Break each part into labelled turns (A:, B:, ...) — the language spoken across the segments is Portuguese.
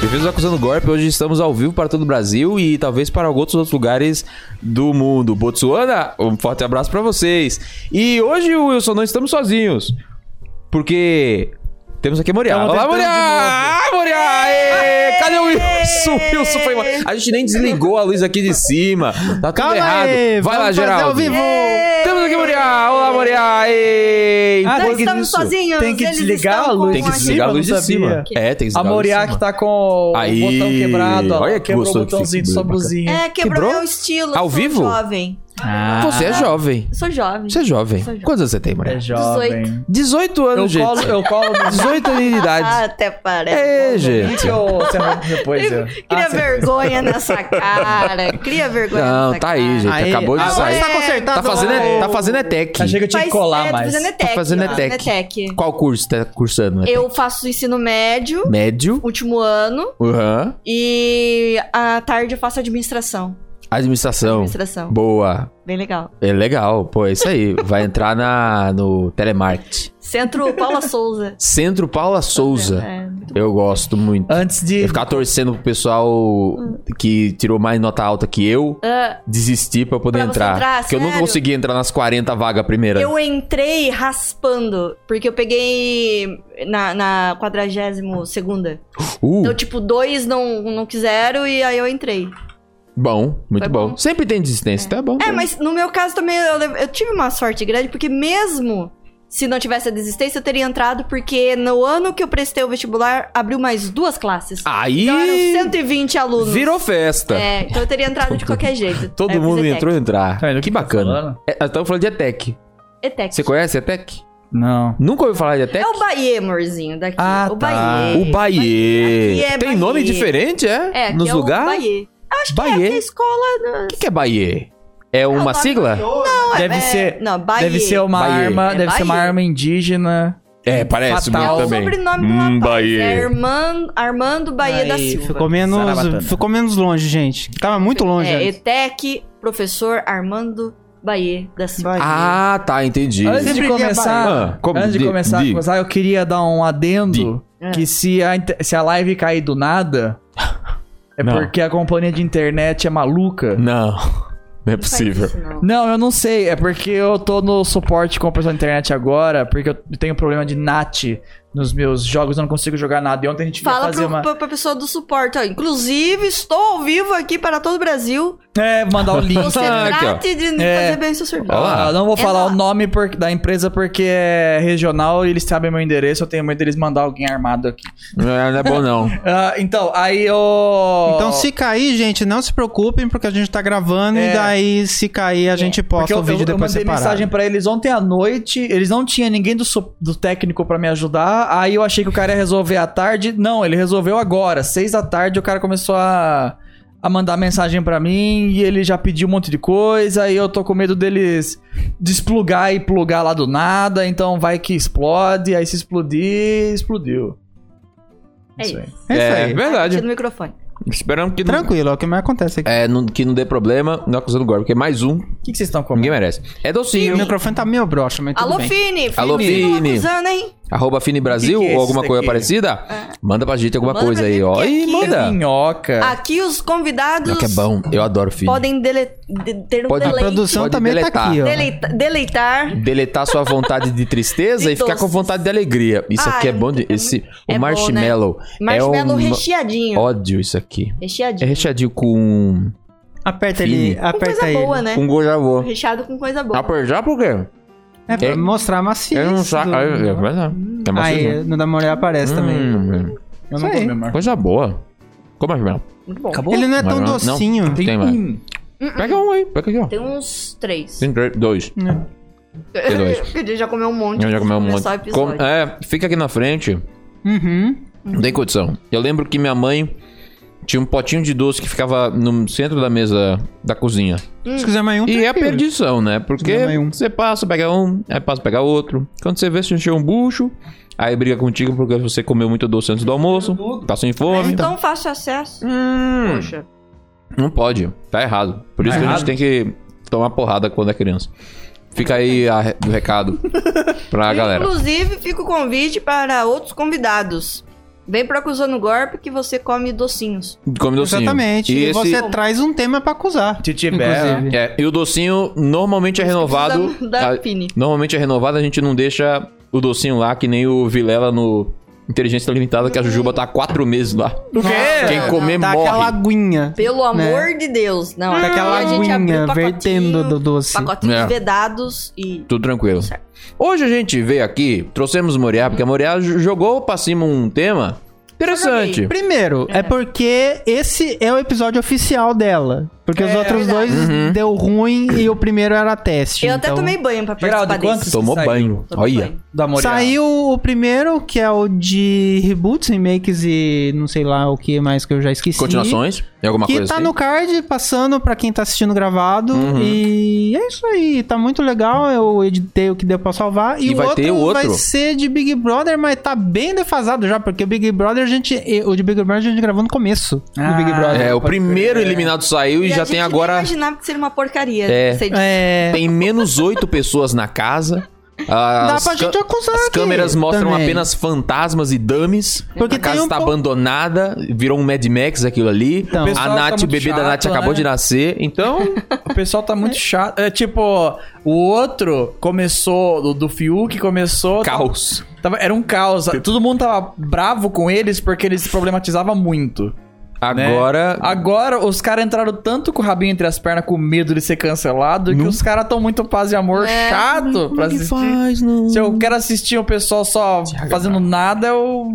A: Perfeitos acusando golpe, hoje estamos ao vivo para todo o Brasil e talvez para alguns outros lugares do mundo. Botsuana, um forte abraço para vocês. E hoje, Wilson, não estamos sozinhos. Porque temos aqui a Moriá.
B: Tamo
A: Olá,
B: tentando
A: Moriá!
B: de novo.
A: Ah, Moriá! Aê! Cadê o Wilson? O Wilson foi embora. A gente nem desligou a luz aqui de cima. Tá tudo
B: Calma
A: errado. Vai
B: aí, vamos
A: lá,
B: fazer
A: Geraldo.
B: ao vivo.
C: É.
A: Temos aqui a Moriá. Olá, Moriá! Aê!
B: Ah,
A: Por
C: Não
A: que
C: estamos
A: disso?
C: sozinhos.
B: Tem que
C: eles
B: desligar
C: estão
B: a
C: com
B: luz.
A: Tem que
B: Acima,
A: desligar a luz de
B: não
A: cima. É,
B: sabia.
A: tem que desligar
B: A
A: a luz de
B: Moriá
A: cima.
B: que tá com
A: Aí,
B: o botão quebrado, ó.
A: olha
B: Olha
A: que
B: quebrou o
A: gostoso que
B: botãozinho de
A: fica,
B: sua
A: bacana.
B: blusinha.
C: É, quebrou,
A: um Quebrou?
C: meu estilo.
A: Ao
C: sou
A: vivo?
C: jovem.
B: Ah,
A: Você é jovem.
C: Sou jovem.
A: Você é jovem.
C: Sou jovem.
A: Quantos anos você tem,
B: é
A: Moriá?
B: jovem.
A: 18
B: Eu
A: anos,
B: colo,
A: gente.
B: eu colo no
A: 18 anos de
C: Ah,
A: idade.
C: até parece.
A: É, gente.
B: vídeo ou você arruma depois? eu?
C: Cria
B: Ah, você-
C: vergonha nessa cara. Cria vergonha
A: Não,
C: nessa
A: tá
C: cara.
A: aí, gente.
B: Aí,
A: Acabou de
B: agora
A: sair.
B: está consertado.
A: Tá fazendo,
B: ó.
A: tá fazendo ETEC.
B: Achei que eu tinha que
C: Faz-
B: colar
C: é,
B: mais.
C: Tô fazendo ETEC.
A: Tá fazendo
C: ó,
A: ETEC. Qual curso você tá cursando? ETEC?
C: Eu faço ensino médio,
A: Médio.
C: último ano.
A: Aham.
C: E à tarde eu faço administração.
A: Administração.
C: Administração.
A: Boa.
C: Bem legal.
A: É legal. Pô, é isso aí. Vai entrar na, no telemarketing.
C: Centro Paula Souza.
A: Centro Paula Souza.
C: É, muito
A: Eu gosto muito.
B: Antes de.
A: Eu ficar torcendo pro pessoal que tirou mais nota alta que eu
C: Ah,
A: desistir pra eu poder
C: Pra você
A: entrar.
C: entrar,
A: Porque eu nunca
C: sério?
A: consegui entrar nas 40 vagas primeira.
C: eu entrei raspando, porque eu peguei na, na 42 segunda.
A: Uh,
C: Então, tipo, dois não, não quiseram e aí eu entrei.
A: bom. Muito
C: Foi
A: bom.
C: bom.
A: Sempre tem desistência, então é bom.
C: É, mas no meu caso também eu, lev- eu tive uma sorte grande, porque mesmo se não tivesse a desistência, eu teria entrado, porque no ano que eu prestei o vestibular, abriu mais duas classes.
A: Aí
C: Então eram 120 alunos.
A: virou festa.
C: É, então eu teria entrado de qualquer jeito. É,
A: Todo
C: Aí eu fiz
A: mundo
C: ETEC.
A: entrou entrar.
B: Tá vendo o
A: que
B: tá
A: bacana.
B: falando?
A: É, Nós estamos falando de ETEC.
C: ETEC.
A: Você conhece ETEC?
B: Não.
A: Nunca ouviu falar de ETEC?
C: É o Bahia, amorzinho, daqui.
B: Ah,
C: o
B: tá.
C: Bahia.
A: O Bahia.
C: Aqui é
A: Tem
C: Bahia.
A: nome diferente, é?
C: É, aqui
A: Nos
C: é o
A: lugares?
C: Bahia. É,
A: Bahia.
C: que a escola
A: O que, que é Bahia? É uma
C: nome
A: sigla?
B: Deve
C: é-
B: ser.
C: Não, Bahia.
B: Deve ser uma
A: Bahia.
B: arma.
C: É
B: Deve ser uma
C: Bahia.
B: arma indígena.
A: É, parece muito
B: Fatal.
C: É o
A: também. Hum,
C: sobrenome do rapaz. É Armando, Armando Bahia da
B: Aí,
C: Silva.
D: Ficou menos,
B: Sarabatana.
D: ficou menos longe, gente. Tava muito longe.
C: É,
D: antes.
C: ETEC, professor Armando Bahia da Silva.
D: Vai.
A: Ah, tá, entendi.
B: Antes de
D: Sempre que é
B: começar,
A: Bahia. Ah, como-
B: antes de
A: di-
B: começar, a
A: di-
B: conversar, eu queria dar um adendo que se a, inter- se a live cair do nada, é
A: Não.
B: porque a companhia de internet é maluca.
A: Não, não é
C: Não faz
A: possível.
C: isso, não.
B: Não, eu não sei. É porque eu tô no suporte com a pessoa da internet agora, porque eu tenho problema de NAT nos meus jogos, eu não consigo jogar nada. E ontem a gente ia
C: Fala
B: fazer
C: pro,
B: uma.
C: pra, pra pessoa do suporte. ó, Inclusive, estou ao vivo aqui para todo o Brasil.
B: É, mandar o link.
C: Você
A: Ah, aqui, ó.
C: trate de
B: É.
C: fazer bem o seu serviço.
A: Ó lá.
B: Ah, não vou
C: É
B: falar
C: lá.
B: o nome por- da empresa porque é regional e eles sabem meu endereço. Eu tenho medo deles mandar alguém armado aqui.
A: Não é, não é bom, não.
B: Ah, então, aí eu.
D: Então, se cair, gente, não se preocupem, porque a gente tá gravando
B: É.
D: e daí, se cair, a
A: É,
D: gente
B: Porque
D: posta
B: eu,
D: o vídeo
B: eu, eu
D: depois
B: mandei
D: separado.
B: mensagem pra eles ontem à noite. Eles não tinham ninguém do, su- do técnico pra me ajudar. Aí eu achei que o cara ia resolver à tarde. Não, ele resolveu agora. Seis da tarde o cara começou a, a mandar mensagem pra mim. E ele já pediu um monte de coisa. Aí eu tô com medo deles desplugar e plugar lá do nada. Então vai que explode. Aí se explodir, explodiu.
C: É
B: Isso aí.
C: isso.
D: É isso aí.
A: É verdade.
C: Tira o microfone.
A: Esperamos que não,
D: Tranquilo, é o que mais acontece aqui.
A: é, não- que não dê problema. Não acusando agora, porque mais um,
B: O que, que vocês estão
A: ninguém
B: comendo?
A: merece. É docinho.
D: O microfone tá meio broxa, mas tudo
C: Alô,
D: bem.
C: Fini.
A: Alô,
C: Não
A: Fini.
C: acusando, hein?
A: Arroba Fini Brasil
B: O que que é
A: ou alguma
B: isso
A: coisa
B: daqui?
A: parecida, manda pra gente alguma
C: É. Manda
A: coisa
C: pra
A: aí,
C: gente,
A: ó.
C: porque
A: E
C: aqui- é
A: manda.
B: Minhoca.
C: Aqui os convidados
A: Não, É. que é bom. Eu adoro Fini.
C: podem dele- de- ter um
A: Pode-
D: A
C: deleite.
D: produção
A: Pode
D: também
A: deletar.
D: tá aqui, ó.
C: Deleita- deleitar.
A: Deletar sua vontade de tristeza
C: De
A: e ficar com
C: doces.
A: vontade de alegria. Isso
C: Ah,
A: aqui é
C: é
A: bom. De,
C: muito- é
A: esse,
C: é
A: o
C: bom,
A: marshmallow.
C: Marshmallow
A: é um
C: recheadinho.
A: ódio isso aqui. É
C: Recheadinho.
A: recheadinho com...
D: Aperta
A: Fini.
D: ele,
C: com
D: aperta
C: coisa
D: ele.
C: boa, né?
A: Com gojavô.
C: Recheado com coisa boa.
A: Apertar por quê?
D: É pra
A: É.
D: mostrar a maciça.
A: Eu não saco.
D: do-
A: É é verdade. É machismo.
D: Aí, no da mulher aparece também.
A: Hum,
B: Eu não
D: Isso aí.
B: comi, Marco.
A: Coisa boa. Como é marshmallow.
C: Muito bom.
B: Acabou?
D: Ele não é
A: Mas
D: tão
A: não-
D: docinho.
A: Tem mais. Pega um aí. Pega aqui, ó.
C: Tem uns três.
A: Tem três- dois. Tem dois.
C: Ele já comeu um monte.
A: Eu já comeu um monte.
C: Começar o episódio.
A: Com- É, fica aqui na frente.
D: Uhum.
A: Não tem condição. Eu lembro que minha mãe tinha um potinho de doce que ficava no centro da mesa da cozinha.
D: Se quiser mais um,
A: E é a
D: tranquilo.
A: perdição, né? Porque
D: Minha mãe um.
A: você passa, pega um, aí passa, pega outro. Quando você vê, você encheu um bucho, aí briga contigo porque você comeu muito doce antes do almoço, tá sem
C: Mas
A: fome.
C: então fácil acesso.
A: Hum,
C: Poxa.
A: não pode, tá errado. Por isso
B: Tá
A: que a gente
B: errado?
A: tem que tomar porrada quando é criança. Fica aí a re- o recado pra galera.
C: Inclusive, fica o convite para outros convidados. Vem pro acusando o golpe que você come docinhos.
A: Come docinho.
D: Exatamente.
A: Tipo assim, E,
D: E,
A: esse-
D: você traz um tema pra acusar.
B: Se tiver.
D: Inclusive.
A: é, e o docinho normalmente é renovado.
C: Precisa Da,
A: a-
C: da Pini.
A: Normalmente é renovado, a gente não deixa o docinho lá, que nem o Vilela no Inteligência Limitada, que a Jujuba tá há quatro meses lá.
B: O quê?
A: Quem comer
D: Dá
A: morre.
D: aquela aguinha.
C: Pelo amor de Deus. Não,
D: Dá Né? aquela
C: Ah, a gente abriu
D: aguinha
C: um
D: vertendo do
C: pacotinho,
D: doce.
C: pacotinhos
A: É.
C: vedados e...
A: Tudo tranquilo.
C: Certo.
A: Hoje a gente veio aqui, trouxemos o Moriá, porque a Moriá j- jogou pra cima um tema interessante.
D: Primeiro, é. porque esse é o episódio oficial dela. Porque os
B: É,
D: outros
C: verdade.
D: dois
A: Uhum.
D: deu ruim e o primeiro era teste.
C: Eu até
D: então-
C: tomei banho pra participar
B: Geraldo,
C: desse.
B: quantos
A: Tomou
B: que
A: banho.
B: saiu?
C: Tomei
A: Olha.
C: banho.
B: Da Moriá.
D: Saiu o primeiro, que é o de reboots, remakes e não sei lá o que mais que eu já esqueci.
A: Continuações? Tem alguma
D: Que
A: coisa
D: tá
A: assim?
D: no card, passando pra quem tá assistindo gravado.
A: Uhum.
D: E é isso aí, tá muito legal. Eu editei o que deu pra salvar. E,
A: E
D: o
A: vai
D: outro
A: ter o outro.
D: vai ser de Big Brother, mas tá bem defasado já, porque o Big Brother a gente. O de Big Brother a gente gravou no começo
B: Ah.
D: do Big Brother.
A: É, o
B: Pode
A: primeiro
B: crer.
A: eliminado saiu e, já
C: a gente
A: tem
C: nem
A: agora.
C: imaginava que seria uma porcaria.
A: É.
C: Sei disso.
D: É.
A: Tem menos oito pessoas na casa.
D: Dá
A: As,
D: pra
A: ca-
D: gente acusar.
A: as
D: aqui
A: câmeras mostram
D: também.
A: apenas fantasmas e dummies.
D: Porque
A: a casa
D: tem um
A: tá
D: pou-
A: abandonada, virou um Mad Max aquilo ali.
D: Então. O
A: a
B: pessoal tá
A: Nath, o
B: muito
A: bebê da
B: chato,
A: Nath acabou
B: né?
A: de nascer. Então,
B: O pessoal tá muito chato. É tipo, o outro começou, do, do Fiuk começou. tá-
A: caos.
B: Tava- era um caos. Todo mundo tava bravo com eles porque eles se problematizavam muito. né?
A: Agora.
B: Agora, os caras entraram tanto com o rabinho entre as pernas, com medo de ser cancelado, que os caras tão muito paz e amor
C: É.
B: chato pra assistir.
A: não.
B: Se eu quero assistir o pessoal só fazendo nada, eu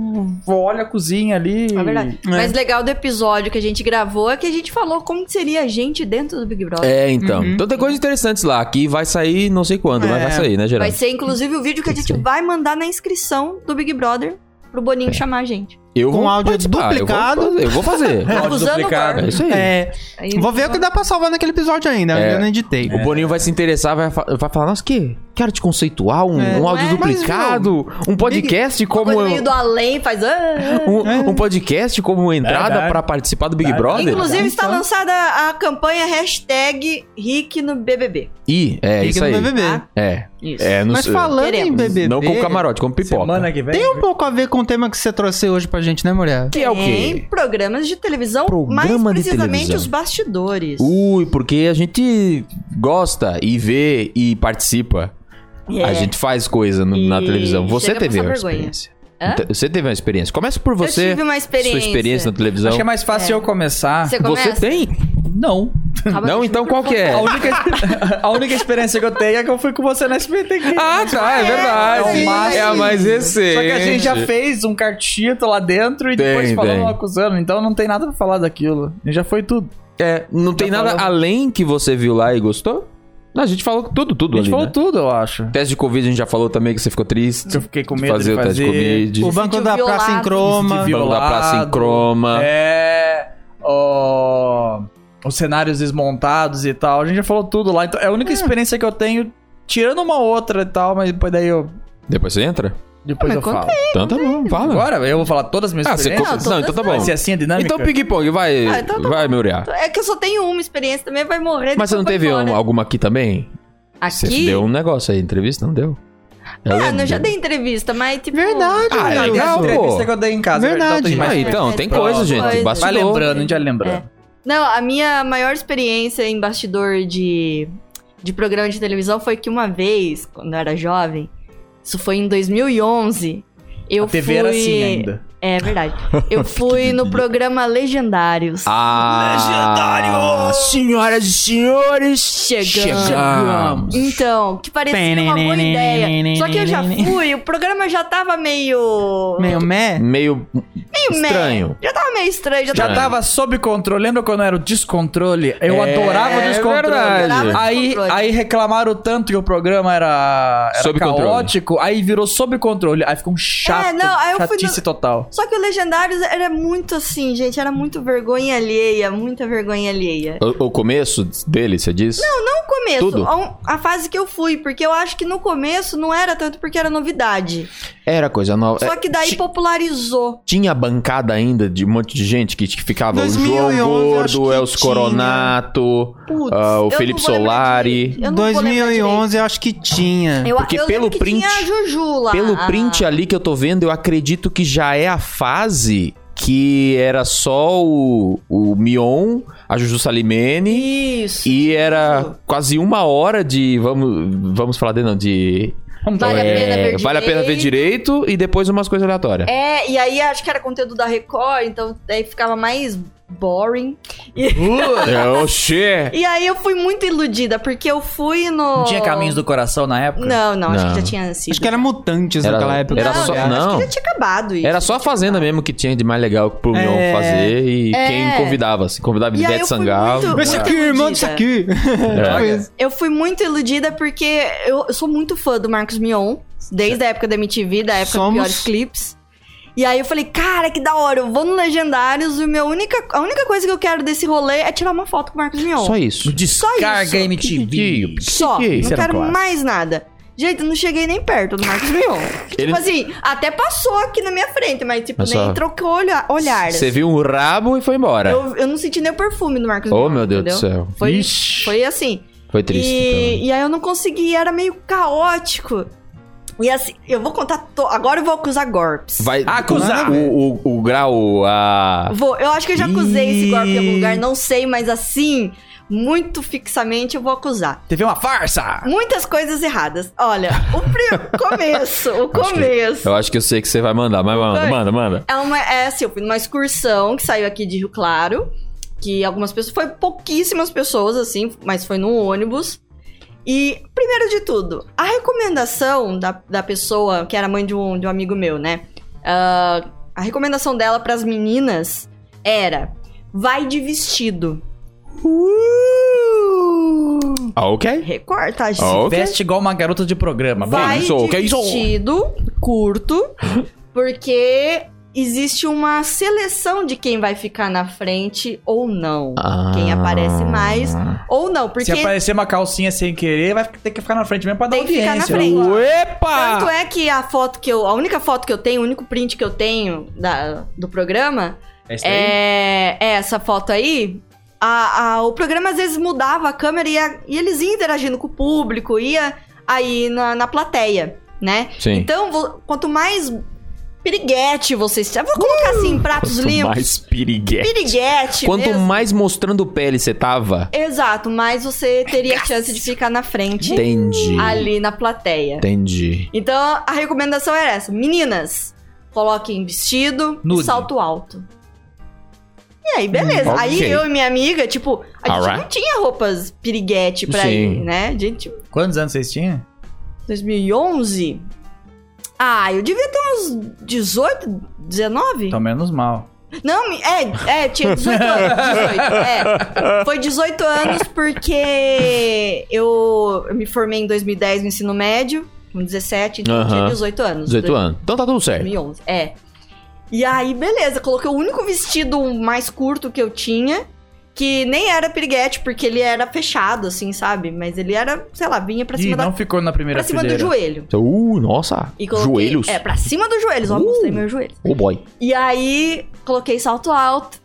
B: olho a cozinha ali.
C: É verdade. Mas legal do episódio que a gente gravou é que a gente falou como que seria a gente dentro do Big Brother.
A: É, então.
B: Uhum.
A: Então tem coisas interessantes lá, que vai sair não sei quando, mas
D: É.
A: vai sair, né,
C: Vai
A: Geraldo?
C: ser inclusive o vídeo que a gente vai mandar na inscrição do Big Brother pro Boninho
A: É.
C: chamar a gente.
A: Eu
D: Com áudio
A: participar,
D: duplicado.
A: Eu vou fazer. Eu vou fazer.
C: Acusando o
B: duplicado.
A: É
C: golpe.
A: isso aí.
D: É,
C: Aí-
D: vou ver o que dá pra salvar naquele episódio ainda.
A: É.
D: Eu não editei.
A: O Boninho vai se interessar, vai, fa- vai falar, nossa, que? Quero te conceituar um,
D: É.
A: um áudio
C: Não é?
A: duplicado, um podcast como
C: Coisa
A: eu-
C: meio do além, faz... ah, ah.
A: um,
D: É.
A: um podcast como entrada
B: É Verdade.
A: pra participar do Big
B: Verdade.
A: Brother.
C: Inclusive está
D: Então.
C: lançada a campanha hashtag Rick no BBB.
A: E é
D: Fica
A: isso
D: no
A: aí.
D: BBB.
C: tá?
A: É,
C: Isso.
A: é, não
D: Mas
A: sei-
D: falando em
C: Queremos.
D: BBB...
A: não com camarote, com pipoca.
B: Semana que vem.
D: Tem um pouco a ver com o tema que você trouxe hoje pra gente, né, mulher?
A: Que é o quê?
C: Tem programas de televisão,
A: Programa
C: mais
A: de
C: precisamente
A: televisão.
C: os bastidores.
A: Ui, porque a gente gosta e vê e participa.
C: É.
A: A gente faz coisa no- na
C: E
A: televisão. Você
C: chega a
A: teve
C: passar
A: uma
C: vergonha.
A: experiência.
C: Hã?
A: Então, Você teve uma experiência. Começa por você.
C: Eu tive uma
A: Sua
C: experiência.
A: experiência na televisão.
B: Acho que é mais fácil eu começar.
C: Você
A: Você
C: começa?
A: tem?
B: Não.
C: Calma,
A: Não,
C: deixa
A: então
C: o
A: qual que é?
B: A única, a única experiência que eu tenho é que eu fui com você na SBT.
A: Ah, tá, é
B: É o
A: verdade.
B: máximo.
A: É a mais recente.
B: Só que a gente já fez um cartito lá dentro e
A: Tem,
B: depois
A: tem.
B: falamos acusando. Então não tem nada pra falar daquilo. E Já foi tudo.
A: É, não tem
B: Tá
A: nada
B: falando.
A: além que você viu lá e gostou? Não, a gente falou tudo, tudo
B: a gente
A: ali,
B: falou
A: né?
B: tudo, eu acho.
A: Teste de Covid a gente já falou também que você ficou triste.
B: Eu fiquei com
A: de
B: medo
A: fazer
B: de
A: o teste de
B: fazer.
A: Covid.
D: O Banco
C: sentiu
D: da
C: violado,
D: Praça em Croma.
B: se sentiu
A: Banco da Praça em
B: violado.
A: croma.
B: É. ó, os cenários desmontados e tal. A gente já falou tudo lá. Então é a única experiência que eu tenho, tirando uma outra e tal, mas depois daí eu.
A: Depois você entra?
B: Depois
C: Ah,
B: eu
C: mas
B: falo.
A: Então tá bom, fala.
B: Agora eu vou falar todas as minhas
A: Ah, você... co-
B: experiências.
C: Não,
A: Não, então tá bom.
B: Vai ser assim a dinâmica?
A: Então ping-pong, vai,
C: Ah, então tá
A: vai, Muriá.
C: É que eu só tenho uma experiência também, vai morrer.
A: Mas você não
C: depois
A: teve
C: vai
A: um-
C: embora.
A: alguma aqui também? Você
C: Aqui?
A: deu um negócio aí, entrevista, não deu? Eu
C: Ah,
A: lembro.
C: não, eu já dei entrevista, mas tipo...
D: Verdade,
A: Ah,
D: mulher.
A: é
B: Legal,
A: legal,
B: a
A: pô.
B: entrevista que eu dei em casa.
D: Verdade.
B: Então tem mais
A: Ah, então, tem
C: Pronto.
A: coisa, gente.
C: Coisa.
B: Vai
A: Bastidor.
B: lembrando, a gente vai lembrando.
C: Não, a minha maior experiência em bastidor de, de programa de televisão foi que uma vez, quando eu era jovem, isso foi em 2011, É, eu
B: a TV
C: fui...
B: era assim ainda.
C: É verdade. Eu fui no programa Legendários.
A: Ah, Legendário! Ah, Senhoras e senhores,
C: Chegamos. Então, que parecia uma boa ideia. Só que eu já fui, o programa já tava meio.
D: Meio mé?
A: Meio, estranho.
C: Já tava meio estranho, já
B: Já
C: tava.
B: tava sob controle. Lembra quando era o descontrole? Eu
A: É,
B: adorava o
A: é
B: descontrole.
A: verdade.
C: Adorava o
B: Aí,
C: descontrole.
B: aí reclamaram tanto que o programa era, era
A: Sob controle.
B: caótico, aí virou sob controle. Aí ficou um chato.
C: É, não, aí eu fui
B: chatice total.
C: Só que o Legendários era muito assim, gente. Era muito vergonha alheia, muita vergonha alheia.
A: O, o começo dele, você diz? Não,
C: No começo,
A: Tudo.
C: a, um- a fase que eu fui, porque eu acho que no começo não era tanto porque era novidade.
A: Era coisa nova.
C: Só
A: É,
C: que daí
A: ti-
C: popularizou.
A: Tinha bancada ainda de um monte de gente que, que ficava
D: 2011 eu
A: o
D: acho
A: João Gordo,
D: que
A: Elcio
D: tinha.
A: Coronato,
D: Putz,
A: ah, o
C: Eu
A: Felipe
C: não vou lembrar
A: Solari.
C: direito. Eu não vou lembrar
D: 2011 eu acho que tinha.
C: Eu,
A: Porque
C: eu
A: pelo
C: lembro que
A: print-
C: Tinha a Juju lá.
A: Pelo print ali que eu tô vendo, eu acredito que já é a fase que era só o, o Mion, a Juju Salimene.
C: Isso.
A: E era quase uma hora de. Vamos, vamos falar de não, de.
B: Vamos
C: Vale a
A: é,
C: pena ver
A: vale a pena ver direito e depois umas coisas aleatórias.
C: É, e aí acho que era conteúdo da Record, então daí ficava mais boring.
A: É, Oxê!
C: E aí eu fui muito iludida, porque eu fui no.
B: Não tinha Caminhos do Coração na época?
C: Não, não, acho
A: Não.
C: que já tinha sido.
D: Acho que era mutantes
A: Era-
D: naquela época.
A: era
D: tá
A: só-
D: ligado?
A: não.
C: Acho que já tinha acabado isso.
A: Era só a Fazenda mesmo que tinha de mais legal pro
D: É.
A: Mion fazer e
C: É.
A: quem convidava. Se convidava
C: E aí
A: Ivete
C: eu fui
A: Sangalo.
C: muito-
D: Esse
A: né?
D: aqui, irmão disso aqui.
A: É.
D: Tipo isso.
C: Eu fui muito iludida porque eu, eu sou muito fã do Marcos Mion, desde a época da MTV, da época
D: Somos.
C: dos piores clipes. E aí eu falei, cara, que da hora, eu vou no Legendários e minha única, a única coisa que eu quero desse rolê é tirar uma foto com o Marcos Mion.
A: Só isso.
B: Carga
C: isso.
B: MTV.
C: Só,
A: Que que é isso?
C: não
A: Era um
C: quero
A: clássico.
C: mais nada. Gente, eu não cheguei nem perto do Marcos Mion.
A: Ele-
C: Tipo assim, até passou aqui na minha frente, mas tipo,
A: Mas
C: nem
A: só-
C: trocou olha- olhar.
A: Você viu um rabo e foi embora.
C: Eu, eu não senti nem o perfume do Marcos Mion.
A: Oh, meu Deus do
C: entendeu?
A: céu.
C: Foi,
B: Ixi.
C: foi assim.
A: Foi triste. né? então.
C: E, e aí eu não consegui, era meio caótico. E assim, eu vou contar. to- Agora eu vou acusar golpes.
A: Então. Vai
B: Acusar.
A: O, o, o grau, a.
C: Vou, eu acho que eu já acusei esse golpe em algum lugar,
B: Ih.
C: não sei, mas assim, muito fixamente eu vou acusar.
B: Teve uma farsa!
C: Muitas coisas erradas. Olha, o pri- começo, o
A: Acho que-
C: começo.
A: Eu acho que eu sei que você vai mandar, mas manda,
C: Vai.
A: manda, manda.
C: É, uma, é assim, eu fui numa excursão que saiu aqui de Rio Claro. Que algumas pessoas. Foi pouquíssimas pessoas, assim, mas foi no ônibus. E, primeiro de tudo, a recomendação da, da pessoa, que era mãe de um, de um amigo meu, né? Ah, a recomendação dela pras meninas era: vai de vestido.
A: Ah, ok.
C: Recorta, gente.
A: Ah, ok.
B: Veste igual uma garota de programa.
C: Vai
A: né? isso?
C: de
A: Que é isso?
C: vestido curto, porque existe uma seleção de quem vai ficar na frente ou não.
A: Ah.
C: Quem aparece mais ou não, porque
B: Se aparecer uma calcinha sem querer, vai ter que ficar na frente mesmo pra dar
C: Tem que ficar na
B: audiência.
C: frente. tanto
A: Epa!
C: é que a foto que eu, a única foto que eu tenho, o único print que eu tenho da, do programa
B: Esse daí?
C: é, é essa foto aí. A, a- o programa às vezes mudava a câmera e, ia- e eles iam interagindo com o público, ia aí na, na plateia, né?
A: Sim.
C: Então, vo- quanto mais piriguete vocês. Eu vou colocar assim, pratos
A: Uh, Quanto
C: limpos.
A: mais piriguete.
C: Piriguete.
A: Quanto
C: mesmo.
A: mais mostrando pele você tava,
C: Exato, mais você teria chance de ficar na frente
A: entendi.
C: ali na plateia.
A: Entendi.
C: Então, a recomendação era essa. Meninas, coloquem vestido
B: Nude.
C: e salto alto. E aí, beleza.
A: Hum,
C: Aí
A: ok.
C: eu e minha amiga, tipo, a gente
A: Alright.
C: não tinha roupas piriguete pra
A: Sim.
C: ir, né? A gente,
B: Quantos anos vocês tinham?
C: 2011... Ah, eu devia ter uns 18, 19?
B: Então menos mal.
C: Não, me- é, é, tinha 18 anos. 18, é. Foi 18 anos porque eu, eu me formei em 2010 no ensino médio, com 17, então eu tinha
A: Aham.
C: 18 anos.
A: 18 anos. Então tá tudo certo.
C: 2011, é. E aí, beleza, coloquei o único vestido mais curto que eu tinha, que nem era piriguete, porque ele era fechado, assim, sabe? Mas ele era, sei lá, vinha pra
B: Ih,
C: cima, da,
B: não ficou na primeira
C: pra cima do
B: fileira.
C: joelho.
A: Uh, nossa.
C: E coloquei-
A: Joelhos.
C: É, pra cima dos joelhos, ó,
A: Uh.
C: mostrei meus joelhos.
A: Oh boy.
C: E aí, coloquei salto alto.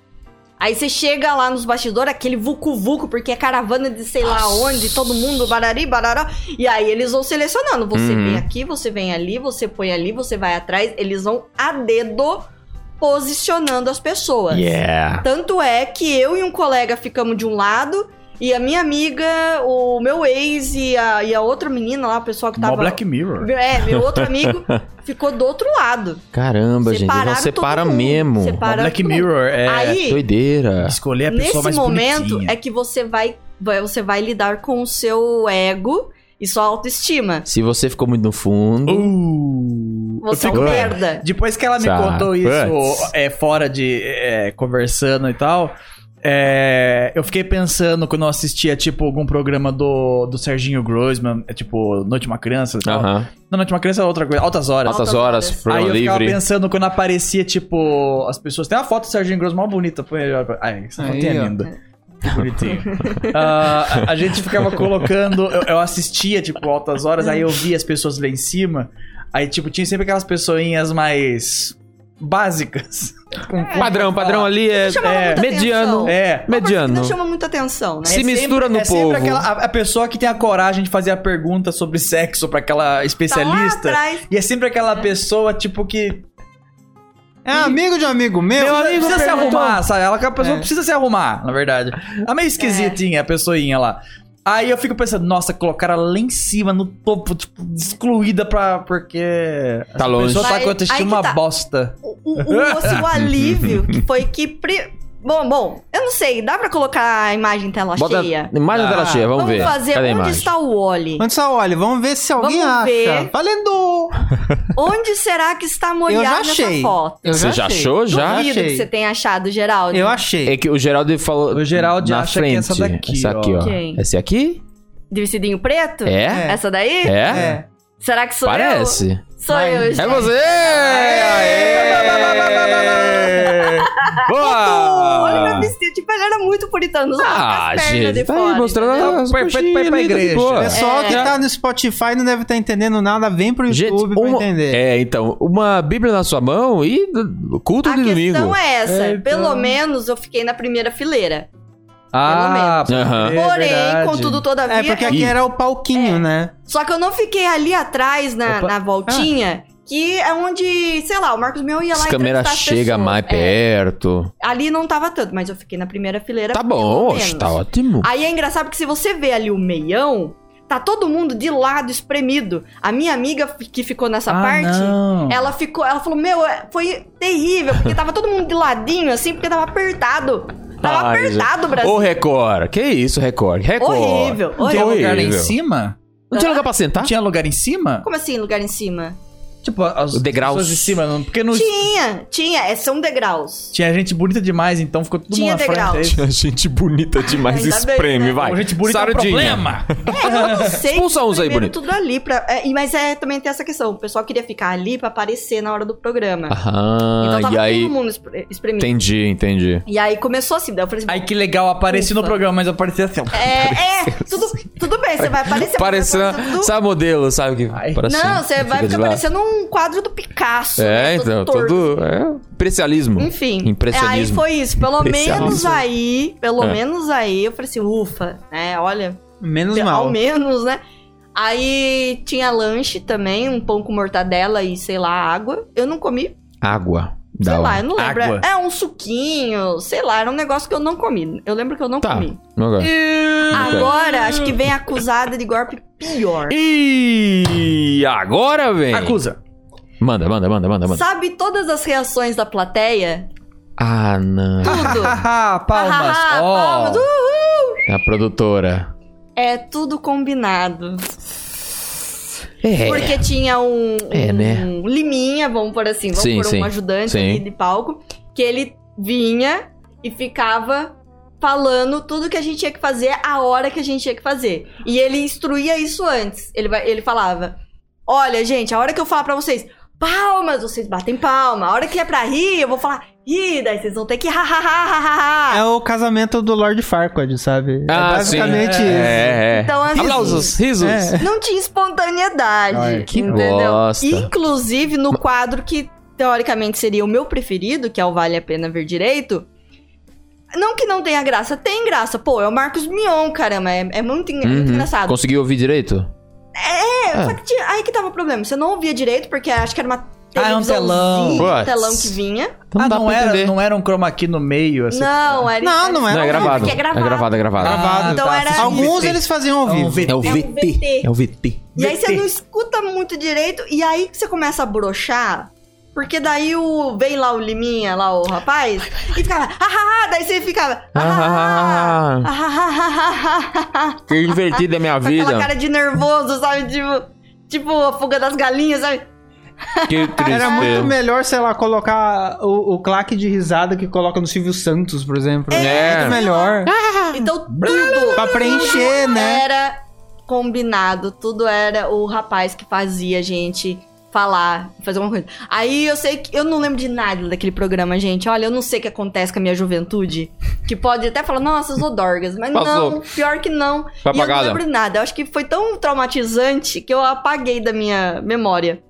C: Aí você chega lá nos bastidores, aquele vucu-vucu, porque é caravana de sei lá onde, todo mundo barari, barará. E aí eles vão selecionando. Você
A: Uhum.
C: vem aqui, você vem ali, você põe ali, você vai atrás. Eles vão a dedo posicionando as pessoas.
A: Yeah.
C: Tanto é que eu e um colega ficamos de um lado, e a minha amiga, o meu ex e a, e a outra menina lá, o pessoal que
B: Mó
C: tava.
B: Black Mirror.
C: É, meu outro amigo ficou do outro lado.
A: Caramba, gente. Eles não
C: Separaram
A: separa
C: todo mundo.
A: mesmo.
B: Mó
C: Separaram
B: Black
C: todo mundo.
B: Mirror é
C: Aí,
A: Doideira.
B: escolher a pessoa
C: nesse
B: mais
C: momento
B: bonitinha.
C: é que você vai, vai- você vai lidar com o seu ego e sua autoestima.
A: Se você ficou muito no fundo.
B: Uh, eu
C: Você é
B: fico-
C: um merda.
B: Depois que ela me
A: Sabe.
B: contou isso é, fora de é, conversando e tal, é, eu fiquei pensando quando eu assistia, tipo, algum programa do, do Serginho Grossman, é, tipo, Noite de uma Criança e tal.
A: Aham.
B: Não, Noite de uma Criança é outra coisa, Altas Horas.
A: Altas
C: Altas
A: horas,
C: horas.
A: programa
B: Aí eu ficava
A: livre.
B: pensando quando aparecia, tipo, as pessoas. Tem uma foto do Serginho Grosso mal bonita. põe aí, ó. Ai, essa foto
D: Aí,
B: é
D: ó.
B: linda. Que bonitinho. Ah, a, a gente ficava colocando. Eu, eu assistia, tipo, altas horas, aí eu via as pessoas lá em cima. Aí, tipo, tinha sempre aquelas pessoinhas mais básicas. Com- com-
A: Padrão, padrão ali é,
C: Chamava
A: é
C: muita
A: mediano.
C: atenção.
B: É.
C: Uma coisa que
A: Mediano.
C: não chama muita atenção, né?
A: Se mistura
B: sempre-
A: no
B: é sempre
A: povo.
B: aquela, a, a pessoa que tem a coragem de fazer a pergunta sobre sexo pra aquela
C: Tá lá
B: especialista.
C: atrás.
B: e é sempre aquela pessoa, tipo, que.
D: É amigo de um amigo meu.
B: Meu amigo precisa se
D: perguntou-
B: arrumar, sabe? Ela, a pessoa
D: É.
B: precisa se arrumar, na verdade. Ela é meio esquisitinha, a pessoinha lá. Aí eu fico pensando, nossa, colocaram ela lá em cima, no topo, tipo, excluída pra. Porque.
A: Tá
B: A
A: longe.
B: pessoa tá
C: Aí-
B: com a autoestima
C: aí que
B: uma
C: tá.
B: bosta.
C: o, o, o, assim, o alívio que foi que. pri- Bom, bom, eu não sei, dá pra colocar a imagem em tela
B: tá
A: Bota
C: cheia?
A: imagem na tela
D: Ah,
A: cheia, vamos, ver.
C: fazer
A: Cadê a
C: onde
A: imagem?
C: está o Wally?
D: Antes só olha, vamos ver se alguém
C: Vamos
D: acha.
C: ver.
D: Valendo!
C: Onde será que está
D: Eu já
C: molhado nessa
D: achei.
C: foto?
D: Eu
A: Você já
D: achei.
A: achou? Já?
D: Duvido
C: Duvido que você tenha achado, Geraldo.
D: Eu achei.
A: É que o Geraldo falou.
B: O Geraldo
A: na
B: acha que é
A: frente.
B: essa daqui,
A: Essa aqui,
B: ó.
A: ó.
C: Quem?
A: Essa aqui?
C: De vestidinho preto?
A: É?
C: Essa daí?
A: É?
D: É.
C: Será que sou eu?
A: Parece.
C: Sou
D: Vai.
C: eu, gente.
A: É você! Aê!
C: Tudo! Olha meu
A: Boa!
C: vestido. Tipo, ele era muito puritano. usava com
A: Ah,
C: as pernas
A: gente,
C: de
A: tá
C: fora,
A: aí mostrando
C: entendeu?
A: as
B: Perfeito pra ir pra
A: coxinhas ali, tá de
B: igreja.
A: boa.
D: Pessoal que
C: É.
D: tá no Spotify não deve estar entendendo nada, vem pro YouTube pra
A: uma-
D: entender.
A: É, então, uma Bíblia na sua mão e do- culto
C: A
A: de
C: questão
A: domingo.
C: é essa.
B: É, então.
C: Pelo menos eu fiquei na primeira fileira.
B: Ah,
A: Aham.
B: é
C: Porém,
B: verdade.
C: contudo, todavia...
D: É, porque
A: Ih.
D: aqui era o palquinho, né?
C: Só que eu não fiquei ali atrás, na,
B: Opa.
C: na voltinha...
A: Ah.
C: Que é onde, sei lá, o Marcos Mel ia lá
A: As
C: e
A: câmeras chega mais
C: é,
A: perto.
C: Ali não tava tanto, mas eu fiquei na primeira fileira.
A: Tá
C: pelo
A: bom,
C: menos.
A: oxe, tá ótimo.
C: Aí é engraçado porque se você vê ali o meião, tá todo mundo de lado espremido. A minha amiga f- que ficou nessa
B: Ah,
C: parte,
B: não.
C: ela ficou, ela falou: "Meu, é- foi terrível, porque tava todo mundo de ladinho assim, porque tava apertado. Tava
A: Ai,
C: apertado, Brasil.
A: Ô, Record. Que isso, Record? Record. um
C: Horrível,
B: Não tinha
C: horrível.
B: lugar lá em
A: horrível. Tá.
B: cima?
A: Não tinha lugar pra sentar?
B: Não tinha lugar em cima?
C: Como assim, lugar em cima?
B: Tipo, as
A: O degraus.
B: pessoas de cima, não- porque não
C: Tinha, tinha, é, são degraus.
B: tinha gente bonita demais, então ficou todo
C: Tinha
B: mundo na
C: degraus.
B: frente.
A: Tinha gente bonita demais,
C: Ainda bem,
A: espreme,
C: né?
A: vai.
B: Aí, gente bonita é um
A: Sardinha.
B: problema.
C: É, eu não sei.
A: Expulsa uns aí,
C: primeiro
A: bonito.
C: Tudo ali pra, é, e- mas é também tem essa questão, o pessoal queria ficar ali pra aparecer na hora do programa.
A: Aham,
C: então tava
A: Ah, e aí...
C: todo mundo espre- espremido.
A: Entendi, entendi.
C: E aí começou assim, daí eu falei assim,
B: Aí que legal, apareci no
C: Ufa.
B: programa, mas eu apareci assim. ó.
C: É, é, tudo, tudo bem, você vai aparecer. mas vai aparecer
A: Parecendo...
C: tudo-
A: Sabe modelo, sabe? Que
B: Ai.
A: parece-
C: Não, você vai
A: fica de
C: ficar
A: lado.
C: parecendo um quadro do Picasso.
A: É,
C: né,
A: então,
C: torto.
A: todo... É, precialismo.
C: Enfim, aí
A: Impressionismo.
C: foi isso. Pelo
A: Impressionismo.
C: menos aí, pelo
A: É.
C: menos aí, eu falei assim, ufa, né? Olha,
D: Menos
C: ao
D: mal.
C: menos, né? Aí tinha lanche também, um pão com mortadela e, sei lá, água. Eu não comi,
A: Água.
C: sei
A: Da
C: lá,
A: hora.
C: eu não lembro.
B: Água.
C: É um suquinho, sei lá, era um negócio que eu não comi. Eu lembro que eu não
A: Tá. Então.
C: comi.
A: Agora.
C: Agora, acho que vem acusada de golpe pior.
A: E agora, vem.
B: Acusa.
A: Manda, manda, manda, manda, manda.
C: Sabe todas as reações da plateia?
A: Ah, não.
C: Tudo.
B: Hahaha, Ah,
A: Ah,
B: palmas.
C: Hahaha,
B: Ó. Ah,
C: palmas, uh!
A: É A produtora.
C: É tudo combinado.
A: É.
C: Porque tinha um,
A: É,
C: um
A: né?
C: liminha, vamos por assim, vamos
A: Sim,
C: por
A: sim,
C: um ajudante
A: sim.
C: ali de palco, que ele vinha e ficava falando tudo que a gente tinha que fazer, a hora que a gente tinha que fazer. E ele instruía isso antes. Ele, vai- ele falava: Olha, gente, a hora que eu falar pra vocês, palmas, vocês batem palma. A hora que é pra rir, eu vou falar, rir, daí vocês vão ter que ha, ha, ha, ha, ha, ha."
D: É o casamento do Lord Farquaad, sabe? é
A: Ah, sim.
D: basicamente isso.
A: É, é.
C: Então, assim,
A: Aplausos, risos.
D: É.
C: Não tinha espontaneidade.
D: Ai,
A: que
C: entendeu?
A: bosta.
C: Inclusive no quadro que teoricamente seria o meu preferido, que é o Vale a Pena Ver Direito. Não que não tenha graça, tem graça. Pô, é o Marcos Mion, caramba. É, é muito, en- é muito
A: Uhum.
C: engraçado.
A: Conseguiu ouvir direito?
C: É,
A: Ah.
C: só que tinha- aí que tava o problema. Você não ouvia direito, porque acho que era uma
B: Ah, é um telão.
C: televisãozinha, um
A: Puts.
C: telão que vinha.
A: Então
B: ah,
A: dá
B: não
A: pra
B: era,
A: entender.
B: não era um chroma key no meio, assim.
C: Não, era.
D: Não, não
A: Não, é
D: era.
A: gravado.
C: porque é gravado.
A: É gravado, é gravado.
B: Ah,
C: Então era-
B: assisti um
D: Alguns
B: VT.
D: eles faziam ao
B: É um
D: vivo.
B: VT.
A: É o VT. É o VT.
C: E aí você
B: VT.
C: não escuta muito direito, e aí que você começa a brochar. Porque daí o. Vem lá o Liminha, lá o rapaz, e ficava. Ah, ah, ah", daí você ficava. Ah, ah, ah, ah, ah, ah, ah, ah",
A: Que divertido é minha
C: com aquela
A: vida.
C: cara de nervoso, sabe? Tipo, tipo a fuga das galinhas, sabe?
A: Que tristeza.
D: Era muito melhor, sei lá, colocar o, o claque de risada que coloca no Silvio Santos, por exemplo.
A: É.
D: Muito melhor.
C: Então tudo.
D: Pra preencher, né?
C: Era combinado, tudo era o rapaz que fazia a gente falar, fazer alguma coisa. Aí eu sei que eu não lembro de nada daquele programa, gente. Olha, eu não sei o que acontece com a minha juventude, que pode até falar, nossa, zodorgas, mas
A: Passou.
C: não, pior que não.
A: Foi
C: E eu não
A: apagada.
C: lembro nada. Eu acho que foi tão traumatizante que eu apaguei da minha memória.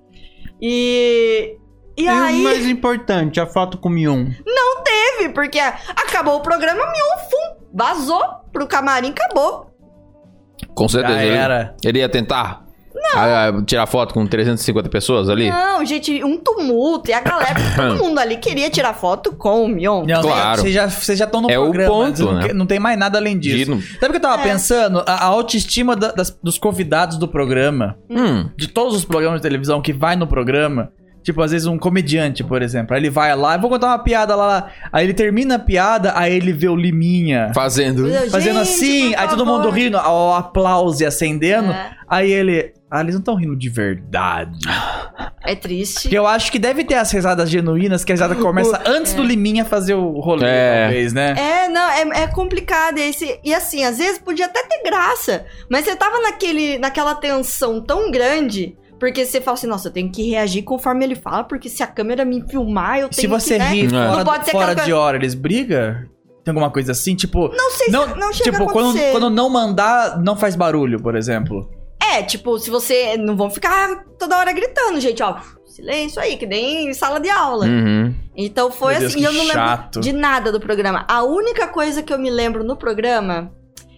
C: E. E
D: E o
C: aí
D: mais importante, a foto com o Mion.
C: teve, porque acabou o programa, miou, fum, vazou pro camarim, acabou.
A: Com certeza.
B: Já
A: ele-
B: era.
A: Ele ia tentar ah, tirar foto com 350 pessoas ali?
C: Não, gente, um tumulto. E a galera, todo mundo ali queria tirar foto com o Mion.
B: Não,
A: Claro.
B: Vocês já estão no
A: É o
B: programa.
A: ponto,
B: vocês não,
A: né?
B: que- não tem mais nada além
A: De-
B: disso. Sabe o que eu tava
C: É.
B: pensando? A, a autoestima da- das- dos convidados do programa,
A: Hum,
B: de todos os programas de televisão que vai no programa. Tipo, às vezes um comediante, por exemplo. Aí ele vai lá, eu vou contar uma piada lá. Aí ele termina a piada, aí ele vê o Liminha
A: fazendo.
B: fazendo assim, aí todo mundo rindo, o aplauso e acendendo.
C: É.
B: Aí ele. Ah, eles não estão rindo de verdade.
A: Ah.
C: É triste.
B: Porque eu acho que deve ter as risadas genuínas, que a risada começa antes do Liminha fazer o rolê,
A: É.
B: talvez, né?
C: É, não, é, é complicado esse. E assim, às vezes podia até ter graça, mas você tava naquele, naquela tensão tão grande, porque você fala assim, nossa, eu tenho que reagir conforme ele fala, porque se a câmera me filmar, eu tenho
B: Se você
C: que, né?
B: ri
A: É.
B: fora,
C: Não pode ser
B: fora
C: aquela
B: de hora, eles brigam? Tem alguma coisa assim? Tipo.
C: Não sei
B: Não,
C: se não chega
B: tipo,
C: a
B: quando,
C: acontecer.
B: quando não mandar, não faz barulho, por exemplo.
C: É, tipo, se você. Não vão ficar toda hora gritando, gente, ó. Silêncio aí, que nem em sala de aula.
A: Uhum.
C: Então foi
B: Meu Deus,
C: assim, e eu
B: que
C: não
B: chato.
C: lembro de nada do programa. A única coisa que eu me lembro no programa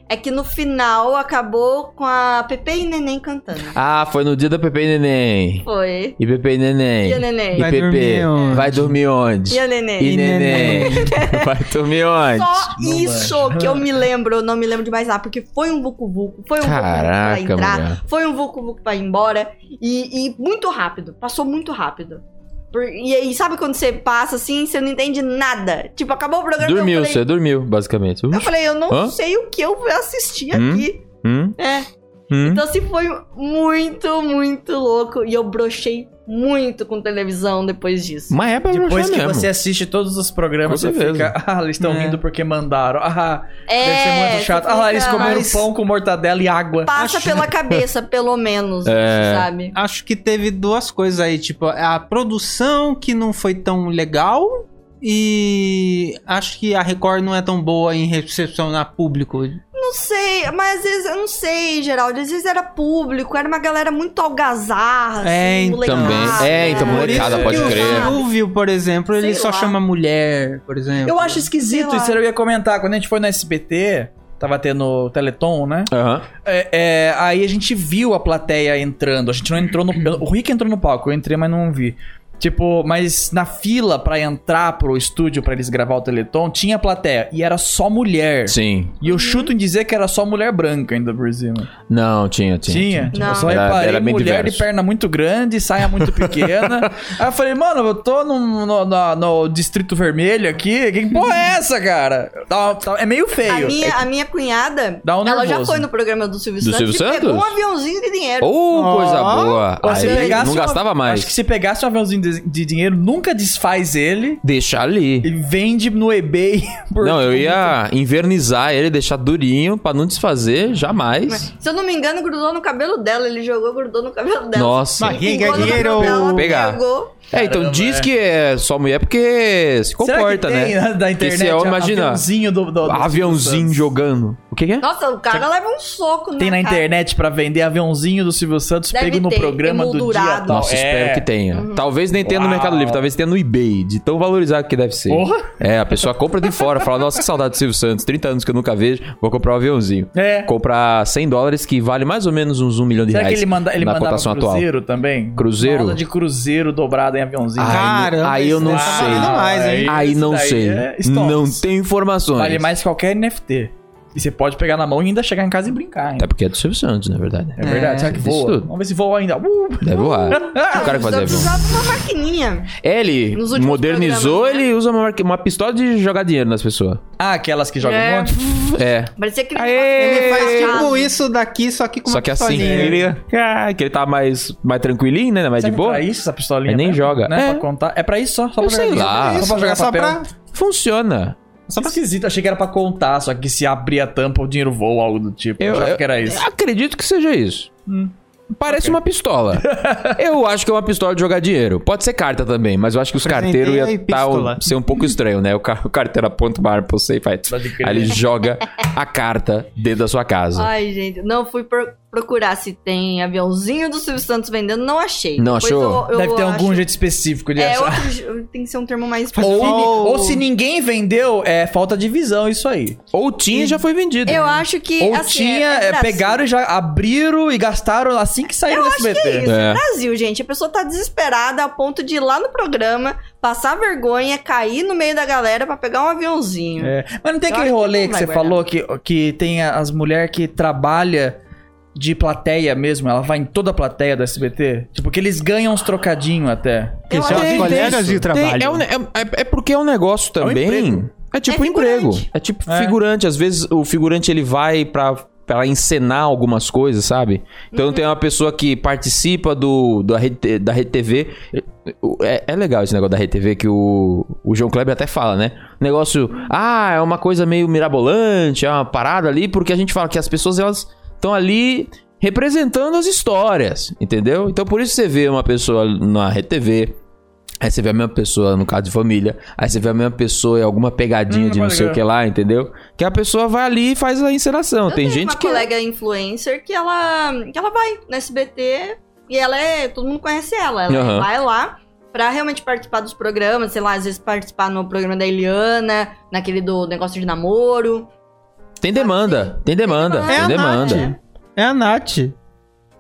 C: é que no final acabou com a Pepe e Neném cantando.
A: Ah, foi no dia da Pepe e Neném.
C: Foi.
A: E Pepe e Neném.
C: E a Neném?
A: E
D: Vai
A: Pepe.
D: dormir onde?
A: Vai dormir onde?
C: E a Neném?
A: E Neném. Vai dormir onde?
C: Só
B: Não
C: isso que eu me lembro, eu não me lembro de mais nada, porque foi um vucu vucu, foi um vucu pra
A: Caraca,
C: entrar,
A: mulher.
C: foi um vucu vucu pra ir embora e, e muito rápido, passou muito rápido. Por- e, e sabe quando você passa assim, você não entende nada? Tipo, acabou o programa.
A: Dormiu,
C: eu falei,
A: você dormiu, basicamente.
C: eu falei, eu não
A: Hã?
C: sei o que eu vou assistir
A: Hum?
C: aqui.
A: Hum?
C: É.
A: Hum?
C: Então, assim, foi muito, muito louco. E eu brochei muito com televisão depois disso.
A: Mas é pra
B: Depois
A: broxar
B: que
A: mesmo.
B: você assiste todos os programas,
A: Com
B: você
A: certeza.
B: fica. Ah, eles estão
D: É.
B: rindo porque mandaram. Ah,
C: É,
B: deve ser muito
C: você
B: chato. Ah, lá, eles
C: fica-
B: comeram
C: mas
B: pão com mortadela e água.
C: Passa pela cabeça, pelo menos,
A: É.
C: sabe?
D: Acho que teve duas coisas aí, tipo, a produção que não foi tão legal e acho que a Record não é tão boa em recepcionar público.
C: Não sei, mas às vezes, eu não sei, Geraldo. Às vezes era público, era uma galera muito algazarra,
D: É,
C: assim,
D: então.
C: molecada.
A: Também. É, então,
D: Por isso
A: molecada,
D: que
A: pode
D: o
A: crer.
D: Silvio, por exemplo,
C: Sei
D: ele só
C: lá.
D: chama mulher, por exemplo.
B: Eu acho esquisito
C: Sei lá.
B: isso. Eu ia comentar. Quando a gente foi no SBT, tava tendo o Teleton, né?
A: Aham.
B: É, é, aí a gente viu a plateia entrando. A gente não entrou no. eu- O Rick entrou no palco, eu entrei, mas não vi. Tipo, mas na fila pra entrar pro estúdio pra eles gravar o Teleton, tinha plateia. E era só mulher.
A: Sim.
B: E eu chuto em dizer que era só mulher branca ainda por cima.
A: Não, tinha, tinha.
B: Tinha?
C: Não.
B: Eu só
A: Era-
B: reparei
A: era bem
B: mulher
A: diverso.
B: de perna muito grande, saia muito pequena. Aí eu falei, mano, eu tô no, no- no- no Distrito Vermelho aqui. Que porra é essa, cara? Tá- tá- é meio
C: A
B: feio.
C: minha, a minha cunhada,
B: Dá um
C: ela já
B: nervoso.
C: foi no programa do Silvio
A: Do
C: Santos
A: Silvio
C: e pegou um
A: Santos?
C: aviãozinho de dinheiro.
A: Ou
D: Ó.
A: Uh, coisa boa.
B: Ou se
A: Aí
B: pegasse
A: não
B: uma-
A: gastava mais.
B: Acho que se pegasse um aviãozinho de, de dinheiro, nunca desfaz ele
A: Deixar ali.
B: e vende no eBay. por-
A: Não, eu ia invernizar ele, deixar durinho pra não desfazer jamais.
C: Se eu não me engano, grudou no cabelo dela. Ele jogou, grudou no cabelo dela.
A: Nossa.
D: Mas- Barriga,
C: Pingou no cabelo
D: dinheiro.
C: dela,
A: Pegar.
C: Pegou.
A: É, então
B: Caramba,
A: diz
B: é.
A: que é só mulher porque se
B: Será que
A: comporta,
B: tem,
A: né?
B: Da internet,
A: Porque se eu
B: a-
A: imagina,
B: aviãozinho do, do- do-
A: Aviãozinho jogando. O que, que é?
B: Ah,
C: Nossa, o cara leva um soco
B: Tem na
C: cara.
B: internet pra vender aviãozinho do Silvio Santos,
C: Deve
B: pego no
C: ter,
B: programa do dia.
C: emoldurado.
B: tal.
A: Nossa,
B: É.
A: espero que tenha. Talvez nem tenha
B: Uau.
A: no Mercado Livre, talvez tenha no eBay, de tão valorizado que deve ser.
B: Porra!
A: É, a pessoa compra de fora, fala, nossa, que saudade do Silvio Santos, 30 anos que eu nunca vejo, vou comprar um aviãozinho.
B: É.
A: Comprar 100 dólares, que vale mais ou menos uns 1 milhão de
B: Será que
A: reais
B: ele, manda, ele
A: na
B: mandava
A: cotação atual.
B: cruzeiro também?
A: Cruzeiro? Ah,
B: Uma aula de cruzeiro dobrado em aviãozinho.
A: Ai,
D: Caramba,
A: aí eu
D: isso
A: não
D: daí tá
A: sei.
D: valendo mais, hein?
A: Aí
B: Esse
A: não
B: daí
A: sei.
B: é stonks.
A: não tenho informações.
B: Vale mais que qualquer NFT. E você pode pegar na mão e ainda chegar em casa e brincar. hein?
A: Até porque é do Silvio Santos, na verdade.
B: É verdade,
D: É,
B: será que
A: isso
B: voa?
A: tudo.
B: Vamos ver se voa ainda. Uh!
A: Deve voar.
C: Ah,
A: O cara que fazia
C: Santos
A: avião.
C: usava uma maquininha.
A: É, Ele
C: Nos últimos
A: modernizou,
C: programas, né?
A: ele usa uma, marque- uma pistola de jogar dinheiro nas pessoas.
B: Ah, aquelas que jogam
C: É.
B: um monte.
A: É.
C: Parecia que
A: Aê!
D: Ele faz tipo isso daqui, só que com
A: Só
D: uma
A: que assim,
D: pistolinha.
A: ele, ah, que ele tá mais, mais tranquilinho, né? Mais
B: Será
A: de
B: que
A: boa.
B: É pra isso essa pistolinha?
A: É, nem
B: mesmo?
A: joga.
B: Né?
A: É.
B: Pra contar. É pra isso só? Só
A: Eu
B: pra
A: sei
B: jogar
A: lá.
B: papel? Só pra jogar
D: é só
B: papel?
D: pra,
A: Funciona.
D: só pra
B: Esquisito, achei que era pra contar, só que se abrir a tampa o dinheiro voa, algo do tipo. Eu,
A: Eu-
B: achava
A: eu-
B: que era isso.
A: Acredito que seja isso.
D: Hum.
A: Parece uma pistola. eu acho que é uma pistola de jogar dinheiro. Pode ser carta também, mas eu acho que os
D: Apresentei
A: carteiros
D: a
A: iam tá,
D: epístola.
A: um- ser um pouco estranho, né? O, ca- o carteiro aponta uma arma pra você e faz.
B: Pode crer.
A: Aí ele joga a carta dentro da sua casa.
C: Ai, gente, não fui por procurar se tem aviãozinho do Silvio Santos vendendo, não achei.
A: Não achou?
C: eu- eu
B: Deve ter algum
C: acho-
B: jeito específico de
C: É,
B: achar.
C: outro je- tem que ser um termo mais
B: Ou,
C: específico.
B: ou se ninguém vendeu, é falta de visão isso aí.
A: Ou tinha e já foi vendido.
C: Eu acho que.
B: Ou
C: assim,
B: tinha,
C: é- é
B: é,
C: Brasil.
B: pegaram e já abriram e gastaram assim que saíram do SBT.
C: É isso,
A: É.
C: Brasil, gente. A pessoa tá desesperada a ponto de ir lá no programa, passar vergonha, cair no meio da galera pra pegar um aviãozinho.
B: É, Mas não tem
C: Eu
B: aquele
C: acho que
B: rolê
C: não
B: que,
C: vai
B: você
C: guardar.
B: falou que, que tem a- as mulheres que trabalha de plateia mesmo, ela vai em toda a plateia do SBT? Tipo, que eles ganham uns trocadinhos até.
E: Que
C: Eu
E: são
C: acho
E: as
C: que
E: colegas é de trabalho.
A: Tem- é, um ne- é- é- é porque é um negócio também.
B: emprego.
A: É, tipo
C: É
A: emprego.
C: figurante.
A: É tipo
B: É.
A: figurante. Às vezes o figurante ele vai pra, pra encenar algumas coisas, sabe? Então
C: Uhum.
A: tem uma pessoa que participa do, da, Rede, da Rede TV. É, é legal esse negócio da Rede TV que o, o João Kleber até fala, né? O negócio, ah, é uma coisa meio mirabolante, é uma parada ali, porque a gente fala que as pessoas elas estão ali representando as histórias, entendeu? Então por isso você vê uma pessoa na Rede TV, Aí você vê a mesma pessoa no caso de família. Aí você vê a mesma pessoa em alguma pegadinha
B: Hum,
A: de não
B: pode
A: sei o
B: crer.
A: que lá, entendeu? Que a pessoa vai ali e faz a encenação.
C: Eu
A: Tem
C: tenho
A: gente
C: uma
A: que.
C: colega influencer que ela, que ela vai no SBT e ela é. Todo mundo conhece ela. Ela
A: Aham.
C: vai lá pra realmente participar dos programas, sei lá, às vezes participar no programa da Eliana, naquele do negócio de namoro.
A: Tem demanda.
C: assim.
A: Tem demanda.
C: demanda.
A: Tem
D: É a
A: demanda.
D: Nath. É a Nath.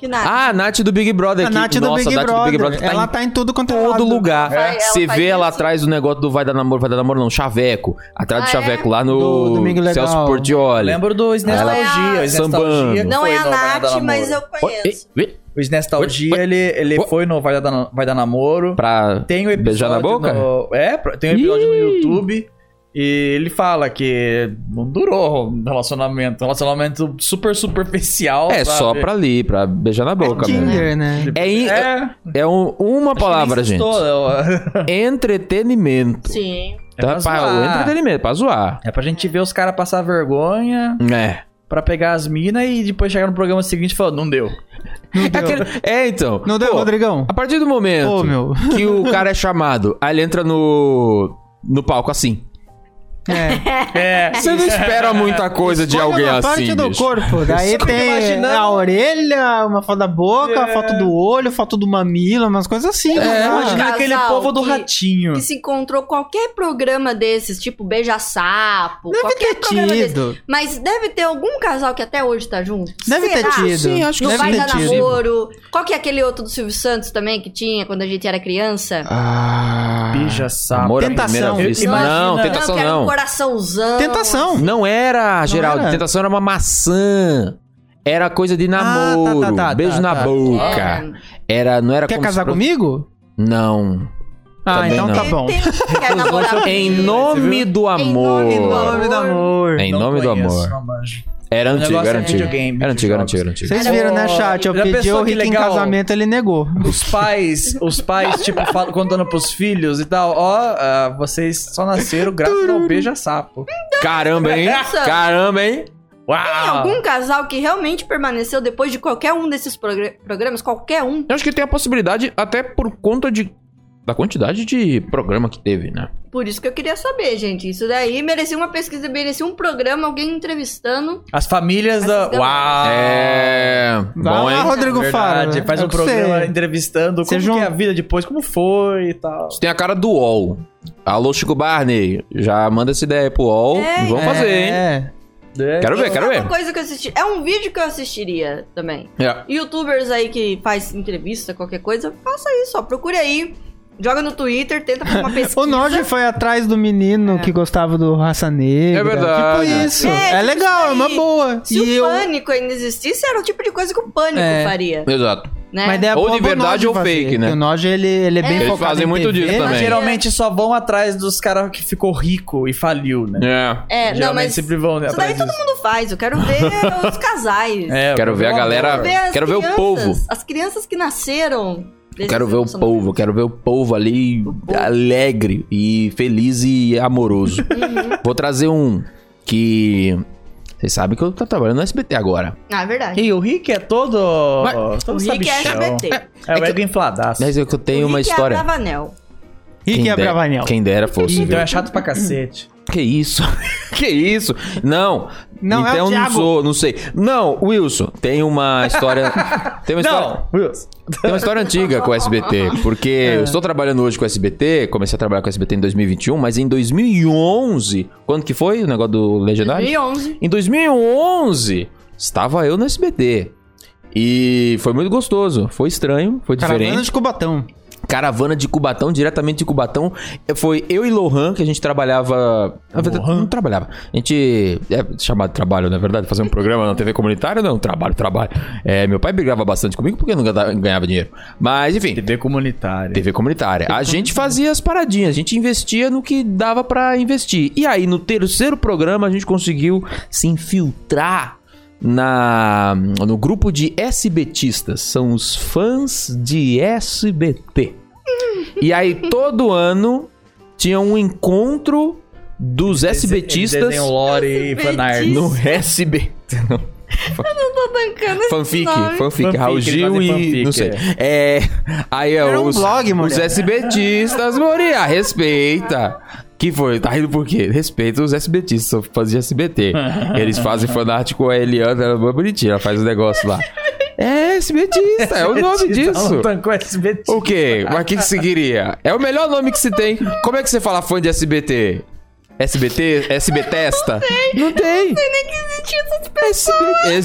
C: Que nada.
A: Ah, a Nath do Big Brother
D: A
A: aqui.
D: Nath do
A: Nossa,
D: Big
A: a Nath do Big Brother
D: Brother.
A: que tá
D: Ela
A: em
D: tá em tudo quanto é
A: todo
D: lado.
A: lugar.
C: Vai, ela
A: Você
C: faz
A: vê ela
C: isso.
A: atrás do negócio do vai dar namoro, vai dar namoro, não, chaveco. Atrás do
C: Ah, é?
A: chaveco lá
D: Do
A: no
D: Domingo Legal.
A: Celso Portioli.
B: Lembro do
C: Ela-
B: Snestalgia. O Snestalgia
A: tá Sambando.
C: não
B: Ah, foi
C: é a
B: no Vai Dar
C: Nath,
B: Namoro.
C: mas eu conheço.
A: Oi, oi,
B: O Snestalgia,
A: Oi, oi.
B: ele, ele
A: Oi.
B: foi no Vai Dar, Vai Dar Namoro.
A: Pra.
B: Tem o episódio.
A: Beijar na boca?
B: no- é, pra- tem um episódio no
A: Ih.
B: YouTube. E ele fala que não durou o relacionamento. Um relacionamento super superficial.
A: É
B: sabe?
A: só pra ali, pra beijar
D: É
A: na boca, mesmo.
D: Tinder, né?
A: É, in- é,
B: É.
A: um- uma palavra, gente.
B: gente.
A: Entretenimento.
C: Sim.
B: É pra
A: Então, pá,
B: zoar.
A: o entretenimento, pra zoar.
B: É pra gente ver os caras passar vergonha,
A: É.
B: pra pegar as minas e depois chegar no programa seguinte e falar, não deu.
D: Não
A: É,
D: deu,
A: aquele- é, então.
D: não deu
A: Pô,
D: Rodrigão?
A: A partir do momento
D: Ô, meu.
A: que o cara é chamado, aí ele entra no. no palco assim.
D: É.
B: É.
A: Você não espera muita coisa de
D: Escolhe
A: alguém
D: uma
A: assim.
D: parte do
A: bicho.
D: corpo. Daí
B: Só
D: tem
B: imaginando.
D: a orelha, uma foto da boca, a foto do olho, foto do mamilo, umas coisas assim. né?
B: Imagina
C: Casal
B: aquele povo do
C: que-
B: ratinho.
C: Que se encontrou qualquer programa desses, tipo Beija Sapo,
D: Deve
C: qualquer
D: ter
C: programa desses.
D: tido.
C: Mas deve ter algum casal que até hoje tá junto.
D: Deve ter
C: Será?
D: tido.
A: Sim, acho que
C: No
D: Deve
C: Vai
D: ter
C: Dar
D: tido.
C: Namoro. Qual que é aquele outro do Silvio Santos também que tinha quando a gente era criança?
A: Ah.
B: Beija sapo.
A: Amor à
D: Tentação.
A: primeira vista.
B: Imagina.
A: Não,
B: Não,
A: Ah, tentação
C: que era um
A: não.
C: coraçãozão.
D: Tentação.
A: Não era, Geraldo.
D: era?
A: Tentação era uma maçã. Era coisa de namoro.
D: tá, tá,
A: beijo
D: tá,
A: na
D: tá.
A: boca.
C: É.
A: Era, não era
D: Quer
A: como se
D: casar
A: pro-
D: comigo?
A: Não.
D: Ah,
A: Também
D: então
A: não.
D: tá bom.
C: Tem- Quer namorar
A: Em
C: comigo.
A: nome do amor.
C: nome do amor.
D: do amor.
A: Em nome do amor. Era antigo,
B: é
A: era antigo. Era antigo, era antigo, era antigo.
D: Vocês viram, né, chat? Eu
B: Já
D: pedi
B: pensou
D: o
B: que
D: Rick em
B: legal?
D: casamento, ele negou.
B: Os pais, os pais, tipo, falam, contando pros filhos e tal, ó, ah, vocês só nasceram graças ao beija-sapo.
A: Caramba, hein?
C: Nossa.
A: Caramba, hein?
C: Tem
A: Uau!
C: algum casal que realmente permaneceu depois de qualquer um desses progra- programas? Qualquer um?
A: Eu acho que tem a possibilidade, até por conta de. Da quantidade de programa que teve, né?
C: Por isso que eu queria saber, gente. Isso daí merecia uma pesquisa, merecia um programa, alguém entrevistando.
B: As famílias
C: Essas
B: da...
C: garotas.
B: Uau!
A: É.
D: Vai
A: bom,
D: lá,
A: hein?
D: Rodrigo
B: Verdade,
C: né?
D: Faro.
B: faz
D: É
B: um
D: pra você.
B: programa entrevistando
D: Você
B: como
D: João-
B: que é a vida depois, como foi e tal.
A: Isso tem a cara do UOL. Alô, Chico Barney. Já manda essa ideia pro UOL.
C: É,
A: Vamos fazer, hein?
D: É.
B: né?
A: Quero ver,
C: Isso
A: quero
C: é
A: ver.
C: Uma coisa que eu assisti. É um vídeo que eu assistiria também.
A: É.
C: Youtubers aí que faz entrevista, qualquer coisa, faça isso, ó. Procure aí. Joga no Twitter, tenta fazer uma pesquisa.
D: O Norge foi atrás do menino que gostava do Raça Negra.
A: É verdade.
D: Tipo isso.
C: É,
D: É,
C: tipo
D: legal, é
C: isso
D: uma
C: aí.
D: boa.
C: Se
D: e
C: o né?
D: eu...
C: pânico ainda existisse, era o tipo de coisa que o pânico
D: É.
C: faria,
A: Exato.
C: né?
D: Mas daí é
A: Ou
D: boa
A: de
D: pro
A: verdade
D: Norge
A: ou
D: fazer,
A: fake, né?
D: porque O Norge, ele, ele é bem
A: Eles
D: focado
A: fazem
D: em
A: muito
D: TV.
A: disso né?
B: Mas
A: também.
B: geralmente só vão atrás dos caras que ficou rico e faliu, né?
A: É.
C: É, não,
B: geralmente
C: mas
B: sempre vão né,
C: isso daí
B: atrás
C: todo
B: disso.
C: mundo faz. Eu quero ver os casais.
B: É,
A: Quero ver a
B: pelo
A: galera-
B: amor.
C: Ver as
A: Quero ver o
C: crianças,
A: povo.
C: As crianças que nasceram. desse
A: Quero ver o
C: relacionamento.
A: povo, quero ver o povo ali
C: povo.
A: alegre e feliz e amoroso.
C: Uhum.
A: Vou trazer um que. Vocês sabem que eu tô trabalhando no SBT agora.
C: Ah, é verdade.
B: E o Rick é todo.
A: Mas-
B: todo
C: o Rick é
B: sabichão.
C: SBT.
B: É o
A: É
B: ego infladaço.
A: Mas é que eu tenho
C: o
A: uma
C: Rick
A: história.
C: É a Bravanel.
D: Rick
A: Quem
D: é
A: der-
D: Bravanel. é
A: Quem dera fosse,
B: Então
A: viu?
B: é chato pra cacete.
A: Que isso? que isso? Não.
D: Não, é o
A: então não
D: Thiago.
A: sou, não sei. Não, Wilson, tem uma história. tem uma história. Tem uma história antiga com o SBT, porque eu estou trabalhando hoje com o SBT, comecei a trabalhar com o SBT em 2021, mas em 2011, quando que foi o negócio do Legendário?
C: 2011.
A: Em 2011, estava eu no SBT. E foi muito gostoso, foi estranho, foi
D: Caravana
A: diferente.
D: de Cubatão.
A: Caravana de Cubatão, diretamente de Cubatão. Eh, Foi eu e Lohan que a gente trabalhava. Na verdade, não trabalhava. A gente. É chamado de trabalho, na verdade? Fazer um programa na TV comunitária não, trabalho, trabalho. É, meu pai brigava bastante comigo porque eu não gada- ganhava dinheiro. Mas, enfim.
B: é
E: TV comunitária.
A: TV comunitária. A gente fazia as paradinhas, a gente investia no que dava pra investir. E aí, no terceiro programa, a gente conseguiu se infiltrar na no grupo de SBTistas. São os fãs de SBT. E aí, todo ano, tinha um encontro dos SBTistas
B: Desenho lore e
C: SBTista.
B: fanart.
A: no SB.
C: Tô
A: É,
C: bancando
A: Fanfic, fanfic.
E: Fanfic,
A: Raul
E: eles
A: Gil
E: fazem
A: e.
E: fanfic,
A: não sei.
E: é.
A: É. Aí é
D: Era um
A: os,
D: blog,
A: os
D: mulher.
A: SBTistas, Moria, respeita. Que foi? Tá rindo por quê? Respeita os SBTistas, só fazia SBT. Eles fazem fanart com a Eliana, ela é uma bonitinha, ela faz o negócio lá. É SBTista, é o nome disso.
B: Tancou SBT.
A: O quê? Mas o que, que se queria? É o melhor nome que se tem. Como é que você fala fã de SBT? SBT? SBTesta? Não tem.
C: nem que existia essas
A: SBT.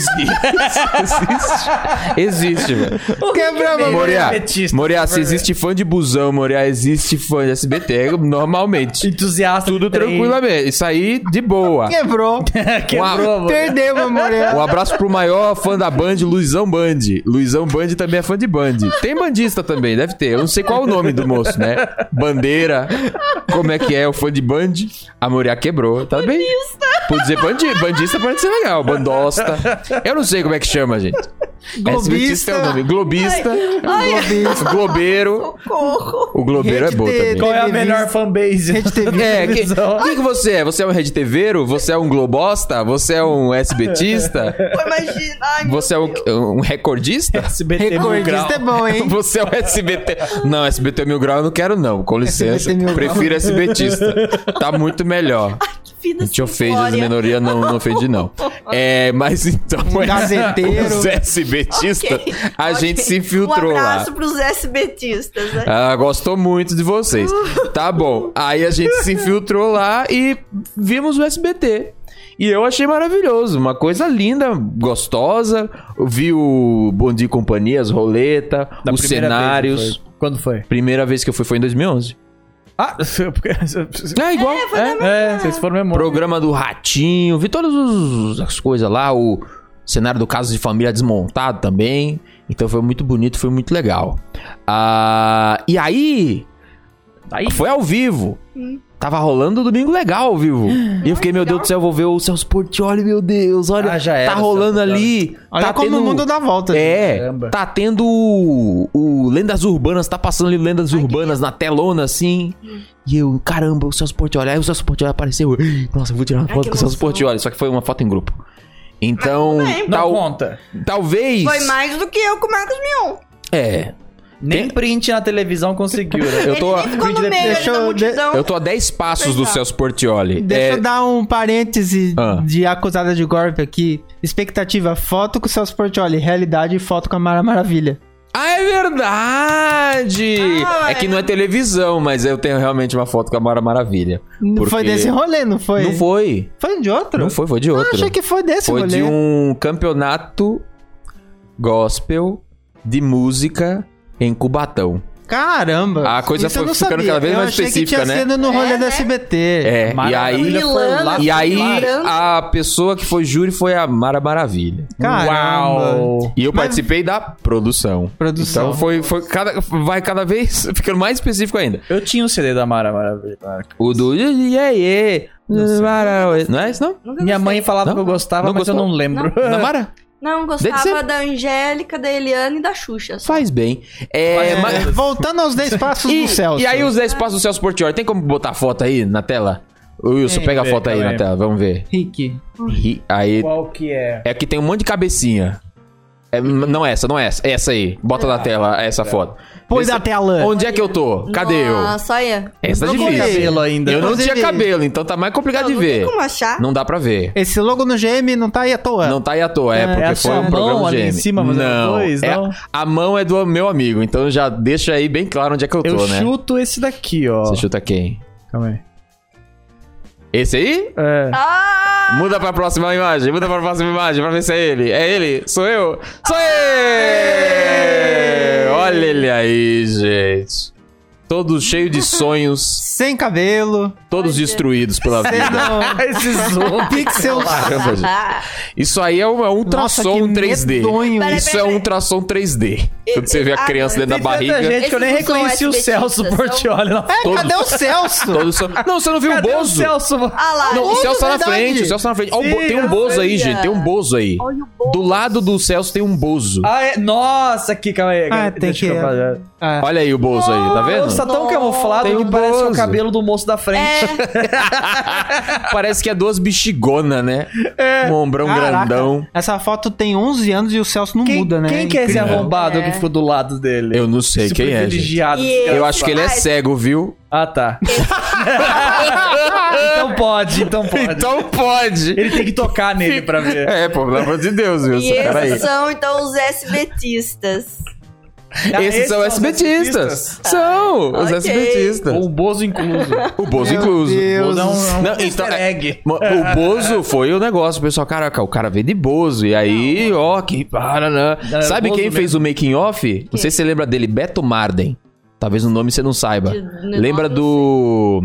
A: Existe. Existe, velho. Quebra, mano. Moriá.
B: SBTista.
A: Moriá, se existe fã de busão, Moriá, existe fã de SBT normalmente.
B: Entusiasta.
A: Tudo
B: de trem.
A: tranquilamente. Isso aí, de boa.
D: Quebrou.
B: Quebrou, mano.
D: Perdeu, meu É mulher.
A: Um abraço pro maior fã da Band, Luizão Band. Luizão Band também é fã de Band. Tem bandista também, deve ter. Eu não sei qual é o nome do moço, né? Bandeira. Como é que é o fã de Band? A Moriá quebrou, tá bem? Pode dizer bandi bandista pode ser legal. Bandosta. Eu não sei como é que chama, gente. SBTista é o nome. Globista. Globeiro.
C: Socorro.
A: O Globeiro é bom
D: Rede
A: também.
B: Qual é a
D: Rede
B: melhor
D: Vista.
B: fanbase?
D: Rede TV.
A: É, quem
B: televisão.
A: que, que você é? Você é um RedTVero? Você é um Globosta? Você é um SBTista?
C: Pô, imagina. Ai, meu
A: Você é um,
C: Deus.
A: um recordista?
B: SBT
A: um
B: mil grau.
D: Recordista é bom, hein?
A: Você é o SBT. Não, SBT é Mil Grau eu não quero, não. Com
C: é
A: licença.
D: SBT Mil Grau.
A: Prefiro SBTista. Tá muito melhor.
C: Que vida
A: Não te ofende, as
C: simplória.
A: minorias não, não ofende, não. É, mas então. é,
D: Gazeteiro.
A: Os SBTistas,
C: Ok,
A: a
C: ok.
A: gente se infiltrou
C: Um
A: lá. Ah,
C: abraço pros SBTistas, né?
A: Ela gostou muito de vocês. Tá bom. Aí a gente se infiltrou lá e vimos o SBT. E eu achei maravilhoso, uma coisa linda, gostosa. Eu vi o Bom Dia e Companhia, as roleta,
B: Da
A: é os
B: primeira
A: cenários.
B: vez que foi. Quando foi?
A: Primeira vez que eu fui foi em 2011.
B: Ah,
A: É igual. é.
B: é, vocês foram mesmo.
A: Programa do Ratinho, vi todas os- as coisas lá, o cenário do caso de família desmontado também. Então foi muito bonito, foi muito legal. Ah, e aí,
B: Aí-
A: foi ao vivo. Tava rolando o domingo legal ao vivo. E eu fiquei, meu Deus do céu, eu vou ver o Celso Portioli, meu Deus, olha,
B: Ah, já era,
A: tá rolando
B: Celso
A: ali.
D: Olha
A: tá
D: como o mundo dá volta.
A: é,
B: Caramba.
A: tá tendo o, o Lendas Urbanas, tá passando ali Lendas Urbanas na telona, assim. E eu, caramba, o Celso Portioli. Aí o Celso Portioli apareceu. eu, Nossa, eu vou tirar uma
C: Ai,
A: foto
C: que
A: com o Celso
C: emoção.
A: Portioli. Só que foi uma foto em grupo. Então,
C: Mas tudo bem.
B: Não
A: tal-
B: conta.
A: talvez...
C: Foi mais do que eu com o Marcos Mion.
A: É,
B: Nem print na televisão conseguiu, né?
A: eu tô,
C: Ele nem ficou no
B: Deixa
C: meio ali
D: eu-
C: da multidão.
A: eu tô a 10 passos do
C: Legal.
A: Celso Portioli.
D: Deixa
A: É,
D: eu dar um parêntese
A: Ah.
D: de acusada de golpe aqui. Expectativa, foto com o Celso Portioli. Realidade, foto com a Mara Maravilha.
A: Ah, é verdade!
C: Ah,
A: é que não é televisão, mas eu tenho realmente uma foto com a Mara Maravilha.
D: Não Foi
A: Porque-
D: desse rolê, não foi?
A: Não foi.
D: Foi de outro?
A: Não foi, foi de
D: Eu
A: outro.
D: achei que foi desse
A: Foi
D: rolê.
A: de um campeonato gospel de música em Cubatão.
D: Caramba.
A: A coisa
D: Isso eu
A: foi
D: não
A: ficando
D: sabia.
A: cada vez mais
D: eu achei
A: específica,
D: que tinha
A: né?
D: sido no
C: É,
D: rolê do
C: né?
D: SBT.
A: É, e aí,
B: Maravilha foi
C: Milana,
B: lá-
A: e aí
C: Claro.
A: a pessoa que foi júri foi a Mara Maravilha.
D: Caramba.
B: Uau!
A: E eu
D: Mas-
A: participei da produção.
D: Produção.
A: Então foi, foi cada, vai cada vez ficando mais específico ainda.
B: Eu tinha o CD da Mara Maravilha.
A: O do yeah, yeah, Mara- não é isso não?
C: Nunca
B: Minha
C: gostei.
B: mãe falava
A: Não?
B: que eu gostava,
A: Não
B: mas eu
A: gostou?
B: não lembro.
A: Da Mara?
C: Não,
A: Deve
C: gostava
A: ser-
C: da Angélica, da Eliane e da Xuxa. só.
A: Faz bem. É,
D: É,
A: mas-
D: Voltando aos 10 passos
A: E,
D: do Celso.
A: e aí os 10 passos do Celso Portioli, tem como botar a foto aí na tela? Ô, Wilson, pega a
B: Vê,
A: foto aí
B: calma
A: na
B: aí.
A: tela, vamos ver.
D: Rick.
A: Ri- Aí
B: Qual que é?
A: é é que tem um monte de cabecinha. É, m- não essa, não essa, essa aí. Bota na tela essa foto.
E: Põe da tela.
A: Onde é que eu tô? Cadê eu?
C: Nossa, olha.
A: Essa é
D: Não
A: difícil.
D: coloquei.
B: Cabelo ainda.
A: Eu não
D: Inclusive-
A: tinha cabelo, então tá mais complicado
C: Não,
A: de
C: não
A: ver.
C: tem como achar.
A: Não dá pra ver.
D: Esse logo no GM não tá aí à toa.
A: Não tá aí à toa, é,
D: É,
A: porque
B: é a
A: foi
B: sua
A: um
B: mão
A: programa
B: ali em
A: gêmeo.
B: cima, mas
A: não,
B: é dois,
A: é-
B: não?
A: A mão é do meu amigo, então já deixa aí bem claro onde é que eu tô,
B: Eu
A: né?
B: chuto esse daqui, ó.
A: Você chuta quem?
B: Calma aí.
A: Esse aí?
B: É.
C: Ah!
A: Muda pra próxima imagem, muda pra próxima imagem pra ver se é ele. É ele? Sou eu? Sou eu! Olha ele aí, gente. Todos cheios de sonhos,
D: Sem cabelo.
A: todos destruídos pela
D: Sem
A: vida.
D: não.
B: Ah, Esse zoom.
D: Pixel.
A: Caramba, gente.
C: Ah,
A: Isso aí é um é um ultrassom 3D.
D: medonho.
C: Peraí,
A: Isso é
C: peraí,
A: um
C: peraí.
A: ultrassom 3D. Quando você vê a
C: Ah,
A: criança dentro da
B: Tem tanta
A: barriga. É
B: gente que eu nem
C: Esses não são
B: reconheci o
C: SBTistas,
B: Celso
C: são-
B: Portioli. Não.
A: Todos-
D: Cadê o Celso?
A: todos são- Não, você não viu
B: Cadê
A: o
B: o
A: Bozo?
B: Celso?
C: ah lá.
A: Não, o
D: Bozo,
A: Celso tá na
D: verdade.
A: frente, o Celso tá na frente. Ó, o Bo-
B: Sim,
A: Tem um Bozo aí,
C: olha.
A: gente, tem um Bozo aí.
C: Olha o bolo.
A: Do lado do Celso tem um Bozo.
B: Ah, é. Nossa, aqui, calma aí.
D: Ah, tem
B: Deixa eu
D: que-
B: fazer.
D: Ah,
A: Olha aí o Bozo aí, tá
B: Nossa,
A: vendo?
B: tá tão
C: Nossa.
B: camuflado
A: Tem
B: que
A: um
B: parece o
A: Bozo.
B: cabelo do moço da frente.
C: É,
A: Parece que é duas bexigonas, né? Um ombrão
D: caraca.
A: grandão.
D: Essa foto tem 11 anos e o Celso não
B: Quem,
D: muda, né?
B: quem que é esse
A: Incrível.
B: arrombado
C: É.
B: que ficou do lado dele?
A: Eu não sei
B: Esse
A: quem é, gente.
B: privilegiado.
C: E ele-
A: Eu acho que ele é
C: Ah, esse-
A: cego, viu?
B: Ah, tá. então pode, então pode.
A: Então pode.
B: Ele tem que tocar nele pra ver.
A: É, pô, pelo amor de Deus, viu?
C: e
A: Peraí.
C: esses são então os SBTistas.
B: Ah,
A: Esses são SBTistas. São os
C: Ah, Ok.
A: SBTistas.
B: Ou o Bozo incluso.
A: O Bozo
D: Meu
A: incluso.
D: Deus.
A: Não,
B: Não,
A: não, então, é-
B: egg.
A: Mo- O Bozo foi o negócio, o pessoal, caraca, o cara veio de Bozo, e aí, ó, que paraná.
B: Era
A: Sabe
B: Bozo
A: quem fez o making off? Não sei se você lembra dele, Beto Marden. Talvez o nome você não saiba.
C: De- no
A: Lembra
C: nome-
A: do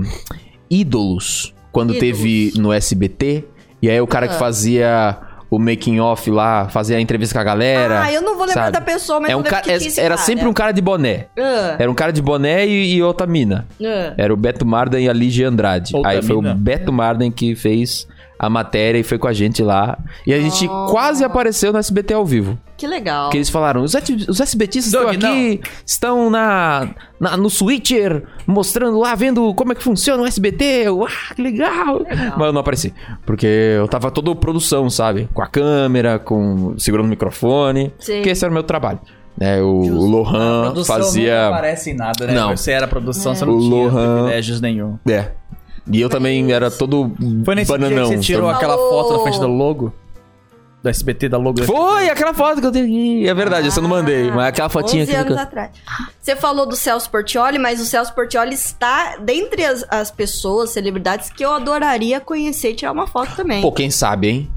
A: Ídolos, quando
C: Ídolos.
A: teve no SBT, e aí o cara que
C: Ah.
A: fazia o making off lá, fazia a entrevista com a galera.
C: Ah, eu não vou lembrar
A: sabe?
C: da pessoa, mas
A: É
C: eu
A: um
C: lembro
A: ca-
C: que tinha esse
A: era
C: cara.
A: sempre um cara de boné.
C: Ah,
A: Era um cara de boné e, e outra mina.
C: ah.
A: Era o Beto Marden e a Ligia Andrade.
B: Outra
A: Aí foi
B: mina.
A: o Beto Marden que fez a matéria e foi com a gente lá. E a gente
C: Nossa.
A: quase apareceu no SBT ao vivo.
C: Que legal.
A: Porque eles falaram: os, S- os SBTistas
B: Doug,
A: estão aqui, estão na, na- no Switcher, mostrando lá, vendo como é que funciona o SBT. Eu, ah, que legal. Mas eu não apareci. Porque eu tava toda produção, sabe? Com a câmera, com segurando o microfone.
C: Sim.
A: Porque esse era o meu trabalho. né? o, o
B: A
A: Lohan
B: produção
A: fazia.
B: não aparece em nada, né?
A: Não.
B: Você era produção, você
A: O
B: não tinha
A: Lohan-
B: privilégios nenhum.
A: É. E eu também era todo
B: Foi nesse
A: bananão.
B: dia que você tirou
A: Eu-
B: aquela
C: Falou.
B: foto na frente do logo? Da SBT, da logo?
A: Foi aquela foto que eu tenho aqui. É verdade, essa eu não mandei. Mas aquela fotinha
C: 11
A: aqui.
C: anos atrás. Você falou do Celso Portioli, mas o Celso Portioli está dentre as, as pessoas, celebridades, que eu adoraria conhecer e tirar uma foto também.
A: Pô,
C: Pô,
A: quem sabe, hein?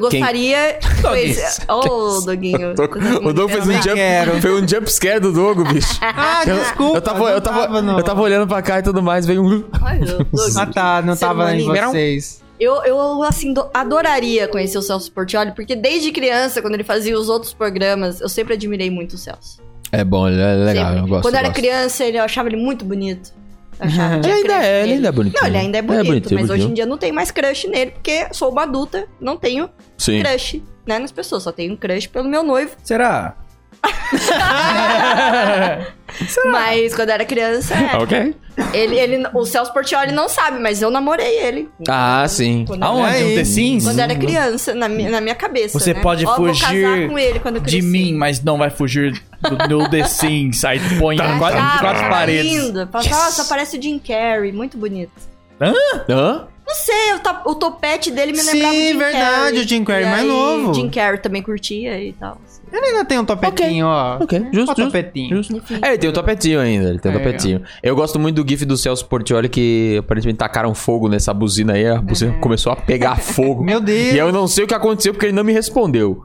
C: gostaria de conhecer. Ô, Doguinho. você tá
A: o
C: muito
A: Doug fez um
C: engraçado.
A: jump.
D: quero.
A: Foi um jump scare do Doug, bicho.
D: Ah, desculpa.
A: eu tava, eu
D: não
A: tava,
D: no-
A: eu tava olhando pra cá e tudo mais, veio um.
C: Ai, meu Doguinho.
D: Ah, tá. Não
C: Ser
D: tava em
C: humano.
D: vocês.
C: Eu, eu assim, do- adoraria conhecer o Celso Portioli, porque desde criança, quando ele fazia os outros programas, eu sempre admirei muito o Celso.
A: É bom, ele é legal,
C: Sempre.
A: eu gosto.
C: quando
A: eu
C: eu era
A: gosto.
C: criança, ele, eu achava ele muito bonito. Eu Achava,
A: Ele
C: tinha
A: ainda
C: crush
A: é, ele
C: nele.
A: ainda é bonitinho.
C: Não, ele ainda é bonito,
A: bonitinho,
C: mas hoje
A: bonitinho.
C: em dia não tem mais crush nele, porque sou uma adulta, não tenho
A: Sim.
C: crush, né, nas pessoas. Só tenho crush pelo meu noivo.
B: Será?
C: Mas quando eu era criança, é.
A: Tá. Ok?
C: ele, ele, o Celso Portioli não sabe, mas eu namorei ele.
A: Ah, Hum. sim.
C: Quando eu era-
B: Aonde?
D: Aí.
B: No The Sims?
C: Quando eu era criança, na, mi- na minha cabeça.
B: Você
C: né?
B: pode
C: Ó,
B: fugir
C: Vou casar com ele quando eu
B: De
C: crescer.
B: mim, mas não vai fugir do meu The Sims. Aí tu põe
C: Tá,
B: em quatro,
C: tá,
B: em quatro
C: tá
B: paredes.
C: Lindo. Fala, Nossa, parece o Jim Carrey, muito bonito.
A: Hã?
C: Não sei, o, top, o topete dele me lembrava
D: Sim,
C: o Jim
D: verdade,
C: Carrey.
D: o Jim Carrey
C: E
D: mais
C: aí,
D: novo.
C: Jim Carrey também curtia e tal. assim.
D: Ele ainda tem um topetinho, ó.
A: Ok,
D: Ó o
A: justo, justo.
D: topetinho.
A: Justo. É, ele tem o topetinho ainda, ele tem o
D: É,
A: topetinho. Eu gosto muito do gif do Celso Portioli que aparentemente tacaram fogo nessa buzina aí, a buzina começou a pegar fogo.
D: Meu Deus.
A: E eu não sei o que aconteceu porque ele não me respondeu.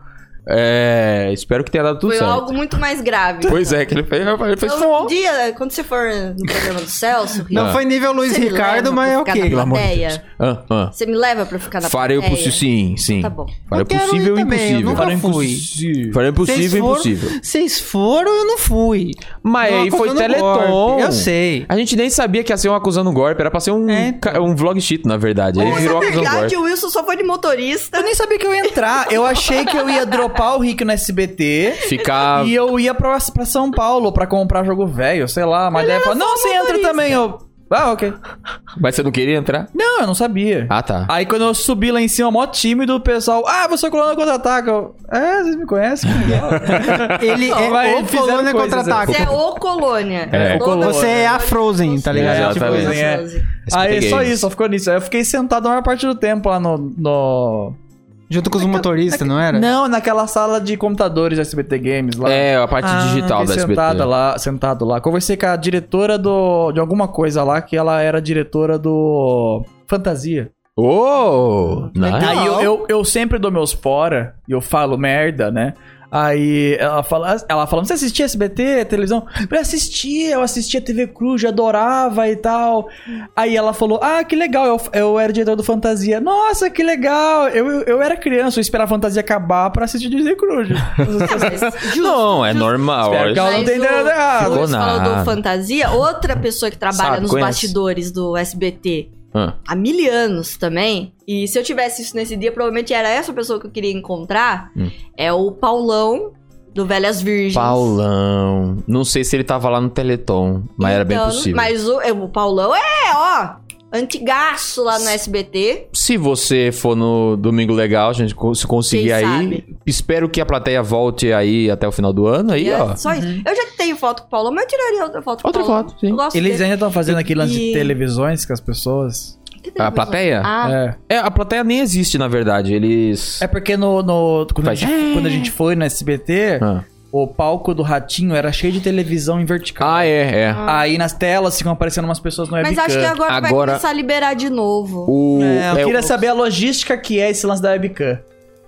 A: É, espero que tenha dado tudo
C: Foi
A: certo.
C: algo muito mais grave.
A: Pois é, que ele fez, ele fez
C: Então, um
A: fogo.
C: dia, quando você for no programa do Celso, Rio,
D: Não
A: Ah.
D: foi nível Luiz
C: Você me
D: Ricardo,
C: leva
D: mas é
C: pra ficar
D: ok.
A: Pelo amor de
C: plateia.
A: Deus. Ah, ah.
C: você me leva pra eu ficar na
A: Farei o
C: plateia?
A: possível, sim, sim.
C: É, Tá bom.
A: Farei o
D: Eu quero ir
A: possível e
D: também, eu
A: impossível.
D: nunca
A: Farei o
D: fui.
A: É impossível. Farei o
D: Vocês
A: possível e
D: foram-
A: impossível.
D: Vocês foram, eu não fui.
A: Mas
D: Não,
A: aí foi
D: acusando
A: Teleton.
D: golpe. Eu sei.
A: A gente nem sabia que ia ser um acusando golpe, era pra ser um,
D: É, então.
A: ca- um vlog cheat, na verdade. Aí
C: Mas
A: virou um
C: na
A: acusando
C: verdade,
A: golpe.
C: o Wilson só foi de motorista.
B: Eu nem sabia que eu ia entrar. Eu achei que eu ia dropar o Rick no SBT.
A: Ficar
B: E eu ia pra, pra São Paulo pra comprar jogo velho, sei lá. Mas daí ela falou, não, você entra também. Eu, Ah, ok.
A: Mas você não queria entrar?
B: Não, eu não sabia.
A: Ah, tá.
B: Aí quando eu subi lá em cima, mó tímido, o pessoal, ah, você é o Coluna Contra-Ataca. Eu, É, vocês me conhecem? que legal."
D: Ele
B: Não,
D: é
B: mas
D: o
B: fizeram
D: Colônia
B: coisas,
D: contra-ataque.
C: Você é o Colônia.
A: É, o
C: Toda
B: Colônia.
D: Você é a Frozen, tá ligado?
A: Exatamente.
D: Tipo,
C: Todas
B: é.
C: as fases.
B: Aí só
A: Games.
B: isso, só ficou nisso. Aí eu fiquei sentado a maior parte do tempo lá no. no-
D: junto com os motoristas, não era?
B: Não, naquela sala de computadores da SBT Games lá.
A: É, a parte
B: Ah,
A: digital da
B: fiquei
A: SBT.
B: sentada lá, sentado lá. Conversei com a diretora do, de alguma coisa lá, que ela era diretora do Fantasia.
A: Oh! nice.
B: tá Aí eu, eu, eu sempre dou meus fora e eu falo merda, né? Aí ela fala, ela fala, você assistia SBT, televisão? Eu assistia, eu assistia TV Cruz, eu adorava e tal. Aí ela falou, ah, que legal, eu, eu era diretor do Fantasia. Nossa, que legal, eu, eu, eu era criança, eu esperava a Fantasia acabar pra assistir TV Cruz.
C: Mas,
A: Não, é normal.
B: Espero que ela
A: olha.
B: não
C: Mas
B: tem
C: o-
B: nada errado.
A: Ficou
C: Você falou
A: nada.
C: do Fantasia, outra pessoa que trabalha
A: Sabe,
C: nos
A: conhece.
C: bastidores do SBT
A: Ah,
C: há mil anos também. E se eu tivesse isso nesse dia, provavelmente era essa pessoa que eu queria encontrar.
A: Hum.
C: É o Paulão do Velhas Virgens.
A: Paulão. Não sei se ele tava lá no Teleton, mas era bem
C: Então,
A: possível.
C: Mas o, é, o Paulão é, ó, antigaço lá no SBT.
A: Se você for no Domingo Legal, gente, co- se conseguir
C: Quem
A: aí,
C: sabe?
A: espero que a plateia volte aí até o final do ano. Aí,
C: E é
A: ó. Uhum.
C: Só isso. Eu já tenho foto com o Paulão, mas eu tiraria outra foto com
A: Outra
C: o Paulão.
A: foto, sim.
C: Eu gosto
B: Eles
C: dele.
B: ainda estão fazendo aquele lance de
C: E-
B: televisões com as pessoas.
C: Que
A: A
C: televisão?
A: plateia?
C: Ah,
B: É.
A: É, a plateia nem existe, na verdade. Eles.
B: É porque no. no- quando, a
A: Faz-
B: gente, quando a gente foi no SBT,
A: Ah.
B: o palco do Ratinho era cheio de televisão em vertical.
A: Ah, é, é.
B: Aí nas telas ficam aparecendo umas pessoas no
C: mas
B: É, webcam.
C: acho que agora, vai
A: Agora-
C: começar a liberar de novo.
A: O.
B: É, eu
A: é,
B: queria
A: o-
B: saber a logística que é esse lance da webcam.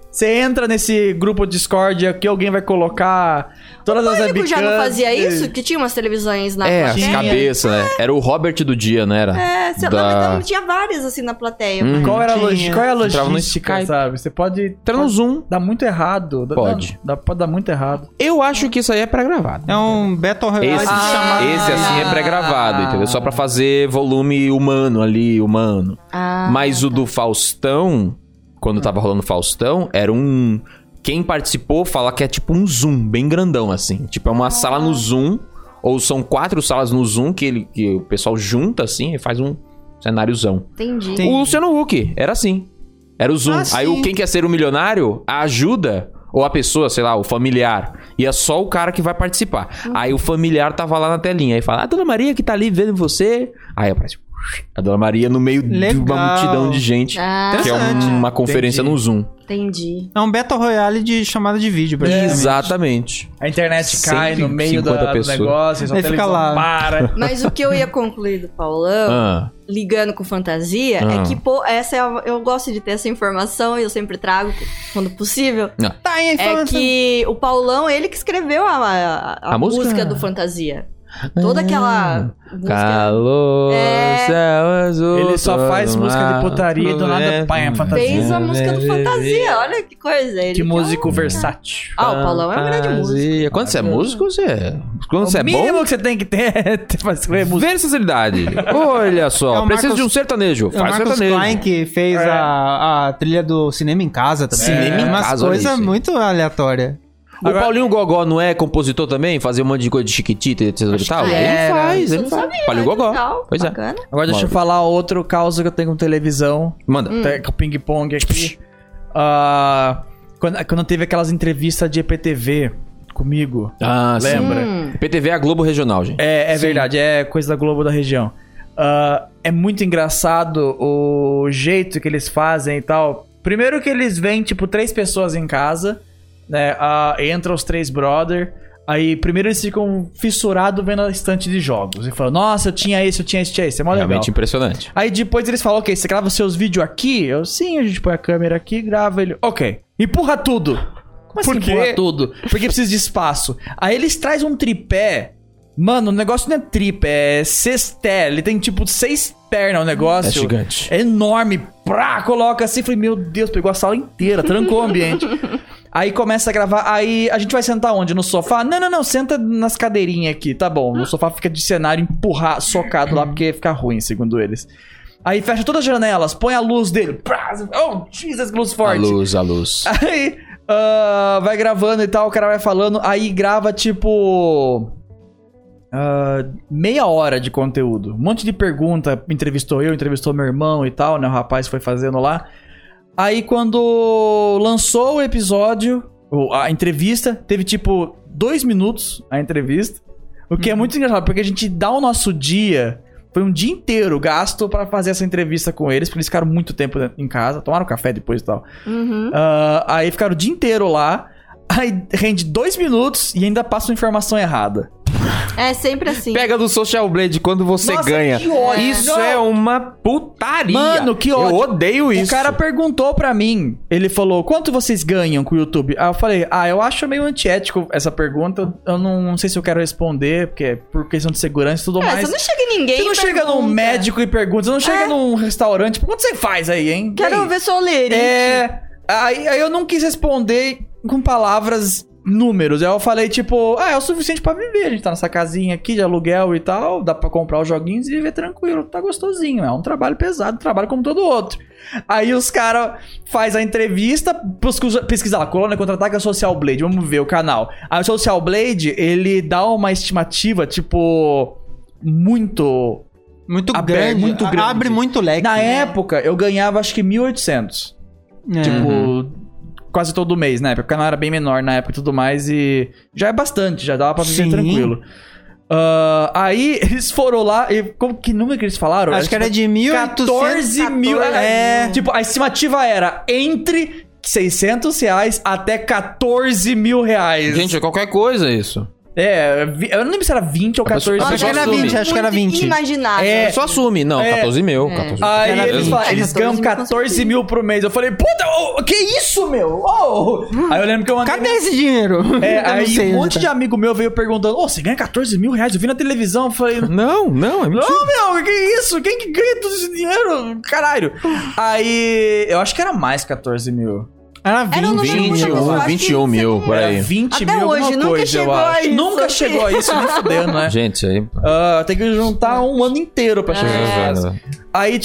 B: Você entra nesse grupo Discord que alguém vai colocar todas as
C: O
B: webcams.
C: já não fazia isso? Que tinha umas televisões na
A: É, as
C: plateia.
A: cabeças, né? Era o Robert do dia, não era?
C: É, sei
A: Da-
C: lá, mas também tinha várias assim na plateia.
A: Hum.
B: Qual era a
D: Tinha.
B: logística? Qual é a
A: Entrava no
B: logística,
A: Skype.
B: sabe? Você pode,
A: Entra no
B: pode
A: Zoom.
B: dar muito errado. Dá-
A: Pode.
B: Dá, pode dar muito errado.
A: Eu acho que isso aí é pré-gravado.
D: É um Battle Royale
A: Esse,
D: de chamada.
A: esse assim é pré-gravado, entendeu? Só pra fazer volume humano ali, humano.
C: Ah,
A: Mas o do Faustão, quando tava rolando Faustão, era um. Quem participou fala que é tipo um Zoom, bem grandão, assim. Tipo, é uma sala no Zoom, ou são quatro salas no Zoom que, ele, que o pessoal junta, assim, e faz um cenáriozão.
C: entendi.
D: Tem-
A: O Luciano Huck, era assim. Era o Zoom.
D: Ah, sim.
A: Aí o Quem Quer Ser o Milionário, a ajuda, ou a pessoa, sei lá, o familiar. E é só o cara que vai participar. Aí o familiar tava lá na telinha. Aí fala, a Dona Maria que tá ali vendo você. Aí aparece a Dona Maria no meio de
D: Legal.
A: uma multidão de gente.
C: Ah,
A: que é uma conferência
B: Entendi.
A: no Zoom.
C: entendi.
D: É um Battle Royale de chamada de vídeo, praticamente.
A: Exatamente.
B: A internet cai no meio da,
A: 150
B: do
A: pessoas.
B: negócio, só a
D: Aí fica
B: televisão
D: lá.
B: para.
C: Mas o que eu ia concluir do Paulão,
A: Ah,
C: ligando com fantasia,
A: Ah.
C: é que, pô, essa é a- eu gosto de ter essa informação e eu sempre trago quando possível.
D: Tá aí,
C: É
D: falando-
C: que o Paulão, ele que escreveu a, a, a
A: A música?
C: música? do Fantasia. Toda
A: Ah.
C: aquela música.
A: calor,
C: É.
A: céu azul.
B: Ele só faz
A: todo
B: música de
A: mar,
B: putaria e do nada, pá, é fantasia.
C: Fez a música do Fantasia, olha que coisa. Ele
B: Que
C: é um-
B: músico versátil.
C: Ah, o Paulão é um grande músico.
A: Fantasia. Quando você é músico, você é. Quando você é
B: o
A: bom,
B: mínimo que você tem que ter é ter- fazer escrever música.
A: Versatilidade. Olha só,
D: É o
A: preciso
D: Marcos-
A: de um sertanejo.
D: É o
A: Faz
D: Marcos
A: sertanejo.
D: Klein que fez
B: É.
D: a, a trilha do Cinema em Casa também.
A: Cinema
D: é,
A: em
D: umas
A: Casa, olha
D: coisa
A: isso aí.
D: muito aleatória.
A: O Paulinho Gogó não é compositor também? Fazer um monte de coisa de chiquitita, etc e tal?
C: que
B: era.
A: Ele faz,
C: Isso eu
A: ele
C: não
A: faz.
C: sabia,
A: Paulinho
C: olha que
A: Gogó.
C: legal,
A: Pois é.
C: bacana.
B: Agora deixa eu falar outro caos que eu tenho com televisão.
A: Manda.
B: Até com ping-pong aqui. Ah, quando, quando teve aquelas entrevistas de EPTV comigo.
A: Ah, sim.
B: Lembra?
C: Hum.
A: PTV é a Globo Regional, gente.
B: É, é verdade, é coisa da Globo da região. Ah, é muito engraçado o jeito que eles fazem e tal. Primeiro que eles vêm, tipo, três pessoas em casa, né? Ah, entra os três brother. Aí, primeiro eles ficam fissurados vendo a estante de jogos. E falam, nossa, eu tinha esse, eu tinha esse, eu tinha esse. É mó legal.
A: Realmente impressionante.
B: Aí depois eles falam, ok, você grava seus vídeos aqui? Eu, sim, a gente põe a câmera aqui, grava ele. Ok. Empurra tudo. Como assim
A: Por quê?
B: empurra tudo? Porque precisa de espaço. Aí eles trazem um tripé. Mano, o negócio não é tripé, é sexté. Ele tem tipo seis pernas o negócio.
A: É gigante.
B: É enorme. Prá, coloca assim. Falei, meu Deus, pegou a sala inteira, trancou o ambiente. Aí começa a gravar. Aí a gente vai sentar onde? No sofá? Não, não, não. Senta nas cadeirinhas aqui, tá bom. No sofá fica de cenário empurrar, socado lá, porque fica ruim, segundo eles. Aí fecha todas as janelas, põe a luz dele. Prá, oh, Jesus, luz forte.
A: A luz, a luz.
B: Aí ah, vai gravando e tal, o cara vai falando, aí grava tipo. ah, meia hora de conteúdo. Um monte de pergunta. Entrevistou eu, entrevistou meu irmão e tal, né? O rapaz foi fazendo lá. Aí quando lançou o episódio, ou a entrevista, teve tipo dois minutos a entrevista. O que é muito engraçado, porque a gente dá o nosso dia. Foi um dia inteiro gasto pra fazer essa entrevista com eles, porque eles ficaram muito tempo em casa, tomaram café depois e tal.
C: Uhum.
B: Ah, aí ficaram o dia inteiro lá. Aí rende dois minutos e ainda passa uma informação errada.
C: É sempre assim.
A: Pega do Social Blade quando você
B: Nossa,
A: ganha.
B: que ódio.
A: Isso é uma putaria.
B: Mano, que ódio.
A: Eu odeio isso.
B: O cara perguntou pra mim, ele falou, quanto vocês ganham com o YouTube? Aí eu falei, ah, eu acho meio antiético essa pergunta, eu- eu não, não sei se eu quero responder, porque é por questão de segurança e tudo
C: É,
B: mais.
C: você não chega em ninguém.
B: Você não
C: e
B: chega num
C: pergunta. É.
B: médico e pergunta, você não chega num restaurante, quanto você faz aí, hein? E
C: Quero
B: aí?
C: ver sua olerite.
B: É. Aí, aí eu não quis responder com palavras, números. Aí eu falei, tipo, ah, é o suficiente pra viver. A gente tá nessa casinha aqui de aluguel e tal. Dá pra comprar os joguinhos e viver tranquilo. Tá gostosinho. É um trabalho pesado, trabalho como todo outro. Aí os caras faz a entrevista, pesquisa, pesquisa lá, colônia contra-ataca Social Blade. Vamos ver o canal. Aí o Social Blade, ele dá uma estimativa, tipo. Muito.
D: Muito
B: Abre- é
D: grande.
B: muito
D: a-
B: grande.
D: Abre muito leque.
B: Na
D: né?
B: época, eu ganhava acho que 1800.
D: É.
B: Tipo, quase todo mês na época. O canal era bem menor na época e tudo mais. E já é bastante, já dava pra viver
D: Sim.
B: tranquilo. Ah, aí eles foram lá e. Como que número que eles falaram?
D: Acho que era de 1800.
B: 14 mil.
C: 14
B: É,
C: mil.
B: tipo, a estimativa era entre 600 reais até 14 mil reais.
A: Gente, é qualquer coisa isso.
B: É, vi- eu não lembro se era 20 ou
A: A pessoa-
B: 14
A: a pessoa
B: mil.
D: Acho que era
A: assume.
D: 20, acho que era 20.
C: Inimaginável.
B: É.
A: Só assume. Não,
B: É.
A: 14 mil.
C: É.
A: 14
B: Aí
D: Era
B: eles,
D: 20,
B: falam, eles
C: 14
B: ganham
C: mil,
B: 14 mil por mês. Eu falei, puta, ô, que isso, meu? Ô! Aí eu lembro que eu mandei
D: Hum. Cadê esse dinheiro?
B: É,
D: Eu não
B: aí
D: sei
B: um
D: onde
B: monte
D: tá.
B: de amigo meu veio perguntando: Ô, você ganha 14 mil reais? Eu vi na televisão. Eu falei: Não,
A: Não, não, é mentira.
B: meu, que isso? Quem que ganha todo esse dinheiro? Caralho. Aí, eu acho que era mais 14 mil.
D: Era
C: Era um
D: 20.
C: número muito
A: 21,
C: eu acho que
A: 21 mil,
C: seria-
A: por
B: Era
A: aí.
B: 20
C: Até
B: mil,
C: hoje,
B: alguma
C: nunca
B: coisa, eu
C: chegou a
B: acho.
C: isso,
B: nunca
C: assim.
B: chegou a isso, nem fudendo, né?
A: Gente, isso aí... tá
B: Ah, tem que juntar um ano inteiro pra chegar
C: É.
B: nessa. Aí,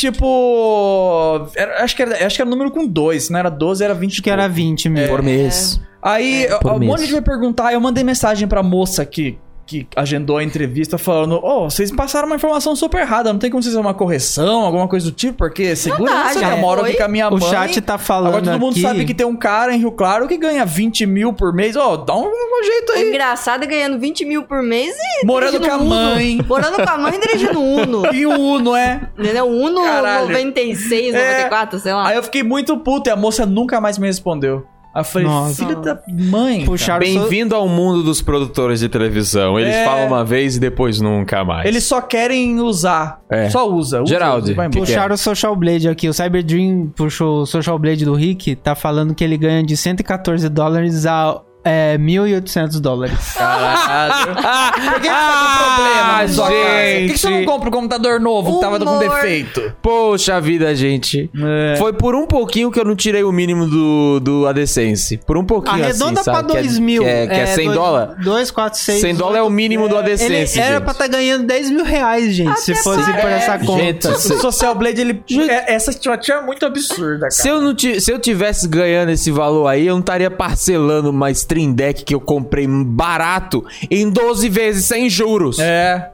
B: tipo. era- acho, que era, acho que era número com dois, não era 12, era 20
D: Acho que era 20 mil.
C: É.
A: Por mês.
B: Aí,
D: É,
A: por
B: um
A: mês.
B: monte de gente vai perguntar, eu mandei mensagem pra moça que, que agendou a entrevista falando, ô, vocês me passaram uma informação super errada, não tem como vocês fazer uma correção, alguma coisa do tipo, porque segurança,
C: já
B: eu moro
C: foi.
B: aqui com a minha
D: O
B: mãe.
D: chat tá falando
B: Agora todo mundo
D: aqui.
B: sabe que tem um cara em Rio Claro que ganha 20 mil por mês. Ó, dá um, um jeito
C: O
B: aí.
C: Engraçado é ganhando 20 mil por mês e
B: Morando com a
C: dirigindo Uno.
B: mãe.
C: Morando com a mãe e dirigindo Uno.
B: E o Uno, é.
C: Entendeu? Uno
B: Caralho.
C: 96,
B: É.
C: 94, sei lá.
B: Aí eu fiquei muito puto e a moça nunca mais me respondeu. Aí eu falei,
D: Nossa.
B: filha da mãe.
D: Puxaram só-
A: Bem-vindo ao mundo dos produtores de televisão. Eles
B: É.
A: falam uma vez e depois nunca mais.
B: Eles só querem usar.
A: É.
B: Só usa. usa
A: Geraldi,
B: usa, vai
A: que
B: embora.
A: que é?
D: Puxaram o Social Blade aqui. O Cyber Dream puxou o Social Blade do Rick. Tá falando que ele ganha de 114 dólares a é, 1.800 dólares.
B: Caralho. Por que, que você tá com problema, sua casa? Por que, que você não
A: Ah, gente.
B: compra um computador novo que tava com
C: Humor.
B: defeito?
A: Poxa vida, gente.
B: É.
A: Foi por um pouquinho que eu não tirei o mínimo do, do AdSense. Por um pouquinho
D: Arredonda
A: assim,
D: pra
A: sabe? Que é-
D: 2 mil.
A: Que é, que é 100 dólares?
D: 2, 4, 6.
A: 100 dólares é o mínimo do AdSense,
D: Ele era
A: gente.
D: pra estar ganhando 10 mil reais, gente, se fosse por essa
A: Gente,
D: conta.
B: O Social Blade, ele. é- Essa estimativa é muito absurda,
A: Se
B: cara.
A: eu, não ti- se eu tivesse ganhando esse valor aí, eu não estaria parcelando uma Stream Deck que eu comprei barato em 12 vezes sem juros.
B: É.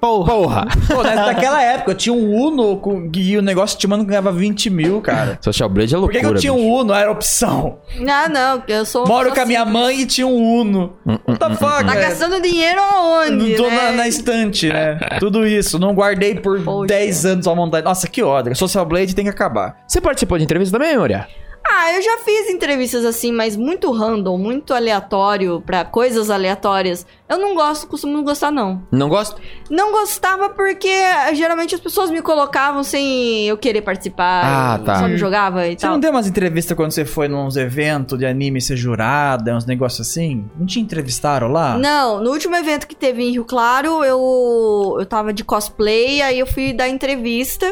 D: Porra.
A: Porra!
B: Pô, mas naquela época eu tinha um Uno com... e o negócio te manda que ganhava 20 mil, cara.
A: Social Blade é
B: Por que,
A: loucura.
B: que eu tinha
A: bicho.
B: um Uno? Era opção.
C: Ah, não, porque eu sou.
B: Moro
C: sou
B: com a minha
C: assim.
B: mãe e tinha um Uno. What the fuck,
C: Tá
B: velho?
C: gastando dinheiro aonde?
B: Não tô
C: né?
B: na, na estante, né? Tudo isso. Não guardei por
C: Poxa.
B: 10 anos a vontade. Nossa, que ódio. Social Blade tem que acabar.
A: Você participou de entrevista também, Moria?
C: Ah, eu já fiz entrevistas assim, mas muito random, muito aleatório, pra coisas aleatórias. Eu não gosto, costumo não gostar, não.
A: Não gosto?
C: Não gostava porque eh, geralmente as pessoas me colocavam sem eu querer participar.
A: Ah,
C: eu
A: tá.
C: Só me jogava e
B: Você
C: tal.
B: não deu umas entrevistas quando você foi nos eventos de anime ser jurada, uns negócios assim? Não te entrevistaram lá?
C: Não, no último evento que teve em Rio Claro, eu, eu tava de cosplay, aí eu fui dar entrevista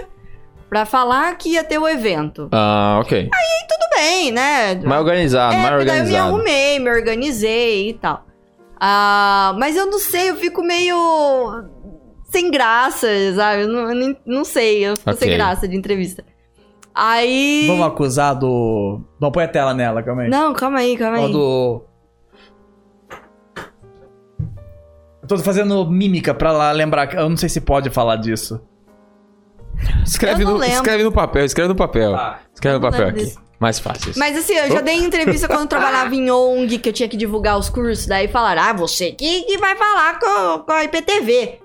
C: pra falar que ia ter o evento.
A: Ah, ok.
C: Tudo bem, né?
A: Mais organizado,
C: É,
A: mais
C: porque daí eu me
A: organizado.
C: arrumei, me organizei e tal. Ah, mas eu não sei, eu fico meio sem graça, sabe? Eu não, eu nem- não sei, eu fico sem
A: Ok.
C: graça de entrevista. Aí.
B: Vamos acusar do. Não, põe a tela nela, calma aí.
C: Não, calma aí, calma
B: Ó,
C: aí.
B: do. Tô fazendo mímica pra lá lembrar. Eu não sei se pode falar disso.
A: Escreve
C: Eu não
A: no,
C: lembro.
A: escreve no papel, escreve no papel.
B: Tá.
A: Escreve no
C: Eu não
A: papel
C: lembro
A: aqui.
C: disso.
A: Mais fácil. isso.
C: Mas assim, eu já dei entrevista quando eu trabalhava em ONG, que eu tinha que divulgar os cursos. Daí falaram, ah, você que, que vai falar com, com a IPTV.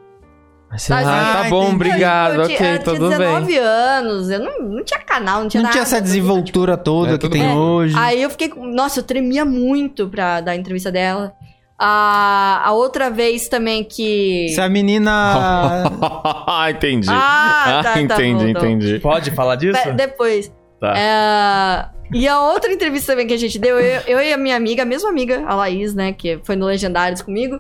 A: Mas,
C: Tá,
A: ah, tá
D: gente.
A: bom,
D: Ah,
A: obrigado.
C: eu, tinha,
A: ok,
C: eu
A: tudo
C: tinha
A: bem.
C: 19 anos, eu não, não tinha canal, não tinha
D: Não
C: nada.
D: tinha essa desenvoltura toda
A: É,
D: que
A: tudo
D: tem
A: bem.
D: hoje.
C: Aí eu fiquei. com- Nossa, eu tremia muito pra dar a entrevista dela. A, a outra vez também que.
D: Se a menina.
A: entendi.
C: Ah, tá, tá,
A: entendi,
C: bom, tá bom.
A: entendi.
B: Pode falar disso?
C: Pe- Depois.
A: Tá.
C: É, e a outra entrevista também que a gente deu, eu, eu e a minha amiga, a mesma amiga, a Laís, né, que foi no Legendários comigo.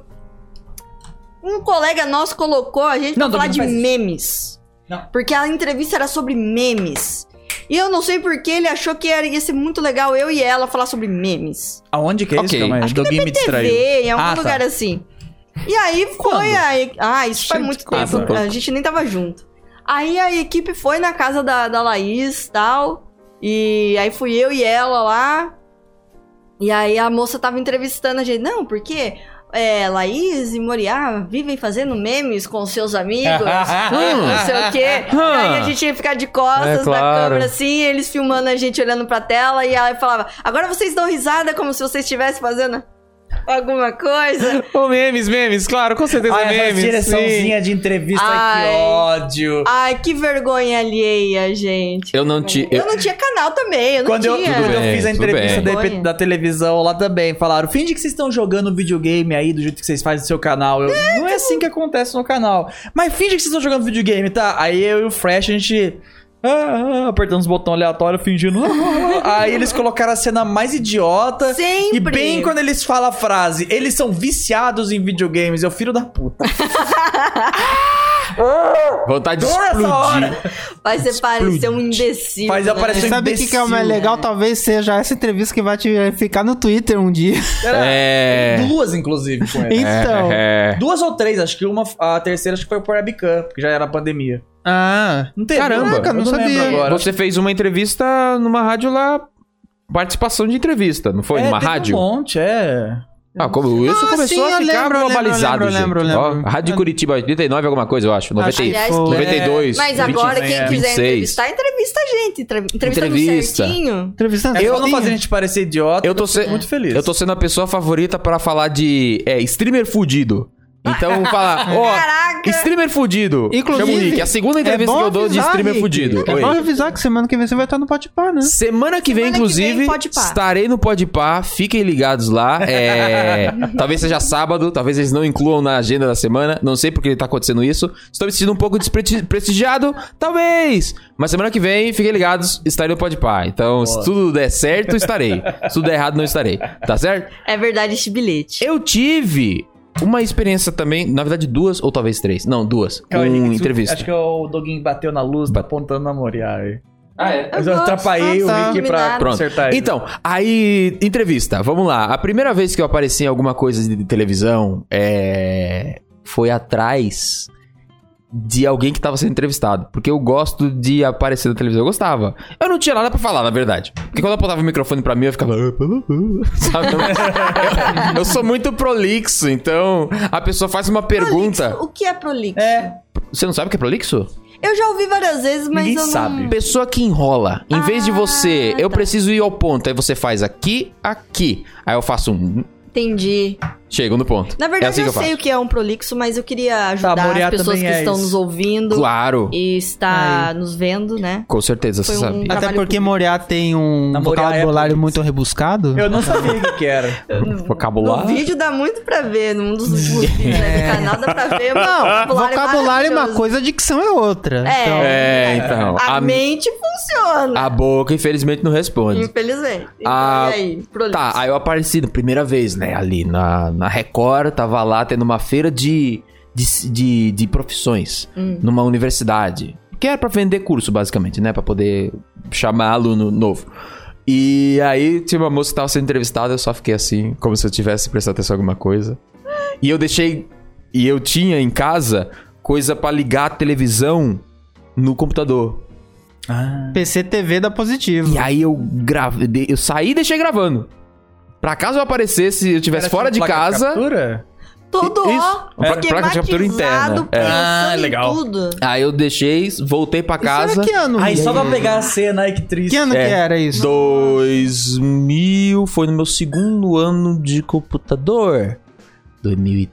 C: Um colega nosso colocou a gente
B: Não,
C: pra falar
B: Domingo,
C: de
B: faz isso.
C: memes.
B: Não.
C: Porque a entrevista era sobre memes. E eu não sei porque ele achou que era, ia ser muito legal eu e ela falar sobre memes.
B: Aonde que é isso?
A: Ok.
B: Calma aí,
A: Acho
B: o Doguinho me distraiu.
C: TV, em algum
B: Ah, tá.
C: lugar assim. E aí foi
B: Quando?
C: aí. Ah, isso faz
A: Gente,
C: muito
A: quando?
C: tempo.
A: Ah, tá.
C: A gente nem tava junto. Aí a equipe foi na casa da, da Laís e tal. E aí fui eu e ela lá. E aí a moça tava entrevistando a gente. Não, porque é, Laís e Moriá vivem fazendo memes com seus amigos. Não sei o quê.
A: Hum.
C: Aí a gente ia ficar de costas
A: É, claro.
C: na câmera, assim, eles filmando a gente olhando pra tela. E ela falava: Agora vocês dão risada como se vocês estivessem fazendo alguma coisa.
A: Ô, memes, memes, claro, com certeza
B: Ah, essa
A: memes. Sim.
B: direçãozinha de entrevista,
C: Ai.
B: que ódio.
C: Ai, que vergonha alheia, gente.
A: Eu não te.
C: Eu,
A: eu-
C: não tinha canal também, eu não
B: Quando eu,
C: tinha.
B: quando eu
A: bem,
B: fiz a
A: tudo
B: entrevista
A: bem.
B: da, EP da televisão lá também, falaram: finge que vocês estão jogando videogame aí do jeito que vocês fazem no seu canal. Eu, não é assim que acontece no canal. Mas finge que vocês estão jogando videogame, tá? Aí eu e o Fresh, a gente. ah, ah, apertando os botões aleatórios, fingindo. ah, ah, ah. aí eles colocaram a cena mais idiota.
C: Sempre.
B: E bem quando eles falam a frase, eles são viciados em videogames, é o filho da puta.
A: Vontade de
B: Adoro essa hora.
A: explodir.
C: Vai ser parecer um imbecil.
B: Faz
C: né?
B: aparecer-
D: E sabe o que, que é o mais
B: imbecil.
D: legal? Talvez seja essa entrevista que vai te ficar no Twitter um dia.
A: É.
B: Duas, inclusive, com ele.
D: Então.
A: É.
B: Duas ou três, acho que uma. A terceira acho que foi por Webcam, porque já era a pandemia.
D: Ah.
B: Não teve.
A: Caramba,
B: Caraca,
D: eu não sabia.
B: Agora.
A: Você fez uma entrevista numa rádio lá. Participação de entrevista, não foi?
B: é,
A: numa
B: teve
A: rádio?
B: Um monte, é.
A: Ah, como o Wilson
D: Ah,
A: começou
D: sim,
A: a
D: eu
A: ficar
D: lembro, eu lembro,
A: globalizado,
D: eu lembro, eu
A: gente.
D: lembro, É. eu lembro.
A: Ó, Rádio Curitiba, 89 alguma coisa, eu acho. 90,
C: Aliás,
D: foi.
A: 92.
C: Mas agora,
A: 20,
C: quem
B: é.
C: quiser
A: 26.
C: entrevistar, entrevista a gente. Entre- Entrevista,
A: Entrevista.
C: no certinho.
D: Entrevista
B: É eu não fazer a gente parecer idiota.
A: Eu tô
B: fico
A: se-
B: muito feliz.
A: Eu tô sendo a pessoa favorita pra falar de é, streamer fudido. Então, fala, ó,
C: Caraca!
A: streamer fudido.
D: Inclusive,
A: Chama o Nick. É A segunda entrevista
D: bom
A: que eu dou de
D: avisar,
A: streamer
D: Rick.
A: fudido.
D: É
A: Oi.
D: bom avisar que semana que vem você vai estar no Podpah, né?
A: Semana que vem,
C: Semana que
A: inclusive,
C: vem, Podpah.
A: estarei no Podpah, fiquem ligados lá. É, talvez seja sábado, talvez eles não incluam na agenda da semana, não sei porque tá acontecendo isso. Estou me sentindo um pouco desprestigiado, talvez. Mas semana que vem, fiquem ligados, estarei no Podpah. Então, se tudo der certo, estarei. se tudo der errado, não estarei. Tá certo?
C: É verdade este bilhete.
A: Eu tive uma experiência também, na verdade duas ou talvez três. Não, duas.
B: Calma aí,
A: com
B: Henrique,
A: entrevista.
B: Acho que é o Doguinho bateu na luz, tá apontando na Moriá. aí.
A: Ah, é?
B: Mas eu
C: gosto,
B: atrapalhei
C: tá,
B: o
C: tá.
B: Rick pra
C: Pronto.
B: consertar ele.
A: Então, aí, entrevista, vamos lá. A primeira vez que eu apareci em alguma coisa de televisão é, foi atrás de alguém que tava sendo entrevistado. Porque eu gosto de aparecer na televisão, eu gostava. Eu não tinha nada pra falar, na verdade. Porque quando eu apontava o microfone pra mim, eu ficava... Sabe? Eu, eu sou muito prolixo, então a pessoa faz uma pergunta...
C: O que é prolixo?
B: É,
A: Você não sabe o que é prolixo?
C: Eu já ouvi várias vezes, mas
B: Ninguém
C: eu não...
B: sabe.
A: Pessoa que enrola. Em vez de
C: Hum. Ah,
A: você, eu
C: tá.
A: preciso ir ao ponto. Aí você faz aqui, aqui. Aí eu faço um.
C: Entendi.
A: Chego no ponto.
C: Na
A: É
C: verdade,
A: assim que
C: eu,
A: eu faço.
C: sei o que é um prolixo, mas eu queria ajudar
B: Moriá
C: as pessoas que
B: também é
C: estão
B: isso.
C: nos ouvindo
A: Claro.
C: e está nos vendo, né?
A: Com certeza,
C: Foi
A: você
C: um-
A: sabe.
C: Trabalho
D: Até porque
C: público.
D: Moriá tem um
B: Na Moriá é
D: vocabulário
B: política.
D: muito rebuscado.
B: eu não sabia o que que era.
C: No
A: Vocabulário.
C: vídeo dá muito pra ver, num dos últimos vídeos né, do canal dá pra ver.
A: Ah.
C: Não,
D: Vocabulário é uma coisa, dicção é outra.
C: É.
D: Então,
A: É, então.
C: A,
A: A,
C: mente funciona.
A: a boca, infelizmente, não responde.
C: Infelizmente. Então,
A: A-
C: E aí? Prolixo.
A: Tá, aí eu apareci na primeira vez, né? Ali na, na Record, tava lá tendo uma feira de, de, de, de profissões
C: Hum.
A: numa universidade. Que era pra vender curso, basicamente, né? Pra poder chamar aluno novo. E aí tinha uma moça que tava sendo entrevistada, eu só fiquei assim, como se eu tivesse prestado atenção em alguma coisa. E eu deixei. E eu tinha em casa coisa pra ligar a televisão no computador.
D: PC TV dá positivo.
A: E aí eu gravei, eu saí e deixei gravando. Pra caso eu aparecesse, eu estivesse
B: Era
A: fora de
B: tipo placa
A: casa,
B: captura?
C: Todo
A: Isso. É,
C: ó.
A: Uma pla-
C: fiquei
A: placa de captura
C: matizado,
A: interna. É.
C: pensando
A: Ah,
C: em
A: legal.
C: tudo.
A: Aí eu deixei, voltei pra
D: Isso
A: casa.
D: era que ano?
B: Aí
D: Guilherme?
B: só pra pegar a cena, ai que triste.
D: Que ano
A: É.
D: que era isso?
A: 2000 foi no meu segundo ano de computador. 2000 e...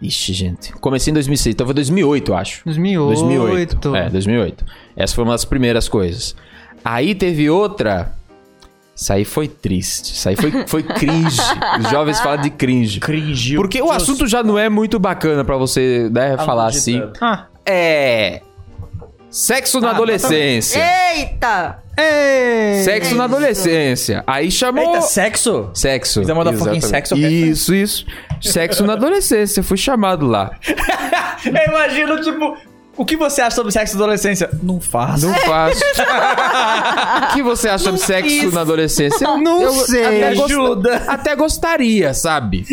A: Ixi, gente. Comecei em 2006, então foi 2008, eu acho.
D: 2008.
A: 2008. É, 2008. Essa foi uma das primeiras coisas. Aí teve outra. Isso aí foi triste. Isso aí foi, foi cringe. Os jovens falam de cringe.
B: Cringe.
A: Porque o assunto já não é muito bacana pra você né,
B: Tá
A: falar assim.
D: Ah,
A: É. Sexo na
D: Ah,
A: adolescência.
C: Eita!
D: é.
A: Sexo na
C: Isso.
A: adolescência. Aí chamou.
B: Eita, sexo?
A: Sexo.
B: Is that motherfucking
A: Exatamente.
B: sexo?
A: Isso, isso. Sexo na adolescência. Fui chamado lá.
B: Eu imagino, tipo, o que você acha sobre sexo na adolescência? Não faço.
A: Não faço. O que você acha sobre sexo
B: fiz.
A: na adolescência? Eu
D: Não
A: eu
D: sei.
A: Até, gost-
B: Ajuda.
A: até gostaria, sabe?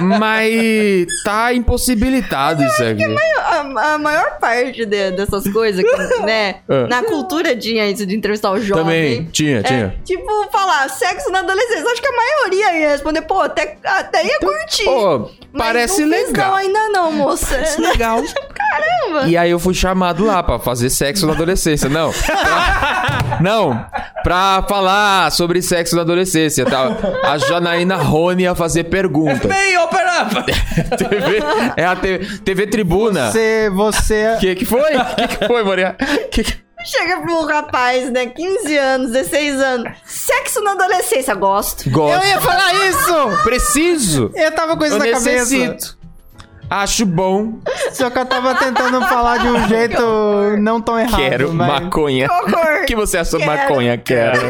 A: Mas tá impossibilitado isso aqui.
C: A, a maior parte de- dessas coisas, que, né?
A: É.
C: Na cultura tinha isso de entrevistar o jovem.
A: Também. Tinha,
C: É,
A: tinha.
C: tipo, falar sexo na adolescência. Acho que a maioria ia responder, pô, até, até ia curtir.
A: Então, Pô,
C: mas
A: parece
C: não fiz
A: legal.
C: Não, ainda não, moça.
A: legal. E aí eu fui chamado lá pra fazer sexo na adolescência. Não. pra- não. Pra falar sobre sexo na adolescência. Tá? A Janaína Rony ia fazer
D: É
A: perguntas.
B: Bem, opera! up.
A: TV, é a TV, TV Tribuna.
D: Você, você.
A: O que, que foi? O que, que foi, Maria? Que que-
C: Chega pra um rapaz, né? 15 anos, 16 anos. Sexo na adolescência, gosto.
A: Gosto.
D: Eu ia falar isso!
A: Preciso.
D: Eu tava com isso
A: Eu
D: na
A: necessito.
D: cabeça.
A: Acho bom.
D: Só que eu tava tentando falar de um jeito não tão errado.
A: Quero
D: mas-
A: maconha.
C: Que horror.
A: O que você acha sobre
C: Quero.
A: maconha? Quero.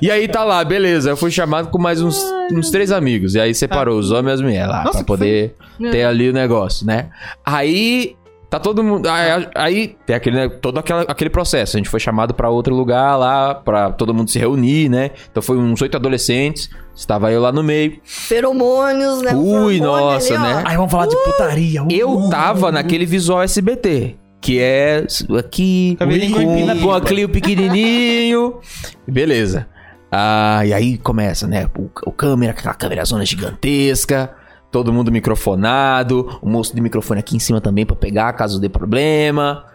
A: e aí tá lá, beleza. Eu fui chamado com mais uns, uns três amigos. E aí separou os homens e as mulheres lá.
D: Nossa,
A: pra
D: que
A: poder ter ali o negócio, né? Aí. Tá todo mundo.
D: Ah.
A: Aí, aí tem aquele, né, todo aquela- aquele processo. A gente foi chamado pra outro lugar lá, pra todo mundo se reunir, né? Então foi uns oito adolescentes. Estava eu lá no meio.
C: Feromônios, né?
A: Ui,
C: Feromônio
A: nossa,
C: ó.
A: né?
B: Aí vamos falar de putaria. Uh,
A: Eu tava naquele visual SBT. Que é aqui,
D: Cabelinho
A: com,
D: pequenininho.
A: com aquele pequenininho. Beleza. Ah, e aí começa, né? O, o câmera, aquela câmera zona gigantesca. Todo mundo microfonado. O moço de microfone aqui em cima também pra pegar caso dê problema.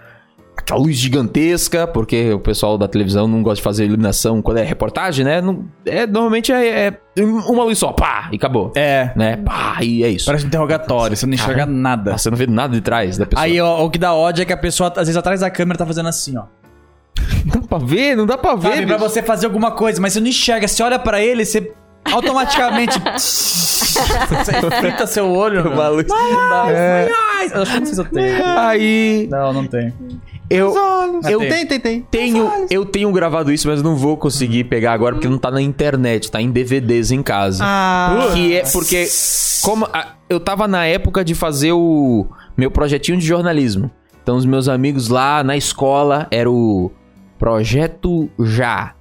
A: Aquela luz gigantesca, porque o pessoal da televisão não gosta de fazer iluminação quando é reportagem, né? Não- é, normalmente é, é uma luz só, pá, e acabou.
B: É.
A: Né? Pá, e é isso.
B: Parece um interrogatório, você não enxerga nada.
A: Ah, você não vê nada de trás da pessoa.
B: Aí, ó, o que dá ódio é que a pessoa, às vezes, atrás da câmera tá fazendo assim, ó.
A: Não dá pra ver, não dá pra ver.
B: Sabe, pra
A: bicho.
B: você fazer alguma coisa, mas você não enxerga. Você olha pra ele, você automaticamente... você frita seu olho. né?
A: O
B: meu.
A: maluco.
B: É. Eu acho que não sei se eu tenho.
A: Aí
B: Não, não tem.
A: eu
D: Eu
A: Tem.
D: tem, tem, tem.
A: tenho, eu tenho gravado isso, mas não vou conseguir pegar agora porque não tá na internet, tá em DVDs em casa.
D: Ah,
A: Que é porque como a- eu tava na época de fazer o meu projetinho de jornalismo. Então os meus amigos lá na escola era o Projeto Já,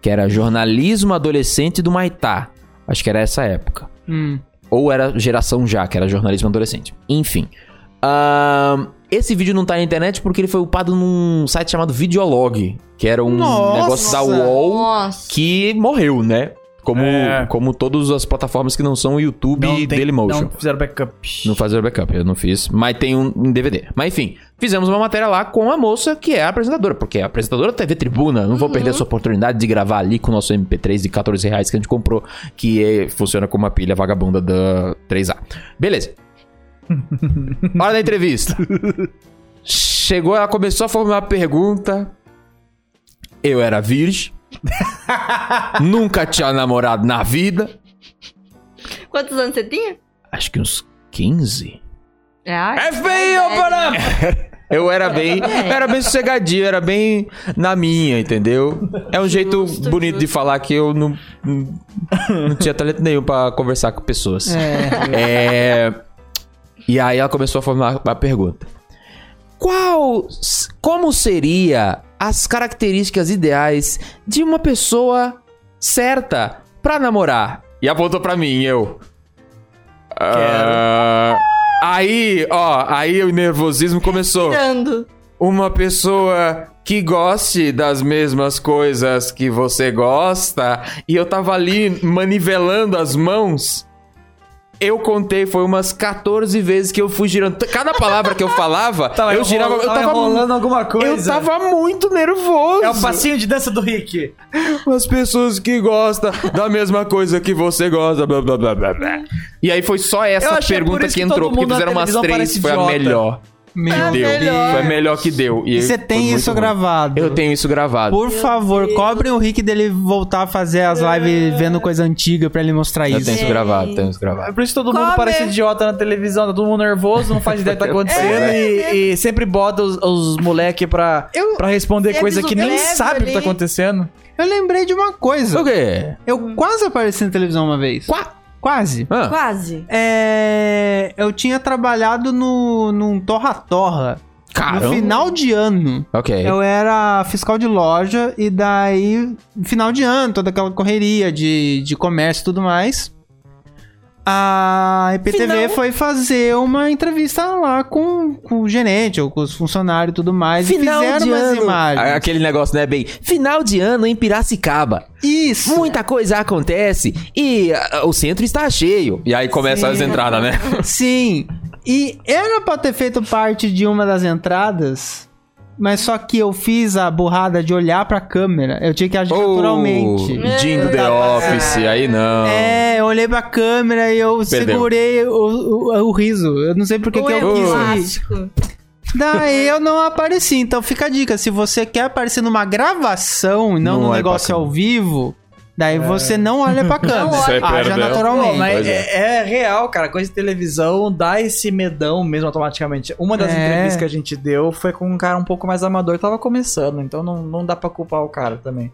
A: que era jornalismo adolescente do Maitá. Acho que era essa época.
D: Hum.
A: Ou era Geração Já, que era jornalismo adolescente. Enfim. Ahn, esse vídeo não tá na internet porque ele foi upado num site chamado Videolog, que era um
D: Nossa!
A: negócio da UOL
C: Nossa.
A: que morreu, né? Como,
B: É.
A: como todas as plataformas que não são o YouTube
B: Não
A: e
B: tem-
A: Dailymotion.
B: Não fizeram backup.
A: Não fazer o backup, eu não fiz. Mas tem um, um DVD. Mas enfim, fizemos uma matéria lá com a moça que é a apresentadora, porque é a apresentadora da TV Tribuna. Não vou perder essa oportunidade de gravar ali com o nosso MP3 de 14 reais que a gente comprou, que é- funciona como uma pilha vagabunda da 3A. Beleza. Hora da entrevista. Chegou, ela começou a formular uma pergunta. Eu era virgem. Nunca tinha namorado na vida.
C: Quantos anos você tinha?
A: Acho que uns 15.
C: Ah,
B: É feio, para!
A: Eu era bem, eu
C: É.
A: era bem sossegadinho, eu era bem na minha, entendeu? É um jeito
C: Justo,
A: bonito
C: justo.
A: de falar que eu não, não não tinha talento nenhum pra conversar com pessoas.
D: É.
A: É, E aí ela começou a formular a pergunta. Qual, como seria as características ideais de uma pessoa certa pra namorar? E apontou pra mim, eu. Ah, aí, ó, aí o nervosismo começou
C: É. Tirando.
A: uma pessoa que goste das mesmas coisas que você gosta e eu tava ali manivelando as mãos. eu contei, foi umas 14 vezes que eu fui girando. T- Cada palavra que eu falava, eu girava. Eu tava,
B: rolando alguma
A: eu
B: coisa.
A: tava muito nervoso.
B: É o passinho de dança do Rick.
A: As pessoas que gostam da mesma coisa que você gosta, blá blá blá blá blá. E aí foi só
B: Eu
A: essa
B: achei por
A: pergunta
B: isso
A: que
B: que
A: entrou,
B: todo
A: porque
B: mundo na
A: fizeram umas
B: televisão
A: três,
B: parece
A: foi a
B: idiota.
A: melhor.
D: Meu
C: Ah,
A: deu.
C: melhor.
A: Foi a melhor que deu.
D: E
A: E foi
D: você tem
A: muito
D: isso
A: ruim.
D: gravado.
A: Eu tenho isso gravado.
D: Por favor,
C: Deus.
D: cobrem o Rick dele voltar a fazer as lives vendo coisa antiga pra ele mostrar
A: Eu
D: isso.
A: tenho isso
C: Gente.
A: gravado, tenho isso gravado.
B: É por isso que todo mundo
C: Come. É.
B: parece idiota na televisão, tá todo mundo nervoso, não faz ideia do que tá acontecendo e, e sempre bota os, os moleque pra,
D: Eu-
B: pra responder
C: Teve
B: coisa
C: o
B: que nem
C: Greve
B: sabe o que
C: ali.
B: tá acontecendo.
D: Eu lembrei de uma coisa.
A: O quê?
D: Eu quase apareci na televisão uma vez.
A: Qua-
D: Quase.
A: Hã?
C: Quase.
D: É, eu tinha trabalhado no, num torra-torra.
A: é
D: No
A: Caramba.
D: final de ano.
A: Ok.
D: Eu era fiscal de loja e daí, final de ano, toda aquela correria de, de comércio e tudo mais. A IPTV
C: Final.
D: foi fazer uma entrevista lá com, com o gerente ou com os funcionários e tudo mais.
A: Final
D: e fizeram
A: de
D: umas
A: ano.
D: imagens.
A: A- Aquele negócio, né, bem? Final de ano em Piracicaba.
D: Isso!
A: Muita coisa acontece e ah, o centro está cheio. E aí começa as
D: Sim.
A: entradas, né?
D: Sim. E era pra ter feito parte de uma das entradas, mas só que eu fiz a burrada de olhar pra câmera. Eu tinha que agir naturalmente.
A: Oh, Jim do The Office, aí não.
D: É, eu olhei pra câmera e eu
A: Ah. Perdeu.
D: segurei o, o- o riso. Eu não sei porque que
C: Ou é
D: eu quis rir.
C: plástico.
D: Daí eu não apareci. Então fica a dica: se você quer aparecer numa gravação e
A: Não
D: não, num
A: olhe pra
D: negócio ao
A: câmera.
D: vivo, daí você não olha pra câmera.
A: Isso aí
D: Haja
A: perdeu.
D: naturalmente.
B: Pô, É. mas
A: Pois
B: é, é real, cara. Coisa de televisão dá esse medão mesmo automaticamente. Uma das
D: É.
B: entrevistas que a gente deu foi com um cara um pouco mais amador, tava começando, então não, não dá pra culpar o cara também.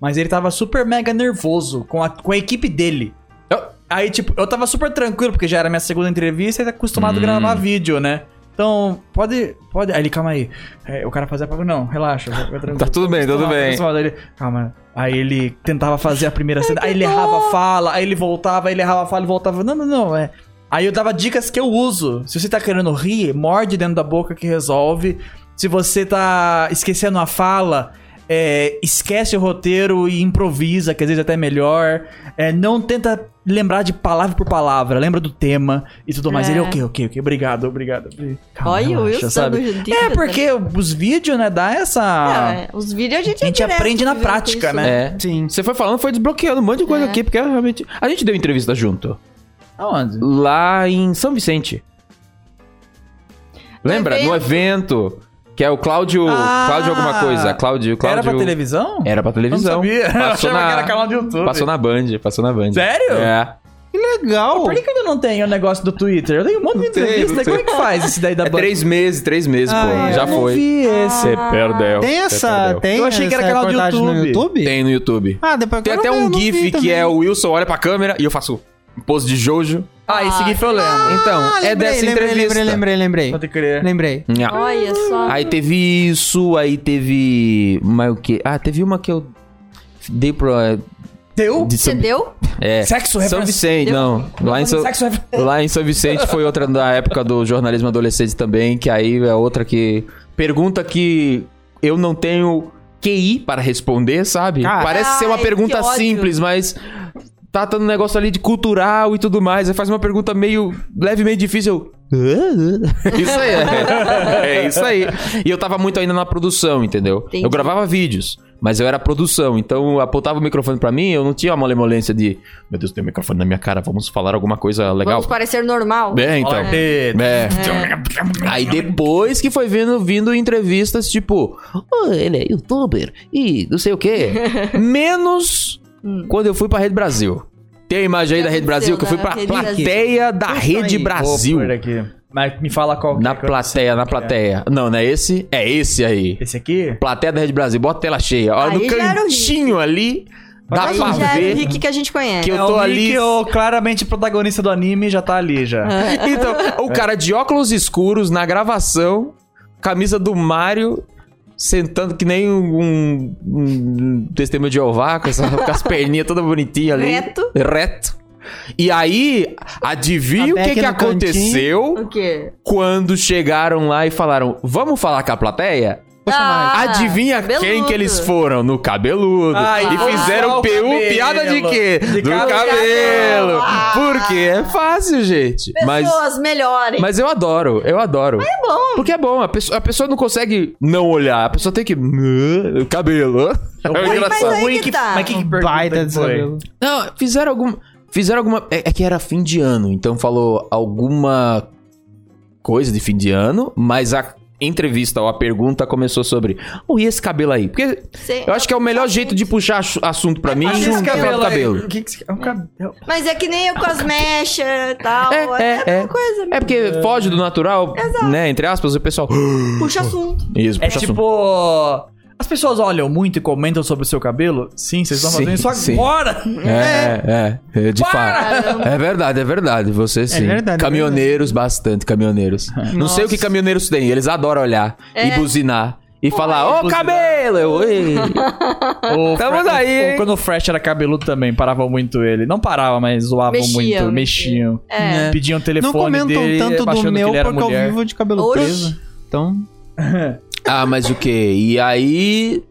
B: Mas ele tava super mega nervoso com a, com a equipe dele. Eu- aí, tipo, eu tava super tranquilo, porque já era minha segunda entrevista e tá acostumado
A: Hum.
B: a gravar vídeo, né? Então, pode. pode. Aí ele, calma aí. É, o cara fazia papo. Não, relaxa. Fica tranquilo.
A: Tá tudo bem, tudo
B: Acostumado,
A: bem.
B: acostumado. Aí ele, calma. Aí ele tentava fazer a primeira cena, aí ele errava a fala, aí ele voltava, aí ele errava a fala e voltava. Não, não, não, é. Aí eu dava dicas que eu uso. Se você tá querendo rir, morde dentro da boca que resolve. Se você tá esquecendo a fala, é, esquece o roteiro e improvisa, que às vezes até é melhor. É, não tenta lembrar de palavra por palavra, lembra do tema e tudo mais.
C: É.
B: Ele, ok, ok, ok, obrigado, obrigado. Calma,
C: Olha o
B: relaxa,
C: Wilson
B: sabe?
C: dando dica
B: É, porque os vídeos, né, dá
A: Ah.
B: essa...
C: É, os vídeos a gente
B: A gente
C: é direto
B: aprende na
C: vivendo
B: prática,
C: isso.
B: né?
A: É.
D: Sim.
A: Você foi falando, foi desbloqueando um monte de coisa
C: É.
A: aqui, porque realmente. A gente deu entrevista junto.
B: Aonde?
A: Lá em São Vicente.
C: No
A: Lembra? No evento. Que é o Cláudio.
B: Ah!
A: Cláudio alguma coisa. Cláudio. Cláudio...
B: Era pra televisão?
A: Era pra
B: Eu não
A: É, televisão.
B: sabia. Eu
A: Passou
B: achava que era
A: na.
B: canal do YouTube.
A: Passou na Band, passou na Band.
B: Sério?
A: É.
D: Legal!
B: Por que, que eu ainda não tenho o negócio do Twitter? Eu tenho um monte de
A: tem,
B: entrevista.
A: não tem.
B: Como é que faz esse daí da
A: É
B: Band?
A: três meses, três meses,
D: Ah,
A: pô.
D: é.
A: Já
B: Eu não
A: foi.
B: vi esse.
A: Você perdeu.
D: Tem
A: Você
D: essa.
A: É perdeu.
D: Tem
B: Eu achei que
D: essa
B: era canal do
D: reportagem no
B: YouTube.
D: YouTube?
A: Tem no YouTube.
D: Ah, depois
A: Tem
D: eu
A: até
D: não vi, eu
A: um
D: não vi
A: GIF que
D: também.
A: é o Wilson olha pra câmera e eu faço um pose de Jojo.
B: Ah, esse GIF eu lembro.
A: Então,
D: Ah,
A: é
D: lembrei,
A: dessa
D: lembrei,
A: entrevista.
D: Lembrei, Ah, lembrei, lembrei.
B: Pode crer.
D: Lembrei.
A: Nha.
C: Olha só.
A: Aí teve isso, aí teve. Mas o que? Ah, teve uma que eu. Dei pro. é,
B: Deu?
A: de
C: Você
A: São-
C: deu?
A: É.
B: Sexo
A: São
B: referência.
A: Vicente, não. Lá em São,
B: Sexo referência.
A: lá em São Vicente foi outra da época do jornalismo adolescente também, que aí é outra que. Pergunta que eu não tenho QI para responder, sabe?
D: Cara.
A: Parece ser uma
C: Ai, que
A: pergunta
C: ódio.
A: simples, mas. Tá tendo um negócio ali de cultural e tudo mais. Aí faz uma pergunta meio levemente difícil. eu, "Ah, ah." Isso aí. É, é isso aí. E eu tava muito ainda na produção, entendeu?
C: Entendi.
A: Eu gravava vídeos, mas eu era produção. Então apontava o microfone pra mim, eu não tinha uma malemolência de, meu Deus, tem um microfone na minha cara, vamos falar alguma coisa legal.
C: Vamos parecer normal?
A: É, então.
B: Olha, teta.
A: É. Aí depois que foi vindo, vindo entrevistas tipo, "Oh, ele é youtuber e não sei o quê. Menos quando eu fui pra Rede Brasil. Tem a imagem aí da Rede Brasil que eu fui pra
C: Rede
A: plateia da Rede Brasil.
B: Vou pôr aqui. Mas me fala qual
A: Na
B: que é.
A: plateia, na plateia. Não, não é esse? É esse aí.
B: Esse aqui?
A: Plateia da Rede Brasil, bota a tela cheia. Olha, no
C: Aí já era o
A: cantinho ali, dá
C: Aí
A: pra
C: já era o
A: ver.
C: Rick é que a gente conhece.
A: que eu
B: É o
A: tô
B: Rick,
A: ali-
B: o claramente protagonista do anime, já tá ali já.
A: Então, o cara de óculos escuros na gravação, camisa do Mario, sentando que nem um, um, um testemunho de Jeová, com, essa- com as perninhas toda bonitinha ali.
C: Reto.
A: Reto. E aí, adivinha
D: A
A: o que,
D: Beck
A: que
D: no
A: aconteceu
C: O quê?
A: quando chegaram lá e falaram: Vamos falar com a plateia?
D: Personagem.
C: Ah,
A: Adivinha quem
C: cabeludo.
A: que eles foram? No cabeludo.
B: Ai,
A: e
B: olha
A: fizeram
B: o
A: PU,
B: cabelo.
A: piada de quê?
B: De
A: Do cabelo.
B: cabelo.
C: Ah.
A: Porque é fácil, gente. Mas,
C: Pessoas melhorem.
A: mas eu adoro, eu adoro. é bom. Porque é bom, a pessoa, a pessoa não consegue não olhar, a pessoa tem que... "Ah, Cabelo. É
C: Mas
A: engraçado.
C: aí que tá.
B: Mas que, que pergunta
D: Baita
B: que foi?
D: desabelo.
A: Não, fizeram alguma... Fizeram alguma... É, é que era fim de ano, então falou alguma coisa de fim de ano, mas a entrevista ou a pergunta começou sobre... Oh, e esse cabelo aí? Porque
C: Cê-
A: Eu acho que é o melhor jeito de puxar assu- assunto pra mim
B: Mas
A: é
B: esse
A: o próprio
B: cabelo aí,
A: cabelo.
B: o que que esse- é um cabelo.
C: Mas é que nem eu com as mechas e tal.
A: É, é,
C: É, a mesma
A: é.
C: coisa.
A: É porque foge do natural, né? Entre aspas, o pessoal.
C: Puxa
A: Hum.
C: assunto.
A: Isso,
B: É
A: puxa assunto.
B: tipo. As pessoas olham muito e comentam sobre o seu cabelo? Sim, vocês estão
A: Sim,
B: fazendo isso
A: sim.
B: agora!
A: É, é, é, é, de fato.
C: Caramba.
A: É verdade, é verdade. Você sim.
D: verdade, é
A: caminhoneiros, bastante caminhoneiros. Não sei o que caminhoneiros têm, eles adoram olhar e
C: É.
A: buzinar. E falar, ô
B: buzinar.
A: cabelo! Eu, "Oi."
B: O
A: Tamo
B: Fre-
A: aí,
B: o-
A: hein?
B: Quando o Fresh era cabeludo também, paravam muito ele. Não parava, mas zoavam
C: Mexiam.
B: muito, mexiam.
C: É.
B: Pediam o telefone
D: Não comentam
B: dele,
D: tanto
B: achando
D: do
B: que
D: meu
B: ele era
D: porque eu
B: mulher.
D: vivo de cabelo
C: Oxi.
D: preso. Então,
A: ah, mas o quê? E aí.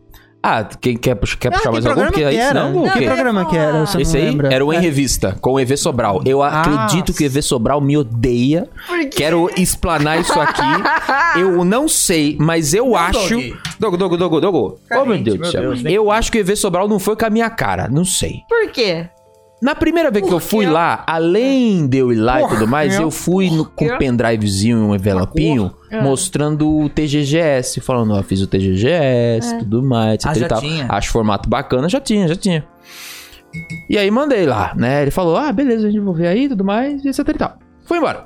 A: Ah, quem quer, puxar- quer puxar mais algum? é Porque aí senão. o
D: Que
C: é
A: quê?
D: programa que era? Você
A: Esse
D: não
A: aí
D: lembra? É. Ah,
A: era o Em Revista, com o EV Sobral. Eu acredito que o EV Sobral me odeia.
C: Por quê?
A: Quero explanar isso aqui. Eu não sei, mas eu acho.
B: Doug.
A: Dogo, Dogo, Dogo, Dogo. Oh, meu Deus do
B: meu
A: céu.
B: Deus,
D: né?
B: nem-
A: eu acho que o EV Sobral não foi com a minha cara. Não sei.
C: Por quê?
A: Na primeira vez que eu
C: Por
A: fui
C: quê? É.
A: lá, além de eu ir lá e tudo mais,
D: meu.
A: eu fui no- com um
C: quê?
A: pendrivezinho, um envelopinho,
C: É.
A: mostrando o TGGS. Falando, ó, fiz o
C: É.
A: TGGS, tudo mais,
B: Ah,
A: etc e
B: já
A: tal.
B: tinha?
A: Acho formato bacana, já tinha, já tinha. E aí mandei lá, né? Ele falou, ah, beleza, a gente vai ver aí, tudo mais, e etc e tal. Foi embora.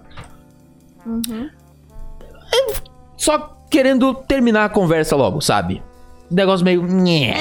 C: Uhum.
A: Eu Só querendo terminar a conversa logo, sabe? Negócio meio... nhé.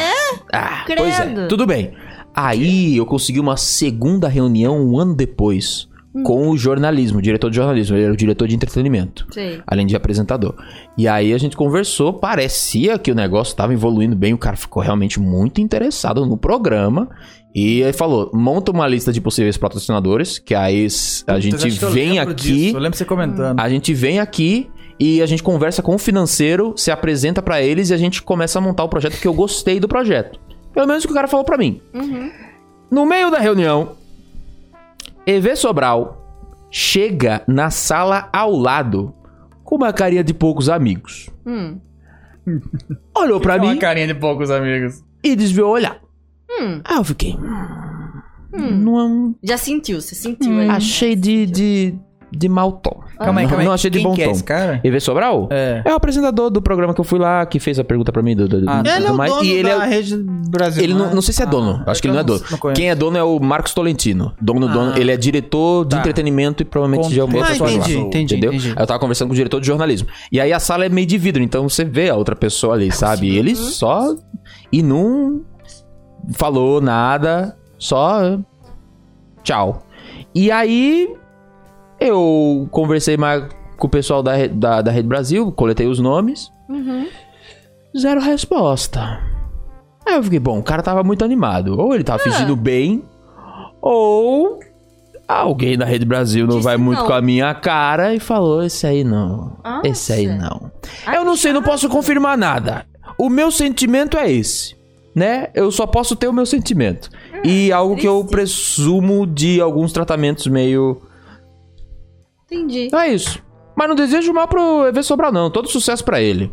A: Ah, pois é,
C: Credo.
A: tudo bem. Aí eu consegui uma segunda reunião um ano depois com o jornalismo, o diretor de jornalismo, ele era o diretor de entretenimento,
C: Sei.
A: além de apresentador. E aí a gente conversou, parecia que o negócio estava evoluindo bem, o cara ficou realmente muito interessado no programa. E ele falou: monta uma lista de possíveis patrocinadores, que aí s- a gente
B: Acho que Hum. eu
A: vem
B: lembro
A: aqui.
B: disso, eu lembro você comentando.
A: A gente vem aqui e a gente conversa com o financeiro, se apresenta pra eles e a gente começa a montar o projeto porque eu gostei do projeto. Pelo menos o que o cara falou pra mim. No meio da reunião, EV Sobral chega na sala ao lado com uma carinha de poucos amigos.
C: Hum.
A: Olhou pra
B: Uma
A: mim
B: carinha de poucos amigos.
A: e desviou o olhar.
C: Hum.
A: Ah, eu fiquei.
C: Hum.
A: Não, Hum.
C: Já sentiu, você sentiu aí. né?
A: achei de, de, de mau tom.
B: Calma aí,
A: não,
B: calma aí.
A: não achei de
B: Quem
A: bom
B: que é
A: tom.
B: esse cara?
A: EV Sobral?
B: É.
A: É o apresentador do programa que eu fui lá, que fez a pergunta pra mim. Do, do, do-
B: Ah,
A: tudo
D: Ele é o
A: mais.
D: dono
A: E ele
D: da
A: é-
D: rede né? brasileira.
A: ele não, não sei se é dono. acho que ele não é
B: eu não-
A: dono.
B: não conheço.
A: Quem é dono é o Marcos Tolentino. Dono, dono. Ele é diretor de
B: Tá.
A: entretenimento e provavelmente
B: Com-
A: de alguma
B: Ah,
A: outra pessoa lá.
D: entendi, entendi,
A: entendeu?
D: entendi.
A: Aí eu tava conversando com o diretor de jornalismo. E aí a sala é meio de vidro, então você vê a outra pessoa ali, sabe? E ele só. E não falou nada, só. Tchau. E aí eu conversei mais com o pessoal da, Re- da, da Rede Brasil, coletei os nomes.
C: Uhum.
A: Zero resposta. Aí eu fiquei, bom, o cara tava muito animado. Ou ele tava
C: Ah.
A: fingindo bem, ou alguém da Rede Brasil não
C: Disse
A: vai muito
C: não.
A: com a minha cara e falou: esse aí não. Esse aí
C: Nossa.
A: não. eu não sei, não posso confirmar nada. O meu sentimento é esse. Né? Eu só posso ter o meu sentimento. e algo que eu
C: Hum, triste.
A: presumo de alguns tratamentos meio.
C: Entendi.
A: Então é isso. Mas não desejo mal pro EV Sobral, não. Todo sucesso pra ele.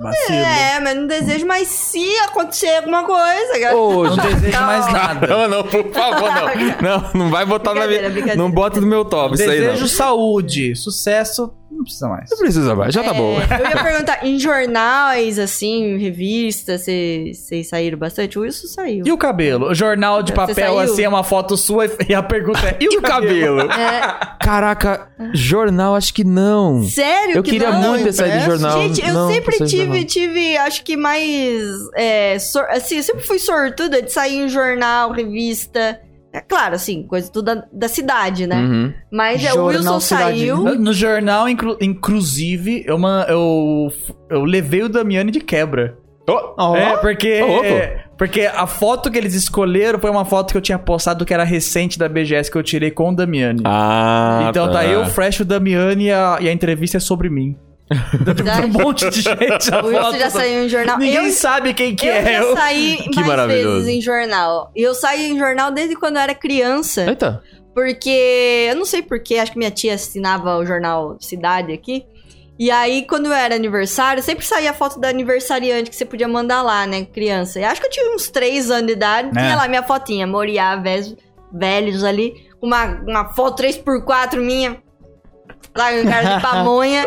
B: Vacilo.
A: né?
C: É, mas não desejo, mas se acontecer alguma coisa, galera.
A: Ô,
B: Não
A: gente.
B: desejo mais nada.
A: Não, não, por favor, não. Não, não vai botar na
C: Brincadeira,
A: minha.
C: brincadeira.
A: Não bota no meu top isso aí,
B: Desejo
A: não.
B: saúde, sucesso, não precisa mais.
A: Não precisa mais, já tá
C: É,
A: bom.
C: Eu ia perguntar, em jornais, assim, revistas, vocês vocês saíram bastante? O Wilson saiu.
B: E o cabelo? Jornal de
C: Você
B: papel,
C: saiu?
B: assim, é uma foto sua e- e a pergunta é: e o cabelo?
C: É,
A: Caraca, jornal, acho que não.
C: sério
A: Eu
C: que
A: queria
C: não?
A: muito ter saído de
D: impresso?
A: jornal.
C: Gente, eu
A: Não,
C: sempre
A: não saí de
C: tive,
A: jornal.
C: tive, acho que mais. é, sor- assim, eu sempre fui sortuda de sair em jornal, revista. É claro, assim, coisa tudo da, da cidade, né?
A: Uhum.
C: Mas é, o
D: Jornal
C: Wilson
D: Cidade.
C: saiu.
B: No, no jornal, inclu- inclusive, eu, man- eu, eu levei o Damiani de quebra.
D: Ó. Ah,
B: É, porque. é,
A: Ô, louco.
B: porque a foto que eles escolheram foi uma foto que eu tinha postado que era recente da BGS que eu tirei com o Damiani. tá,
A: Ah.
B: então tá eu, o Fresh, o Damiani e a, e a entrevista é sobre mim. Tem um monte de gente. a
C: né? O Wilson
B: foto
C: já
B: da-
C: saiu em jornal.
B: Ninguém
C: eu
B: sabe quem que
C: eu
B: é.
C: já
B: Eu-
C: saí mais
A: maravilhoso.
C: vezes em jornal. E eu saí em jornal desde quando eu era criança.
A: Eita.
C: Porque eu não sei porquê, acho que minha tia assinava o jornal Cidade aqui. E aí, quando era aniversário, sempre saía a foto da aniversariante que você podia mandar lá, né, criança. E acho que eu tinha uns 3 anos de idade,
B: É.
C: tinha lá minha fotinha, Moriá, ves- velhos ali, com uma, uma foto 3x4 minha, lá com cara de pamonha.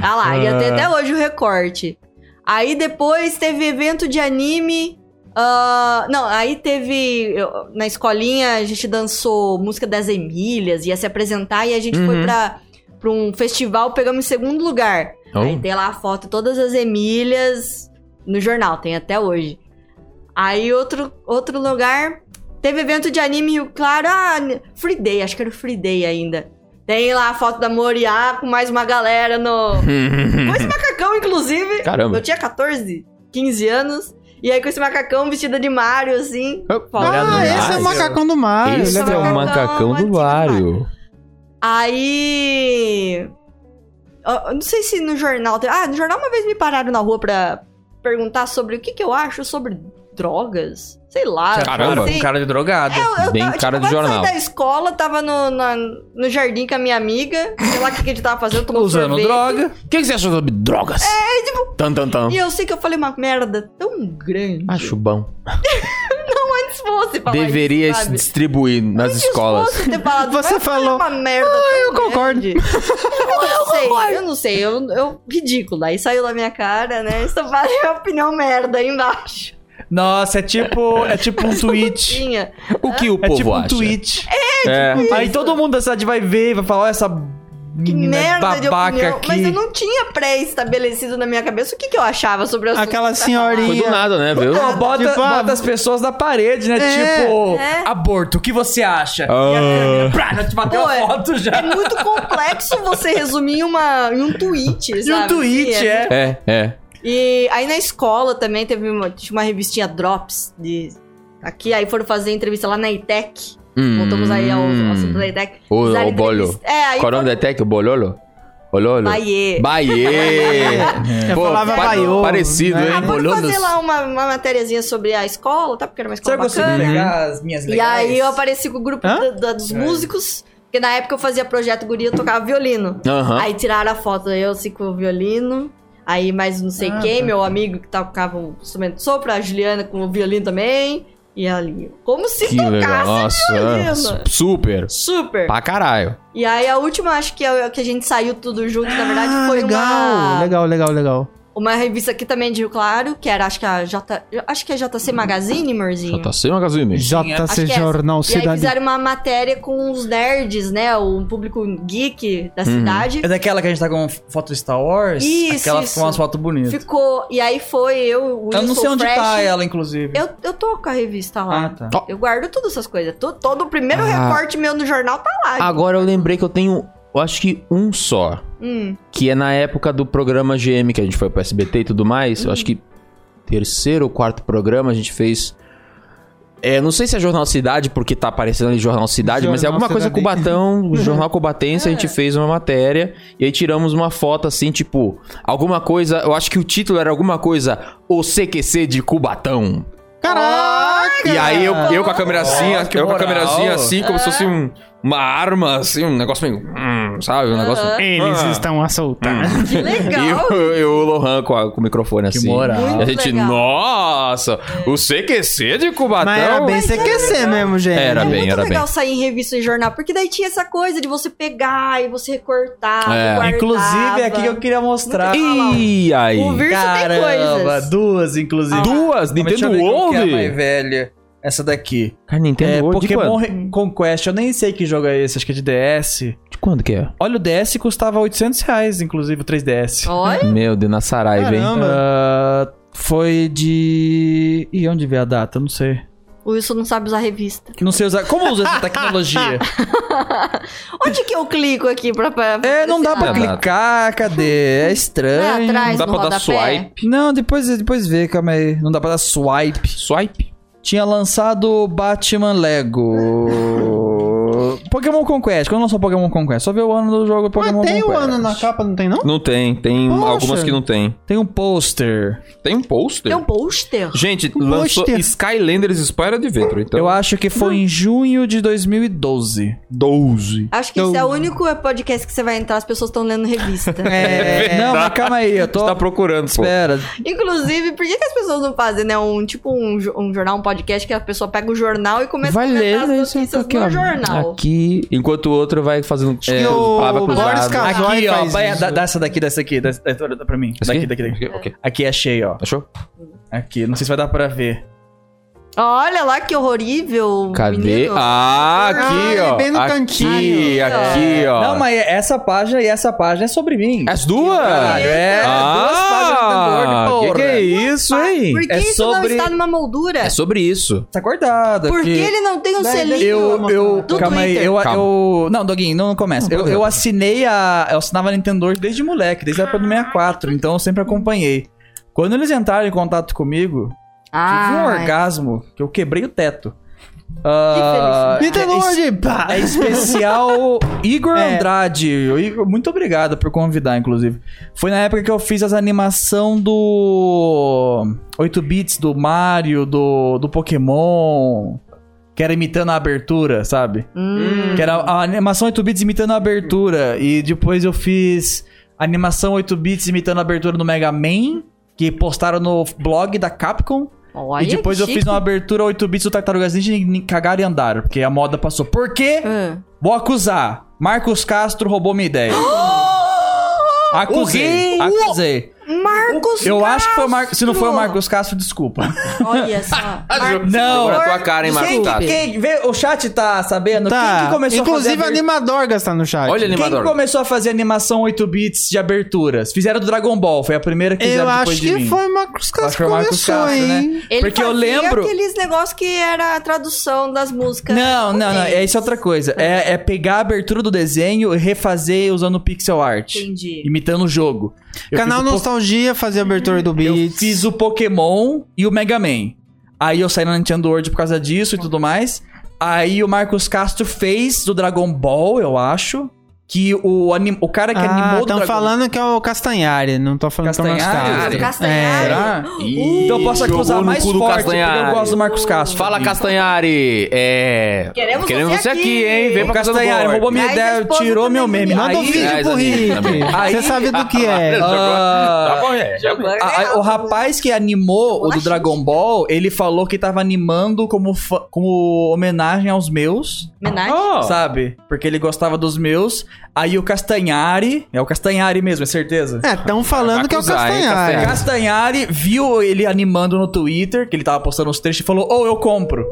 C: ah lá, e eu tenho até hoje o recorte. Aí depois teve evento de anime. ah, não, aí teve. eu- na escolinha a gente dançou música das Emílias, ia se apresentar e a gente foi
A: Uhum.
C: pra, pra um festival, pegamos em segundo lugar.
A: Então.
C: Aí tem lá a foto de todas as Emílias no jornal, tem até hoje. Aí outro, outro lugar. Teve evento de anime em Rio Claro. Ah, Free Day, acho que era o Free Day ainda. Tem lá a foto da Moriá com mais uma galera no. Com esse macacão, inclusive.
A: Caramba.
C: Eu tinha 14, 15 anos. E aí com esse macacão vestida de Mario, assim.
A: Olhado no
D: Ah, esse é
A: Mario.
D: o macacão do mar.
A: Esse é o
C: legal.
A: macacão do
C: Antigo
A: Mario.
C: Aí. ó, Eu não sei se no jornal. tem- Ah, no jornal uma vez me pararam na rua pra perguntar sobre o que, que eu acho sobre drogas. Sei lá.
A: Caramba.
C: assim.
B: um cara de drogado.
C: Eu- eu
A: Bem
C: tava,
A: cara
C: tipo,
A: de
C: quase
A: jornal.
C: saí da escola, tava no, na- no jardim com a minha amiga. Sei lá o que, que a gente tava fazendo, tomando
B: Usando
C: sorvete.
B: droga.
A: O que que você achou sobre drogas? É, tipo... Tan, tan, tan.
C: E eu sei que eu falei uma merda tão grande.
B: Ah,
A: Acho bom.
C: Antes fosse falar isso,
A: Deveria se
C: sabe?
A: distribuir nas
C: Antes
A: escolas.
C: fosse ter falado,
D: Você
C: "Vai falar
D: falou,
C: Uma merda eu
D: concordo."
C: Eu não sei, eu não sei. Eu, eu, ridículo. Aí saiu da minha cara, né? Isso vale a minha opinião merda aí embaixo.
B: Nossa, é tipo, é tipo um tweet.
C: Tinha.
A: O que o
B: É
A: povo
B: tipo um
A: acha?
B: tweet.
A: É.
C: tipo,
B: Aí todo mundo da cidade vai ver e vai falar, ó, essa
C: Que
B: menina
C: merda de
B: babaca
C: opinião.
B: aqui.
C: Mas eu não tinha pré-estabelecido na minha cabeça o que, que eu achava sobre o assunto.
D: Aquela
C: que tá
D: senhorinha.
A: Foi do nada, né, viu?
B: Pô, bota,
D: Tipo, ah,
B: bota as pessoas na parede, né?
D: É,
B: tipo,
C: é.
B: aborto, o que você acha? E a
A: Ah.
B: câmera, prá, já te bateu
C: Pô,
B: a
C: é-
B: foto já.
C: falando. É muito complexo você resumir em uma, em um tweet,
B: E um
C: sabe?
B: tweet,
C: Assim,
B: é.
A: É, é.
C: E aí na escola também teve uma, tinha uma revistinha Drops de aqui, aí foram fazer entrevista lá na ITEC. Voltamos aí ao, ao assunto da ITEC.
A: Hum. O,
C: Fizeram
A: o bolho.
C: entrevista- É, aí
A: Qual é o nome da tech? O bololo? Bololo?
C: Bahia.
A: Baie.
D: É, Eu falava baiô,
A: Parecido,
D: né?
A: hein?
C: Ah, foram
A: Bololos.
C: fazer lá uma, uma matériazinha sobre a escola, tá? Porque era uma
B: Será
C: escola
B: que eu consigo
C: bacana.
B: pegar as minhas
C: E
B: legais?
C: aí eu apareci com o grupo
D: Hã?
C: da- da- dos
B: É.
C: músicos, porque na época eu fazia projeto guria, eu tocava violino.
A: Aham.
C: Aí tiraram a foto, eu assim com o violino. Aí mais não sei
B: Ah,
C: quem,
B: tá.
C: meu amigo que tocava o instrumento de sopro, a Juliana com o violino também. E ali, como se
A: Que
C: tocasse
A: legal.
C: violino.
A: Nossa. su- Super.
C: Super.
A: Pra caralho.
C: E aí a última, acho que é o que a gente saiu tudo junto, na verdade,
D: Ah,
C: foi
D: legal,
C: uma
D: legal, legal, legal.
C: uma revista aqui também de Rio Claro, que era acho que a J, acho que é JC Magazine, amorzinho.
A: JC Magazine.
B: Acho
C: que é
D: JC
C: essa.
D: Jornal
C: E aí
D: Cidade.
C: fizeram uma matéria com os nerds, né? O público geek
A: Uhum.
C: da cidade.
B: É daquela que a gente tá com foto Star Wars?
C: Isso,
B: Aquela
C: isso.
B: com umas fotos bonitas.
C: Ficou. E aí foi eu, o
B: Eu não
C: Wilson
B: sei onde
C: Fresh.
B: tá ela, inclusive.
C: Eu, eu tô com a revista lá.
B: Ah, tá.
C: Eu guardo todas essas coisas. To- todo o primeiro
A: Ah.
C: recorte meu no jornal tá lá.
A: Agora eu lembrei que eu tenho, eu acho que um só.
C: Hum.
A: Que é na época do programa GM, que a gente foi pro SBT e tudo mais. Eu acho que terceiro ou quarto programa a gente fez. É, não sei se é Jornal Cidade, porque tá aparecendo ali Jornal Cidade, mas é
D: Jornal
A: alguma coisa
D: Cidade.
A: Cubatão, o Jornal Cubatense, a gente fez uma matéria e aí tiramos uma foto assim, tipo, alguma coisa. Eu acho que o título era alguma coisa O CQC de Cubatão.
D: Caraca!
A: E aí eu, eu com a câmera assim,
B: Nossa, que
A: eu com a
B: moral.
A: câmera assim, assim, como se fosse um, uma arma, assim, um negócio meio. hum, sabe? Um negócio.
C: Aham.
D: Eles
A: Ah.
D: estão assaltando.
C: Que legal.
A: E o, e o Lohan com, a- com o microfone
B: Que
A: assim.
B: moral.
A: E a
C: Muito
A: gente,
C: legal.
A: nossa, o CQC de Cubatão.
D: Mas
B: é
D: era bem CQC mesmo, gente.
A: Era
C: é
A: bem,
C: muito
A: era
C: legal
A: bem.
C: sair em revista e jornal, porque daí tinha essa coisa de você pegar e você recortar.
A: É.
C: guardava.
B: Inclusive, é aqui que eu queria mostrar.
A: E aí?
C: O Virso tem coisas. Ah.
B: duas, inclusive.
A: Duas?
B: Mas
A: Nintendo
B: deixa eu ver qual que é a mais
A: World?
B: velha. Essa daqui.
A: Cara, Nintendo
B: É
A: World um de
B: Pokémon
A: quando?
B: Re- Conquest. Eu nem sei que jogo é esse. Acho que é de DS.
A: De quando que é?
B: Olha, o DS custava 800 reais, inclusive, o 3DS.
C: Olha,
A: Meu Deus, na Saraiva, hein?
D: Caramba.
B: Ah, foi de... Ih, onde vê a data? Não sei.
C: o Wilson não sabe usar revista.
B: Não sei usar... Como usa essa tecnologia?
C: Onde que eu clico aqui pra... pra
B: é, não dá pra
A: Não, não.
B: clicar. Cadê? É
C: Lá
B: estranho.
C: atrás,
A: Dá
C: no
A: pra dar
C: rodapé.
A: swipe.
B: Não, depois, depois vê, calma aí. Não dá pra dar swipe.
A: Swipe?
B: Tinha lançado Batman Lego. exemplo, Pokémon Conquest. Quando lançou Pokémon Conquest? Só vê o ano do jogo Pokémon
D: Mas tem o
B: Conquest.
D: ano na capa, não tem não?
A: Não tem, tem
D: Poxa.
A: algumas que não tem.
B: Tem um pôster.
A: Tem um pôster?
C: Tem um pôster.
A: Gente,
D: Um
A: lançou
D: pôster.
A: Skylanders Spyro Adventure, então.
B: Eu acho é que foi em junho de 2012.
A: 12.
C: Acho que esse é o único podcast que você vai entrar, as pessoas estão lendo revista.
B: É, não, mas calma aí, eu
A: Você
B: tô.
A: tá procurando, pô.
B: Espera.
C: Inclusive, por que, que as pessoas não fazem, né? Um tipo um, jo- um jornal, um podcast que a pessoa pega o jornal e começa
B: Vai
C: a comentar
B: ler
C: as
B: isso
C: notícias
B: aqui,
C: no
B: ó.
C: jornal.
B: Aqui.
A: Enquanto o outro vai fazendo
D: que
A: é,
D: o
A: palavra
D: Boris
A: cruzada.
D: Karloff- Ah,
B: Aqui,
D: vai,
B: ó.
D: faz
B: Vai,
D: isso.
B: dá, dá essa daqui, dá essa aqui. Dá, dá, dá pra mim.
A: Esse
B: Daqui,
A: aqui?
B: daqui, daqui.
A: Ok, ok.
B: Aqui achei, ó.
A: Achou?
B: Aqui. Não sei se vai dar pra ver.
C: Olha lá que horrível.
A: Cadê?
C: menino. Ah,
A: Ah,
D: Ah,
A: aqui,
D: ele
B: é
A: ó.
D: bem no
A: aqui,
D: cantinho.
A: aqui, ó.
B: Não, mas essa página e essa página é sobre mim.
A: As duas?
B: Caralho, é. duas páginas
A: ah,
B: do
A: que,
B: Word,
A: que é
B: porra.
A: isso,
C: Pai,
A: hein?
C: Por que
B: É
C: isso não
B: sobre-
C: está numa moldura?
A: É sobre isso.
B: Tá acordado
C: Por que
B: aqui.
C: ele não tem um
D: Daí-
C: selinho?
B: Eu, eu,
C: Do
B: calma aí,
C: Twitter.
B: eu,
A: Calma.
B: eu, não, Doguinho, não, não começa. Eu,
A: problema.
B: eu assinei a, eu assinava a Nintendo desde moleque, desde a época do 64, então eu sempre acompanhei. Quando eles entraram em contato comigo, tive um
C: Ah,
B: orgasmo que eu quebrei o teto. Ah,
C: felicidade.
D: Nintendo
B: é-
D: World! pá!
B: é especial Igor
D: É.
B: Andrade. O Igor, muito obrigado por convidar, inclusive. Foi na época que eu fiz as animação do 8 bits do Mario, do, do Pokémon, que era imitando a abertura, sabe?
C: hum.
B: Que era a animação 8 bits imitando a abertura e depois eu fiz animação 8 bits imitando a abertura do Mega Man. Que postaram no blog da Capcom.
C: Olha
B: e depois
C: que
B: eu fiz
C: chique.
B: uma abertura 8 bits do Tartarugas Ninja e cagaram e andaram. Porque a moda passou. Por quê?
C: Ah.
B: Vou acusar. Marcos Castro roubou minha ideia. Acusei.
A: O quê?
B: Acusei.
C: Marcos
B: Eu acho que foi o Marcos.
C: Castro.
B: Se não foi o Marcos Castro, desculpa.
C: Olha só.
B: Ah,
C: Marcos
B: Não.
A: Agora tua cara, hein, Marcos
C: Desculpe.
A: Castro?
B: Quem vê, o chat tá sabendo? Quem
D: Tá,
B: que começou a
D: inclusive
B: fazer. aber-
D: Animadorga está no chat.
A: Olha,
B: Quem que
A: animador.
B: começou a fazer animação 8 bits de aberturas? Fizeram do Dragon Ball, foi a primeira que fizeram
D: Eu
B: depois
D: acho
B: de mim.
D: que foi o Marcos
B: Acho
D: Castro
B: que
D: que
B: foi o Marcos
D: começou,
B: Castro, né?
D: hein?
C: Ele
B: Porque eu
C: fazia
B: lembro-
C: aqueles negócios que era a tradução das músicas.
B: Não, não, não. É isso é outra coisa. É, é pegar a abertura do desenho e refazer usando pixel art.
C: Entendi.
B: Imitando o jogo. Eu
D: Canal
B: fiz o
D: Nostalgia fazia abertura do
B: Eu
D: Beats.
B: fiz o Pokémon e o Mega Man. Aí eu saí na Nintendo World por causa disso e tudo mais. Aí o Marcos Castro fez do Dragon Ball, eu acho. Que o, anim... o cara que
D: Ah,
B: animou o
D: estão
B: Dragon
D: falando que é o Castanhari, não tô falando que é o Marcos
B: Castanhari?
D: Castro.
C: Castanhari?
B: Será?
A: Ih,
B: Então eu posso
A: jogou
B: acusar
A: no
B: mais
A: cu do
B: forte, porque
A: Castanhari.
B: eu gosto do Marcos Castro.
A: Fala, Castanhari. É.
C: Queremos você
A: você aqui,
C: aqui.
A: hein? Vem
B: O
A: pra casa do
B: Castanhari
A: Borges.
B: roubou minha
C: Mas a
B: ideia,
C: esposa
B: tirou
C: também
B: meu
C: me
B: meme.
C: ama.
D: Manda um
B: Aí- tá
D: vídeo
A: Traz
D: pro
A: a gente também.
D: Rick.
B: Aí-
D: Você sabe do que é.
A: Jogou-
B: Ah.
A: Tá bom, é, jogou.
B: A- a- Ah, o rapaz que animou o do
C: Relaxa.
B: Dragon Ball, ele falou que tava animando como, fa- como homenagem aos meus.
C: Homenagem?
A: Ó,
B: Sabe? Porque ele gostava dos meus. Aí o Castanhari. É o Castanhari mesmo, é certeza?
D: É, estão falando
A: Vai
D: que é o
A: acusar, hein, Castanhari.
D: Castanhari.
B: Castanhari viu ele animando no Twitter, que ele tava postando os trechos e falou: Ô, eu compro.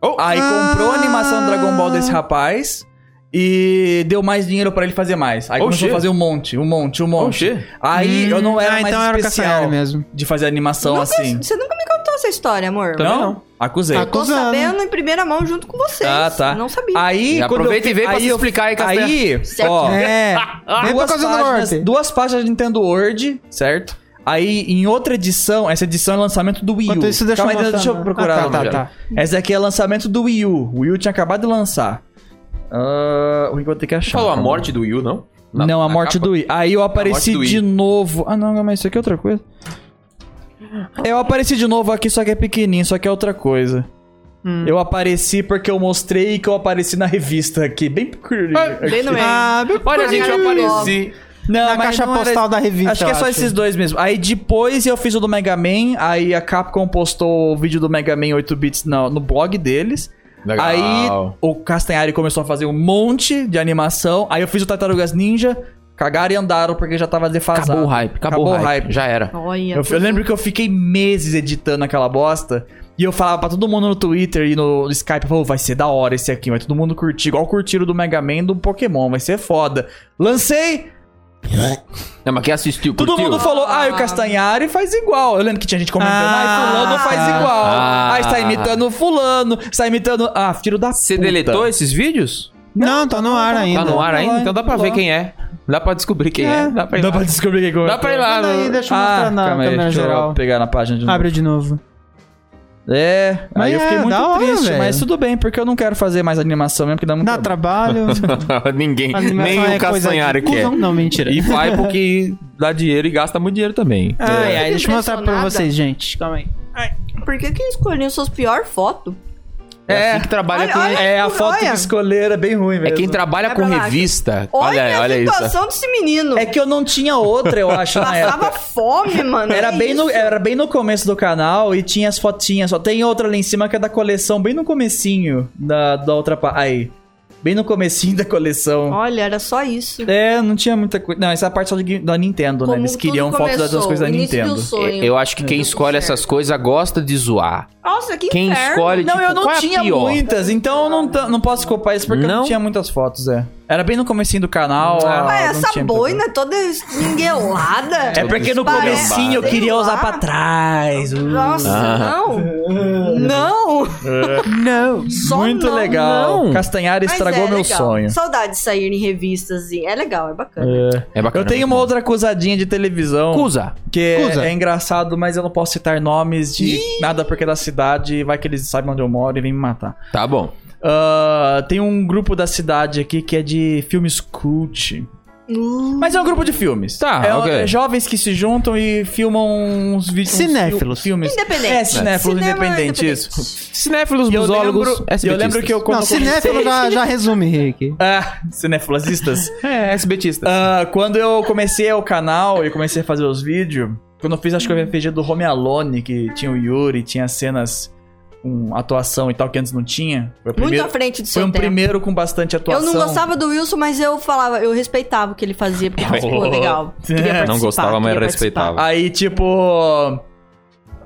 A: Oh.
B: Aí
D: Ah.
B: comprou a animação do Dragon Ball desse rapaz e deu mais dinheiro pra ele fazer mais. Aí
A: Oh,
B: começou
A: shit.
B: a fazer um monte, um monte, um monte.
A: Oxê.
B: Aí eu não era
D: Ah,
B: mais
D: então era o
B: especial
D: Castanhari mesmo.
B: de fazer animação
C: Nunca-
B: assim.
C: Você nunca me contou essa história, amor.
B: Também não? Acusei.
D: Ah,
C: Tô
D: Acusando.
C: sabendo em primeira mão junto com vocês.
B: Ah, tá.
C: Não sabia.
B: Aí, quando eu
A: Aproveita e
B: fi-
A: vem pra
B: aí
A: se
B: eu-
A: explicar aí, Castanhari.
B: Aí,
C: Certo.
B: ó,
D: É. Vem pra
B: duas
D: Casa do
B: páginas,
D: Norte.
B: duas páginas de Nintendo Word, certo? Aí, em outra edição, essa edição é lançamento do Wii U.
D: Enquanto isso, deixa
B: Calma
D: eu
B: aí,
D: mostrar,
B: deixa eu
D: né?
B: procurar.
D: Ah, tá,
B: o nome
D: tá,
B: dela.
D: tá.
B: Essa aqui é lançamento do Wii U. O Wii U tinha acabado de lançar. Ah, o que eu vou ter que achar.
A: Falou a
B: calma.
A: morte do Will, não? Na-
B: Não, a
A: na
B: morte
A: capa?
B: do Wii. Aí eu apareci
A: do Wii.
B: de novo. Ah, não, mas isso aqui é outra coisa. Eu apareci de novo aqui, só que é pequenininho, só que é outra coisa.
D: Hum.
B: Eu apareci porque eu mostrei que eu apareci na revista aqui, bem pequenininho.
C: Bem é? no meio.
D: Ah, bem
A: Olha, gente, eu
C: Caramba.
A: apareci.
B: Não,
D: na
B: mas
D: caixa
B: não era-
D: postal da revista.
B: Acho que é
D: eu
B: só esses dois mesmo. Aí depois eu fiz o do Mega Man, aí a Capcom postou o vídeo do Mega Man 8 bits no, no blog deles. Aí o Castanhari começou a fazer um monte de animação. Aí eu fiz o Tartarugas Ninja, cagaram e andaram porque já tava defasado.
A: Acabou o hype, acabou, o hype. Já era.
C: Olha.
B: Eu, eu lembro que eu fiquei meses editando aquela bosta. E eu falava pra todo mundo no Twitter e no Skype, falou, vai ser da hora esse aqui, vai todo mundo curtir, igual curtiram do Mega Man e do Pokémon, vai ser foda. Lancei,
A: Não, mas quem assistiu,
B: Todo
A: curtiu?
B: mundo falou, ah, o Castanhari faz igual. Eu lembro que tinha gente comentando, ah,
D: Ah,
B: fulano faz igual.
A: ah.
B: Ah, está imitando fulano, está imitando. Ah, tiro da
A: Você
B: puta.
A: deletou esses vídeos?
D: Não, tá no ar ainda.
A: Tá no ar
B: tá
A: ainda?
B: lá,
A: Então dá pra
B: tá
A: ver
B: lá.
A: quem é. Dá pra descobrir quem é.
D: É,
A: Dá pra ir
B: Dá
A: lá.
B: pra descobrir quem
A: Dá pra ir lá.
D: Manda
A: no-
D: aí, deixa eu
B: Ah,
D: mostrar na
B: calma aí,
D: câmera
B: deixa eu
D: geral.
B: pegar na página de novo.
D: Abre de novo.
B: É, aí
D: Mas
B: eu fiquei
D: é,
B: muito
D: da hora,
B: triste,
D: velho.
B: mas tudo bem, porque eu não quero fazer mais animação mesmo, porque dá muito
D: Dá
B: trabalho.
D: trabalho.
A: Ninguém, nem o
D: Animação é coisa de
A: Castanhari quer.
D: cuzão. Não, mentira.
A: E vai porque dá dinheiro e gasta muito dinheiro também.
D: Ai, ai,
C: Eu
D: deixa
C: fico
D: eu mostrar pra
C: impressionada.
D: vocês, gente. Calma aí.
C: Por que que escolhiam suas piores fotos?
D: É, assim que trabalha
C: Olha,
D: com.
C: olha.
B: É, a
C: Olha.
B: foto que escolheram é bem ruim
A: É
B: mesmo.
A: quem trabalha
C: Vai
A: com
C: pra lá.
A: revista.
C: Olha,
A: Olha,
C: a
A: olha isso.
C: situação desse menino.
B: É que eu não tinha outra, eu acho, na época.
C: Passava fome, mano.
B: Era
C: que
B: bem, no,
C: isso?
B: era bem no começo do canal e tinha as fotinhas. Só tem outra ali em cima que é da coleção, bem no comecinho da, da outra parte. Aí. Bem no comecinho da coleção.
C: Olha, era só isso.
B: É, não tinha muita coisa. Não, essa é a parte só de- da Nintendo, né?
C: Como
B: Eles
C: tudo
B: queriam fotos das duas
C: começou,
B: coisas da
C: o início
B: Nintendo. É,
C: do sonho.
E: Eu acho que quem
C: Tudo
E: escolhe
C: certo.
E: essas coisas gosta de zoar.
C: Nossa, que
E: Quem
C: inferno.
E: escolhe,
B: Não,
E: tipo,
B: eu não
E: qual é a
B: tinha
E: pior?
B: muitas, então eu não, ta- não posso culpar isso porque eu não
E: Não?
B: tinha muitas fotos, é. Era bem no comecinho do canal. ah,
C: Ué,
B: não
C: essa
B: tinha muita coisa.
C: boina toda esguelada.
B: É porque no
C: Parece-
B: comecinho eu queria usar pra trás. uh.
C: Nossa,
A: Ah.
C: não. Não.
B: É. Não,
C: Só
B: muito
C: não,
B: legal.
E: não.
B: Castanhari
C: Mas
B: estragou
C: é
B: meu
C: legal.
B: sonho.
C: Saudade de sair em revistas. E... É legal, é bacana.
E: É bacana.
B: Eu tenho uma outra acusadinha de televisão
E: Cusa.
B: que é-
D: Acusa.
B: é engraçado, mas eu não posso citar nomes de nada porque é da cidade, vai que eles saibam onde eu moro e vêm me matar.
A: Tá bom.
B: Ah, tem um grupo da cidade aqui que é de filmes cult.
C: Uh,
B: Mas é um grupo de filmes.
A: Tá,
B: é,
A: ok.
B: é jovens que se juntam e filmam uns vídeos. uns
D: Cinéfilos.
B: fil- Filmes.
C: Independente.
B: É, cinéfilos
C: Cinema
B: independentes.
C: independente.
B: Isso.
A: Cinéfilos,
B: E eu
A: musólogos,
B: lembro, e eu lembro que eu... quando
D: Não,
B: eu comecei-
D: cinéfilo já, já resume, Rick.
B: Ah, cinéfilasistas.
A: É, SBTista.
B: Ah, quando eu comecei o canal e comecei a fazer os vídeos, quando eu fiz acho que o RPG do Home Alone, que tinha o Yuri, tinha cenas com atuação e tal, que antes não tinha. Foi, o
C: Muito
B: primeiro,
C: à frente do
B: foi
C: seu
B: um
C: tempo.
B: primeiro com bastante
C: Eu
B: atuação.
C: não gostava do Wilson, mas eu falava, eu respeitava o que ele fazia, porque tipo,
B: Oh.
C: pô, legal. Queria
A: Não
B: É.
C: participar,
A: gostava, mas
C: queria
A: respeitava.
B: Aí, tipo.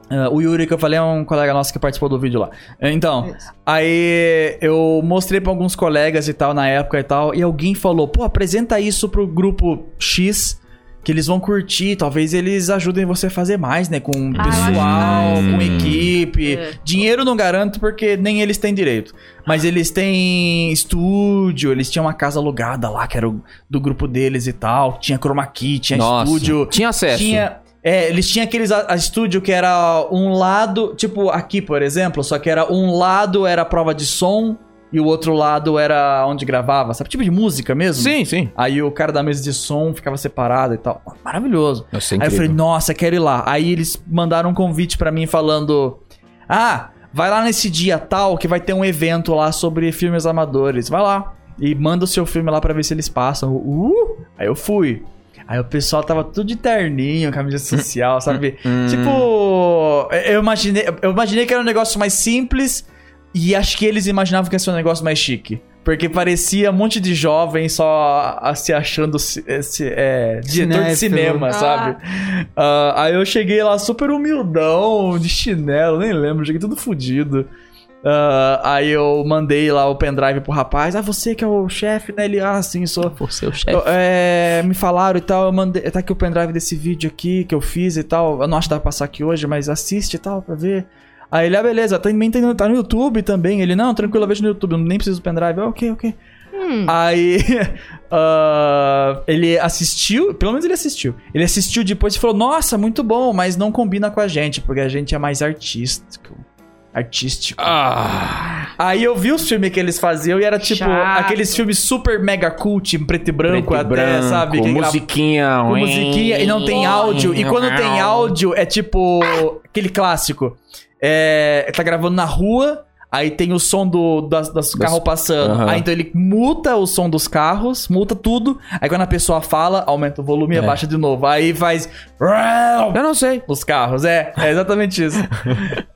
B: ah, o Yuri que eu falei é um colega nosso que participou do vídeo lá. Então, aí eu mostrei pra alguns colegas e tal na época e tal, e alguém falou: pô, apresenta isso pro grupo X, que eles vão curtir, talvez eles ajudem você a fazer mais, né? Com
C: Ah, eu
B: pessoal,
A: acho que-
B: com equipe.
C: É. Ah.
B: Dinheiro não garanto porque nem eles têm direito. Mas eles têm estúdio, eles tinham uma casa alugada lá, que era o- do grupo deles e tal. Tinha chroma key, tinha
E: Nossa.
B: estúdio.
E: Tinha acesso.
B: Tinha. É, eles tinham aqueles a, a estúdio que era um lado, tipo aqui, por exemplo, só que era um lado era a prova de som e o outro lado era onde gravava, sabe? Tipo de música mesmo.
A: Sim, sim.
B: Aí o cara da mesa de som ficava separado e tal. Maravilhoso.
E: Nossa, é
B: Aí eu
E: incrível.
B: falei, nossa, quero ir lá. Aí eles mandaram um convite pra mim falando: Ah, vai lá nesse dia tal que vai ter um evento lá sobre filmes amadores. Vai lá. E manda o seu filme lá pra ver se eles passam. Eu, Uh! Aí eu fui. Aí o pessoal tava tudo de terninho, camisa social, sabe?
D: Hum.
B: Tipo, eu imaginei, eu imaginei que era um negócio mais simples e acho que eles imaginavam que ia ser um negócio mais chique. Porque parecia um monte de jovem só a- se achando ci- eh, ci- eh, diretor de
D: Cinéfilo.
B: cinema,
C: Ah.
B: sabe? Ah, aí eu cheguei lá super humildão, de chinelo, nem lembro, cheguei tudo fudido. Ah, aí eu mandei lá o pendrive pro rapaz. Ah, você que é o chefe, né? Ele, ah, sim, sou.
E: Você é o
B: Eu,
E: chefe.
B: é, me falaram e tal, eu mandei. Tá aqui o pendrive desse vídeo aqui que eu fiz e tal. Eu não acho que dá pra passar aqui hoje, mas assiste e tal pra ver. Aí ele, ah, beleza, também tem, tá no YouTube também. Ele, não, tranquilo, eu vejo no YouTube, eu nem preciso do pendrive. Eu, ok, ok.
E: Hum.
B: Aí. ah, ele assistiu, pelo menos ele assistiu. Ele assistiu depois e falou: Nossa, muito bom, mas não combina com a gente, porque a gente é mais artístico. Artístico.
A: Ah,
B: Aí eu vi os filmes que eles faziam e era tipo
C: Chato.
B: aqueles filmes super mega cult, em preto e branco
E: Preto e
B: até,
E: branco,
B: sabe? Que grava-
E: musiquinha.
B: com musiquinha e não tem áudio. E quando tem áudio, é tipo aquele clássico. É, tá gravando na rua, aí tem o som do, das, das carros passando.
A: Aham.
B: Aí então ele muta o som dos carros, muta tudo. Aí quando a pessoa fala, aumenta o volume e
A: É.
B: abaixa de novo. Aí faz.
A: eu não sei.
B: Os carros, é. É exatamente isso.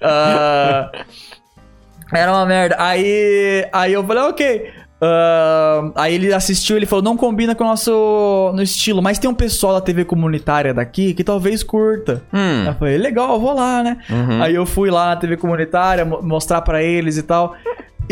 B: Ah, era uma merda. Aí, aí eu falei, ok. Ah, aí ele assistiu, ele falou, não combina com o nosso no estilo, mas tem um pessoal da TV comunitária daqui que talvez curta.
A: Hum.
B: Eu falei, legal, eu vou lá, né?
A: Uhum.
B: Aí eu fui lá na TV comunitária mo- mostrar pra eles e tal.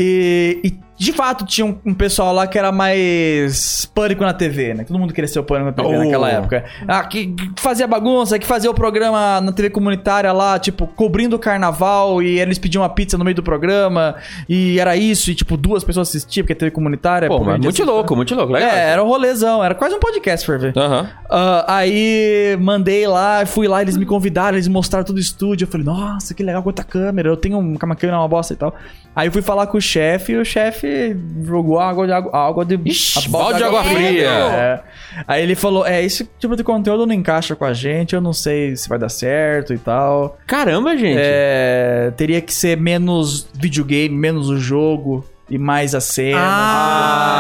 B: E, e De fato, tinha um, um pessoal lá que era mais pânico na TV, né? Todo mundo queria ser o pânico na TV
A: Oh.
B: naquela época. Ah, que, que fazia bagunça, que fazia o programa na TV comunitária lá, tipo, cobrindo o carnaval e eles pediam uma pizza no meio do programa e era isso, e tipo, duas pessoas assistiam, porque é TV comunitária.
A: Pô, mas
B: podia
A: muito
B: assistir.
A: louco, muito louco. Legal.
B: É, era um rolezão, era quase um podcast, por ver.
A: Aham.
B: Ah, aí mandei lá, fui lá, eles me convidaram, eles mostraram todo o estúdio. Eu falei, nossa, que legal quanta câmera. Eu tenho um- uma câmera, uma bosta e tal. Aí eu fui falar com o chefe e o chefe jogou água de água, água de.
A: Ixi,
B: a
A: balde de água fria.
B: É. Aí ele falou: é, esse tipo de conteúdo não encaixa com a gente, eu não sei se vai dar certo e tal.
A: Caramba, gente.
B: É, teria que ser menos videogame, menos o jogo e mais a cena.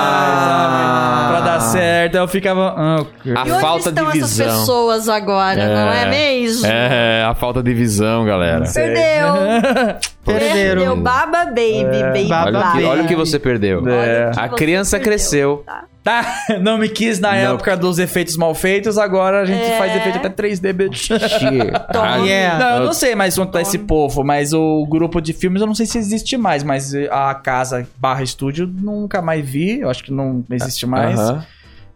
D: Ah!
B: Pra dar certo. Aí eu ficava. "Ah, ok."
A: A
C: e onde
A: falta de
C: estão essas
A: visão.
C: pessoas agora, não é mesmo?
A: É, a falta de visão, galera.
C: Perdeu.
B: É.
D: Perderam.
C: Perdeu. Baba Baby, Baby
D: Baba
A: Olha o que,
D: Baby.
A: olha o que você perdeu.
B: É.
A: A criança cresceu.
B: Tá, não me quis na
A: Não.
B: época dos efeitos mal feitos, agora a gente
C: É.
B: faz efeito até 3D, bitch.
A: Ah,
D: Yeah.
B: Não, eu não sei mais onde tá esse povo, mas o grupo de filmes eu não sei se existe mais, mas a casa barra estúdio nunca mais vi, eu acho que não existe mais.
A: Aham.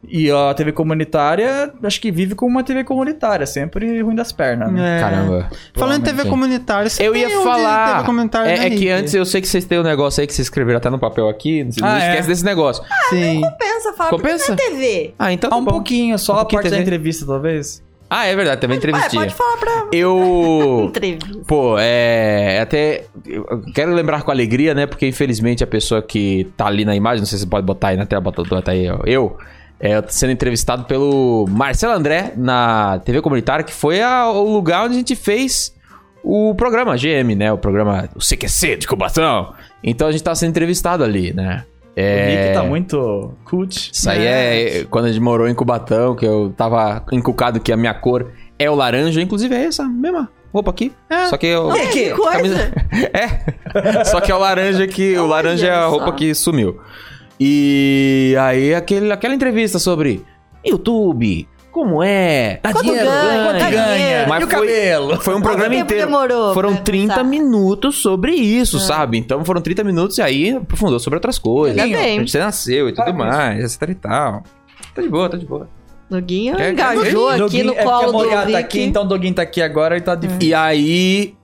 B: E a TV comunitária, acho que vive como uma TV comunitária, sempre ruim das pernas. né?
D: É.
A: Caramba.
D: Falando em TV comunitária, você
A: Eu
D: tem
A: ia
D: um de
A: falar.
D: TV comunitária
A: É,
D: da
A: é que
D: Nick.
A: antes eu sei que vocês têm um negócio aí que vocês escreveram até no papel aqui. Não,
B: Ah, é.
A: esquece desse negócio.
D: Sim.
C: Compensa, fala, é
A: Compensa?
C: por que na TV?
A: Ah, então
B: Ah,
A: tá
B: um
A: bom.
B: pouquinho, só
A: Um
B: a
A: pouquinho
B: parte da
A: TV.
B: entrevista, talvez.
A: Ah, é verdade, também
C: Ué,
A: entrevistinha.
C: pode falar pra
A: Eu.
C: entrevista.
A: Pô, é. Até. eu quero lembrar com alegria, né? Porque infelizmente a pessoa que tá ali na imagem, não sei se você pode botar aí na tela, bota, bota aí, ó. Eu. É, eu tô sendo entrevistado pelo Marcelo André na TV Comunitária, que foi a- o lugar onde a gente fez o programa GM, né? O programa o CQC de Cubatão. Então a gente tá sendo entrevistado ali, né?
B: O
A: É...
B: Nick tá muito cult.
A: Isso aí é. quando a gente morou em Cubatão, que eu tava encucado que a minha cor é o laranja, inclusive é essa mesma roupa aqui.
B: É.
A: Só que eu.
C: Olha que coisa.
A: é. Só que é o laranja que. o laranja é a
C: Olha
A: roupa
C: só.
A: que sumiu. E aí aquele, aquela entrevista sobre YouTube, como é? Tá
B: Ah,
C: Quanto
A: dinheiro,
C: ganha? Quanto ganha?
A: Mas
B: e o
A: foi-
B: cabelo?
A: Foi um
C: Quanto
A: programa
C: tempo
A: inteiro.
C: demorou
A: Foram
C: pra
A: 30
C: pensar?
A: minutos sobre isso, sabe? Então foram 30 minutos e aí aprofundou sobre outras coisas.
C: Ainda bem.
A: Você nasceu e tudo
B: Parabéns.
A: mais, etc e tal. Tá de boa, tá de boa.
C: Doguinho
A: Quer-
C: engajou
B: Doguinho-
C: aqui no
B: é porque a
C: colo do
B: Morgana
C: Vicky.
B: tá aqui, então o Doguinho tá aqui agora e tá difícil.
A: E aí.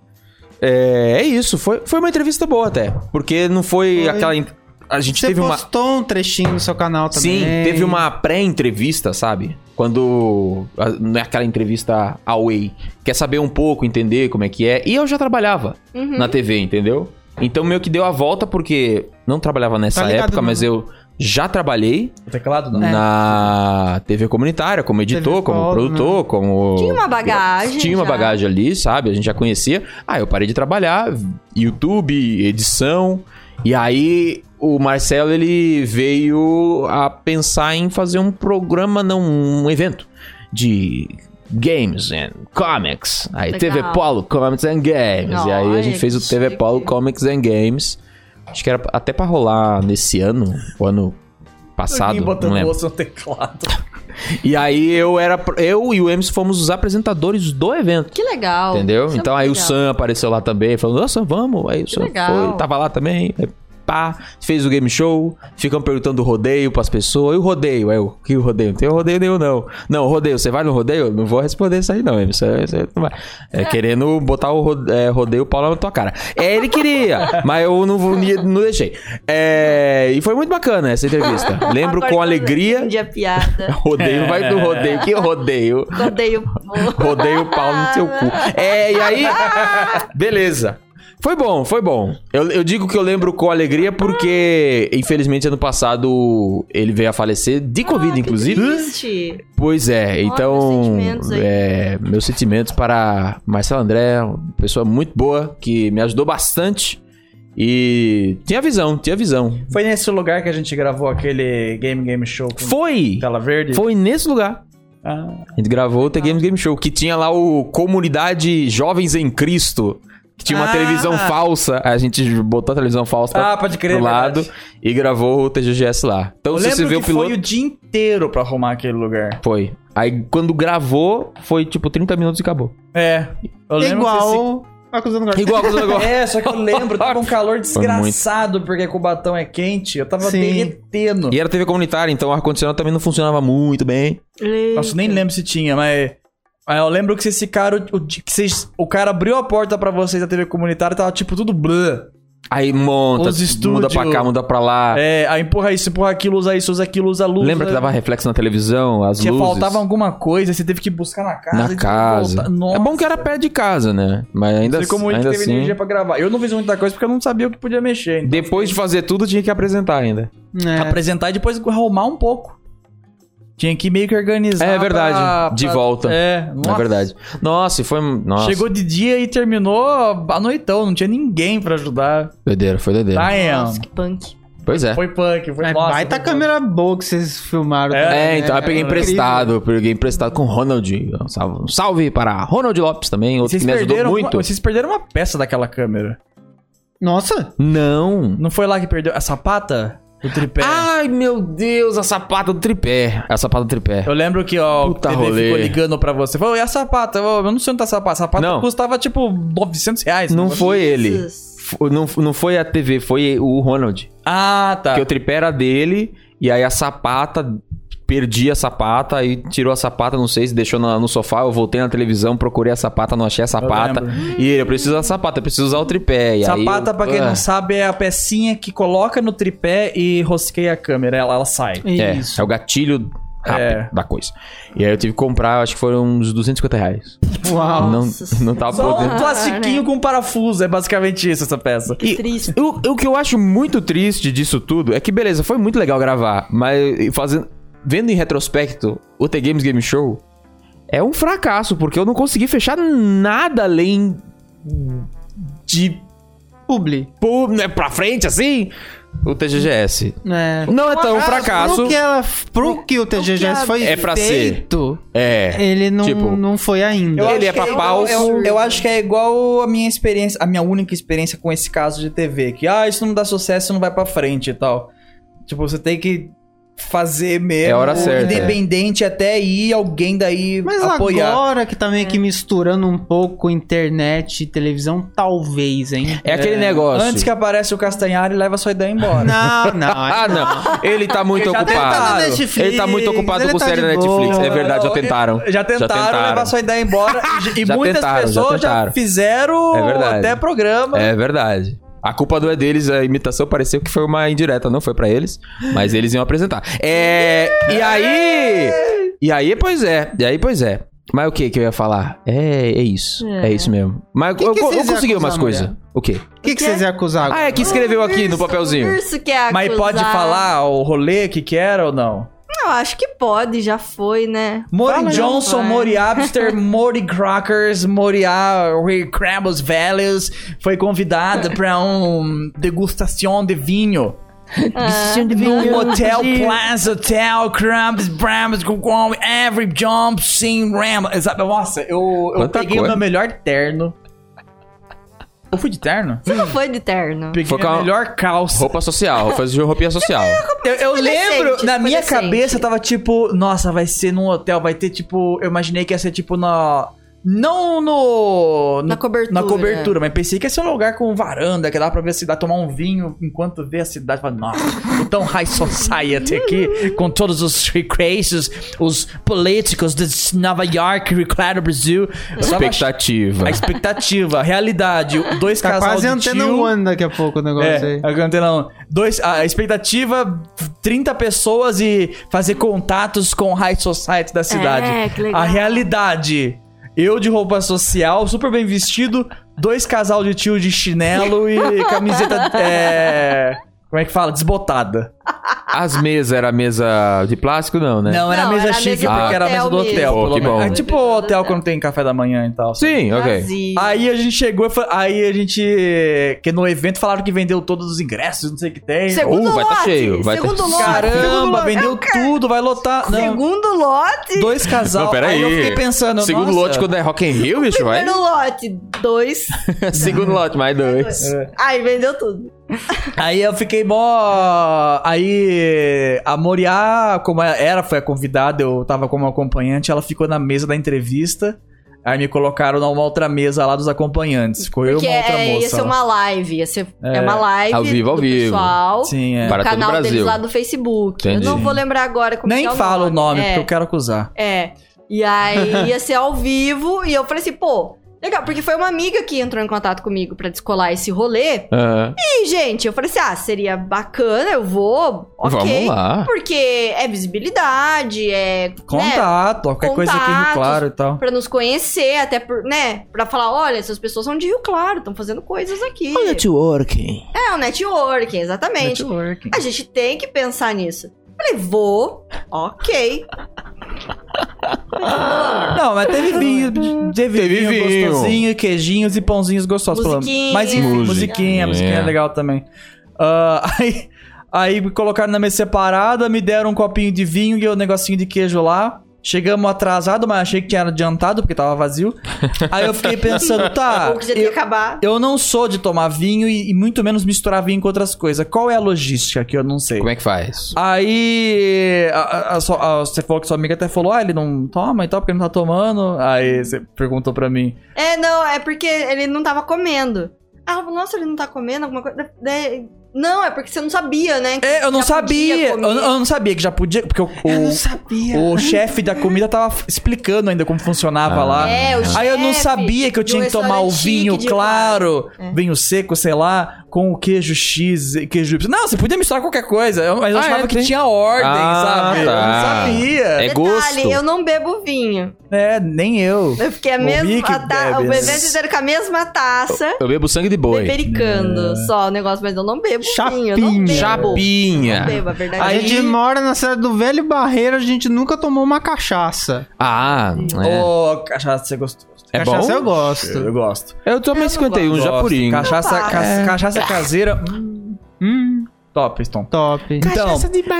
A: É, é isso. Foi, foi uma entrevista boa até. Porque não foi,
D: Foi.
A: aquela. en- A gente
D: Você
A: teve uma.
D: postou um trechinho no seu canal também.
A: Sim, teve uma pré-entrevista, sabe? Quando. a- Não é aquela entrevista away. Quer saber um pouco, entender como é que é. E eu já trabalhava
C: Uhum.
A: na TV, entendeu? Então meio que deu a volta, porque não trabalhava nessa
D: Tá ligado,
A: época,
D: não?
A: mas eu já trabalhei
B: O teclado não.
A: na TV comunitária, como editor,
D: TV
A: como
D: Polo,
A: produtor, como.
C: Tinha uma bagagem
A: Tinha uma
C: já.
A: bagagem ali, sabe? A gente já conhecia. Ah, eu parei de trabalhar, YouTube, edição. E aí o Marcelo ele veio a pensar em fazer um programa, não um evento de games and comics. Aí
C: Legal.
A: TV Polo Comics and Games. e aí a
C: Olha,
A: gente fez o
C: que
A: TV Polo
C: chique.
A: Comics and Games. Acho que era até pra rolar nesse ano, o ano passado, não lembro.
B: no teclado.
A: E aí eu era eu e o Emerson fomos os apresentadores do evento.
C: Que legal.
A: Entendeu?
C: Isso é
A: então
C: muito
A: aí o
C: legal.
A: Sam apareceu lá também, falando, nossa, vamos. Aí o Sam
C: legal.
A: foi, tava lá também, aí pá, fez o game show, ficam perguntando o rodeio pras pessoas. E o rodeio? Aí eu, que o rodeio? Não tem rodeio nenhum, não. Não, rodeio, você vai no rodeio? Eu Não vou responder isso aí, não, Emerson. Você não vai. É, querendo botar o ro- é, rodeio Paulo na tua cara. É, ele queria, mas eu não, vou- não deixei. É, e foi muito bacana essa entrevista. Lembro
C: Agora
A: com
C: que eu
A: alegria.
C: entendi a piada.
A: Rodeio, vai pro rodeio, que rodeio.
C: Rodeio.
A: Rodei o pau no seu cu. É, e aí. Beleza. Foi bom, foi bom. Eu, eu digo que eu lembro com alegria porque, infelizmente, ano passado ele veio a falecer de Covid, inclusive.
C: Ah, Triste.
A: Pois é, então.
C: meus sentimentos aí.
A: é, meus sentimentos para Marcelo André, uma pessoa muito boa que me ajudou bastante. E tinha visão, tinha visão.
B: Foi nesse lugar que a gente gravou aquele Game Game Show com
A: Foi!
B: tela verde?
A: Foi nesse lugar.
B: Ah,
A: A gente gravou o The Games Game Show, que tinha lá o Comunidade Jovens em Cristo, que tinha uma
D: Ah.
A: televisão falsa. A gente botou a televisão falsa
B: ah, pode crer.
A: pro
B: é
A: lado
B: verdade.
A: e gravou o TGGS lá. Então,
B: Eu
A: se você
B: lembro
A: vê
B: que
A: o piloto.
B: foi o dia inteiro pra arrumar aquele lugar.
A: Foi. Aí, quando gravou, foi tipo 30 minutos e acabou.
B: É. Eu lembro que
D: Igual Acusando Gorda.
A: Igual acusando agora.
B: É, só que eu lembro, tava um calor desgraçado, porque Cubatão é quente. Eu tava
D: Sim.
B: derretendo.
A: E era TV comunitária, então o ar-condicionado também não funcionava muito bem.
B: Nossa, eu nem lembro se tinha, mas. mas eu lembro que vocês ficaram. O, di- que vocês, o cara abriu a porta pra vocês da TV comunitária tava tipo tudo blã.
A: Aí monta,
B: Os
A: muda
B: estúdio.
A: pra cá, muda pra lá.
B: É, aí empurra isso, empurra aquilo, usa isso, usa aquilo, usa luz.
A: Ah. Lembra que
B: usa-
A: dava reflexo na televisão, as
B: que
A: luzes.
B: faltava alguma coisa, você teve que buscar na casa.
A: na
B: e
A: casa.
B: voltar. Nossa,
A: É bom que era perto de casa, né? Mas ainda,
B: não sei como a gente
A: ainda
B: teve
A: assim.
B: energia pra gravar. Eu não fiz muita coisa porque eu não sabia o que podia mexer. então-
A: Depois de fazer tudo, tinha que apresentar ainda.
D: É.
B: apresentar e depois arrumar um pouco. Tinha que meio que organizar.
A: É verdade.
B: pra-
A: de
B: Ah, pra-
A: volta. É,
B: É, nossa.
A: verdade. Nossa, e foi. Nossa.
B: Chegou de dia e terminou à noitão, não tinha ninguém pra ajudar.
A: Doideira, foi doideira.
B: Diane.
C: Nossa, que punk.
A: Pois é.
B: Foi punk, foi
D: É,
B: nossa,
D: baita
B: foi
D: câmera boa que vocês filmaram.
B: É,
D: também,
A: É,
D: né,
A: então eu
D: cara?
A: peguei emprestado, eu peguei emprestado com o Ronald. Um Salve, um salve para Ronald Lopes também, outro
B: Vocês
A: que me ajudou
B: perderam,
A: muito.
B: Uma, vocês perderam uma peça daquela câmera.
D: Nossa!
A: Não.
B: Não foi lá que perdeu a sapata do tripé?
A: Ai, meu Deus, a sapata do tripé. A sapata do tripé.
B: Eu lembro que ó, o
A: Puta
B: TV
A: rolê.
B: ficou ligando pra você. Falou, e a sapata? Eu eu não sei onde tá a sapata. A sapata
A: Não.
B: custava tipo 900 reais.
A: Não
B: né?
A: foi ele.
C: Jesus.
A: Fo- Não, não foi a TV, foi o Ronald.
B: Ah, tá.
A: Porque o tripé era dele, e aí a sapata. Perdi a sapata, aí tirou a sapata, não sei se deixou na- no sofá. Eu voltei na televisão, procurei a sapata, não achei a sapata. E ele, eu preciso da sapata, eu preciso usar o tripé. E aí
B: Sapata,
A: eu-
B: pra quem
A: Ah.
B: não sabe, é a pecinha que coloca no tripé e rosqueia a câmera. Ela, ela sai.
A: É,
D: Isso.
A: é o gatilho rápido
B: É.
A: da coisa. E aí eu tive que comprar, acho que foram uns 250 reais.
D: Uau!
A: Não,
C: Nossa
A: não tava
B: Só
A: podendo.
B: um plastiquinho com parafuso. É basicamente isso, essa peça.
C: Que triste.
A: O, o que eu acho muito triste disso tudo é que, beleza, foi muito legal gravar, mas fazendo, vendo em retrospecto o The Games Game Show é um fracasso, porque eu não consegui fechar nada além de
D: Publi.
A: pô, né, pra frente assim o TGGS.
D: É.
A: Não é tão um fracasso.
D: Pro que, ela, pro que o TGGS foi
A: é pra ser.
D: feito,
A: É.
D: ele não,
A: Tipo-
D: não foi ainda.
A: Eu- Ele é pra pau.
B: pau. Eu, eu acho que é igual a minha experiência, a minha única experiência com esse caso de TV. Que, ah, isso não dá sucesso, não vai pra frente e tal. Tipo, você tem que fazer mesmo.
A: É hora certa,
B: Independente até ir alguém daí
D: Mas
B: apoiar.
D: agora que tá meio
B: É.
D: que misturando um pouco internet e televisão, talvez, hein?
A: É aquele negócio.
B: Antes que aparece o Castanhari, leva sua ideia embora.
D: Não, não.
A: Ah, não. Ele tá muito
B: Ele já
A: ocupado.
B: tentaram.
D: Tá na
A: Ele tá muito ocupado
D: ele
A: com
D: tá
A: série
D: de
A: da
D: boa.
A: Netflix. É verdade, já
B: Não,
A: tentaram.
B: Já tentaram,
A: tentaram.
B: levar sua ideia embora. E
A: Já
B: muitas
A: tentaram, já
B: pessoas já,
A: tentaram.
B: fizeram
A: É verdade.
B: até programa.
A: É verdade. A culpa não é deles, a imitação pareceu que foi uma indireta, não foi pra eles, mas eles iam apresentar. É. E aí. E aí, pois é. E aí, pois é. Mas o que que eu ia falar? É, é isso. É,
C: É.
A: isso mesmo. Mas
D: Que
A: eu,
D: que
A: eu
D: vocês iam
A: consegui
D: acusar,
A: umas coisas. O quê?
D: O que, que vocês iam acusar
A: Ah, é que escreveu aqui no papelzinho.
C: Isso que é
B: Mas pode
C: acusar.
B: falar o rolê que que era ou não?
C: Não, acho que pode, já foi, né?
B: Mori
C: Fala,
B: Johnson,
C: vai.
B: Mori Abster, Mori Crockers, Mori Crabbles Velhos foi convidada para um degustação de vinho no Motel
A: Tá
B: Plaza Hotel Crabs Brams com Every Jump Sim Ram. Exato. Nossa, eu, eu
A: Quanta
B: peguei o
A: coisa.
B: meu melhor terno. Eu fui de terno?
C: Você não
A: Hum.
C: foi de terno.
B: Peguei
A: Foi com
B: a
A: a-
B: melhor calça.
A: Roupa social, fazia roupinha social.
B: Eu, eu
C: Foi
B: lembro,
C: decente,
B: na
C: foi
B: minha
C: decente.
B: cabeça tava tipo, nossa, vai ser num hotel, vai ter tipo, eu imaginei que ia ser tipo na não no,
C: Na
B: no-
C: cobertura.
B: na cobertura, mas pensei que ia ser um lugar com varanda, que dá pra ver a cidade, tomar um vinho enquanto vê a cidade. Falei, nossa, tô tão high society aqui, com todos os recreations, os políticos de Nova York, claro, Brasil. Eu tava ach-
A: Expectativa.
B: A expectativa, a realidade, dois
D: Tá
B: casais
D: quase
B: de
D: antena
B: tio-
D: One daqui a pouco o negócio
B: é,
D: aí.
B: a antena um. Dois, a expectativa, 30 pessoas e fazer contatos com o high society da cidade.
C: É. que legal.
B: A realidade, eu de roupa social, super bem vestido, dois casal de tio de chinelo e camiseta, é, como é que fala? Desbotada.
A: As mesas, era mesa de plástico, não, né?
B: Não, era
C: Não,
B: mesa
C: era a
B: chique,
C: mesa do
B: porque era a mesa do
C: hotel
A: mesmo.
B: hotel,
A: Pô,
B: pelo
A: que
B: menos.
A: bom.
B: É tipo o hotel quando tem café da manhã e tal. sabe?
A: Sim, ok.
C: Vazio.
B: Aí a gente chegou e foi, aí a gente que no evento falaram que vendeu todos os ingressos, não sei o que tem.
C: Segundo
A: Uh, vai tá
C: lote,
A: cheio, vai tá
C: segundo
A: cheio.
C: lote. segundo
B: Caramba,
C: lote.
B: vendeu tudo, vai lotar. Não,
C: Segundo lote.
B: dois casal.
A: Não, peraí.
B: eu fiquei pensando.
A: Segundo
B: nossa,
A: lote quando é Rock in Rio, bicho, vai.
C: Primeiro lote, dois.
A: Segundo lote, mais dois.
B: É.
C: Aí vendeu tudo.
B: Aí eu fiquei mó. Aí a Moriá, como ela era, foi a convidada, eu tava como acompanhante, ela ficou na mesa da entrevista. Aí me colocaram numa outra mesa lá dos acompanhantes. Ficou eu e
C: Porque
B: uma outra
C: é, ia
B: moça.
C: ser
B: lá.
C: uma live. Ia ser é.
B: É,
C: uma live
A: ao vivo, ao
C: do
A: vivo.
C: pessoal.
B: Sim, é.
A: Para
C: o
A: todo o
C: canal deles
A: Brasil.
C: lá do Facebook.
A: Entendi.
C: Eu não vou lembrar agora como que
B: Nem
C: é o
B: fala o nome,
C: É.
B: porque eu quero acusar.
C: É. E aí ia ser ao vivo e eu falei assim, pô, legal, porque foi uma amiga que entrou em contato comigo pra descolar esse rolê.
A: Aham.
C: E, gente, eu falei assim: ah, seria bacana, eu vou. Ok.
A: Vamos lá.
C: Porque é visibilidade, é. Né,
B: Contato, qualquer coisa aqui em Rio
C: contatos.
B: Claro e tal.
C: pra nos conhecer, até por, né? Pra falar, olha, essas pessoas são de Rio Claro, estão fazendo coisas aqui.
E: networking.
C: É, o networking, exatamente.
B: É Networking.
C: A gente tem que pensar nisso. Falei, vou, ok.
B: Não, mas teve vinho, teve,
A: Teve
B: vinho,
A: vinho.
B: gostosinho, queijinhos e pãozinhos gostosos. pelo-
C: Musiquinha.
B: Mas enfim,
A: Musiquinha.
B: musiquinha, musiquinha é legal também. Ah, aí, aí me colocaram na mesa separada, me deram um copinho de vinho e um negocinho de queijo lá. Chegamos atrasado, mas achei que tinha adiantado, porque tava vazio. Aí eu fiquei pensando, tá,
C: Ou que já tinha
B: eu,
C: acabado.
B: eu não sou de tomar vinho e, e muito menos misturar vinho com outras coisas. Qual é a logística que eu não sei?
E: Como é que faz?
B: Aí a- a- a sua- a- você falou que sua amiga até falou, ah, ele não toma e tal, porque ele não tá tomando. Aí você perguntou pra mim.
C: É, não, é porque ele não tava comendo. Ah, ela falou, nossa, ele não tá comendo alguma coisa. Daí- Não, é porque você não sabia, né? que
B: É, eu não
C: já
B: sabia.
C: podia
B: Eu,
C: comer.
B: eu não sabia que já podia. Porque o, o,
D: sabia.
B: o chefe da comida tava f- explicando ainda como funcionava
A: Ah.
B: lá.
C: É, o
B: Aí eu não
C: chefe
B: sabia que eu
C: do
B: tinha que tomar o
C: restaurante
B: vinho
C: chique de
B: claro,
C: É.
B: vinho seco, sei lá, com o queijo X, e queijo Y. Não, você podia misturar qualquer coisa, eu- mas eu
A: Ah,
B: achava
A: é,
B: que
A: tem-
B: tinha ordem,
A: Ah,
B: sabe? Eu não
A: tá.
B: sabia.
A: É
C: Detalhe,
A: gosto.
C: eu não bebo vinho.
B: É, nem eu.
C: Eu fiquei a
B: O
C: mesma.
B: Mickey
C: A ta...
B: bebe,
C: O
B: né?
C: bebê inteiro com a mesma taça,
A: Eu bebo sangue de boi.
B: Hum.
C: bebericando só o negócio, mas eu não bebo vinho. Eu não
D: Chapinha.
C: bebo.
A: Chapinha.
C: Não bebo, a verdade. é
D: A
B: Aí-
D: gente mora na cidade do Velho Barreiro, a gente nunca tomou uma cachaça.
A: Ah, é.
B: Ô, cachaça, você gostou.
A: É bom?
D: cachaça eu gosto.
A: É.
B: Eu gosto.
A: Eu tomei
C: Eu não
A: 51
B: Gosto.
A: já purinho.
B: Cachaça, ca-
D: É.
B: cachaça caseira. hum,
D: Hum,
B: Top, Stone.
D: top.
B: Então,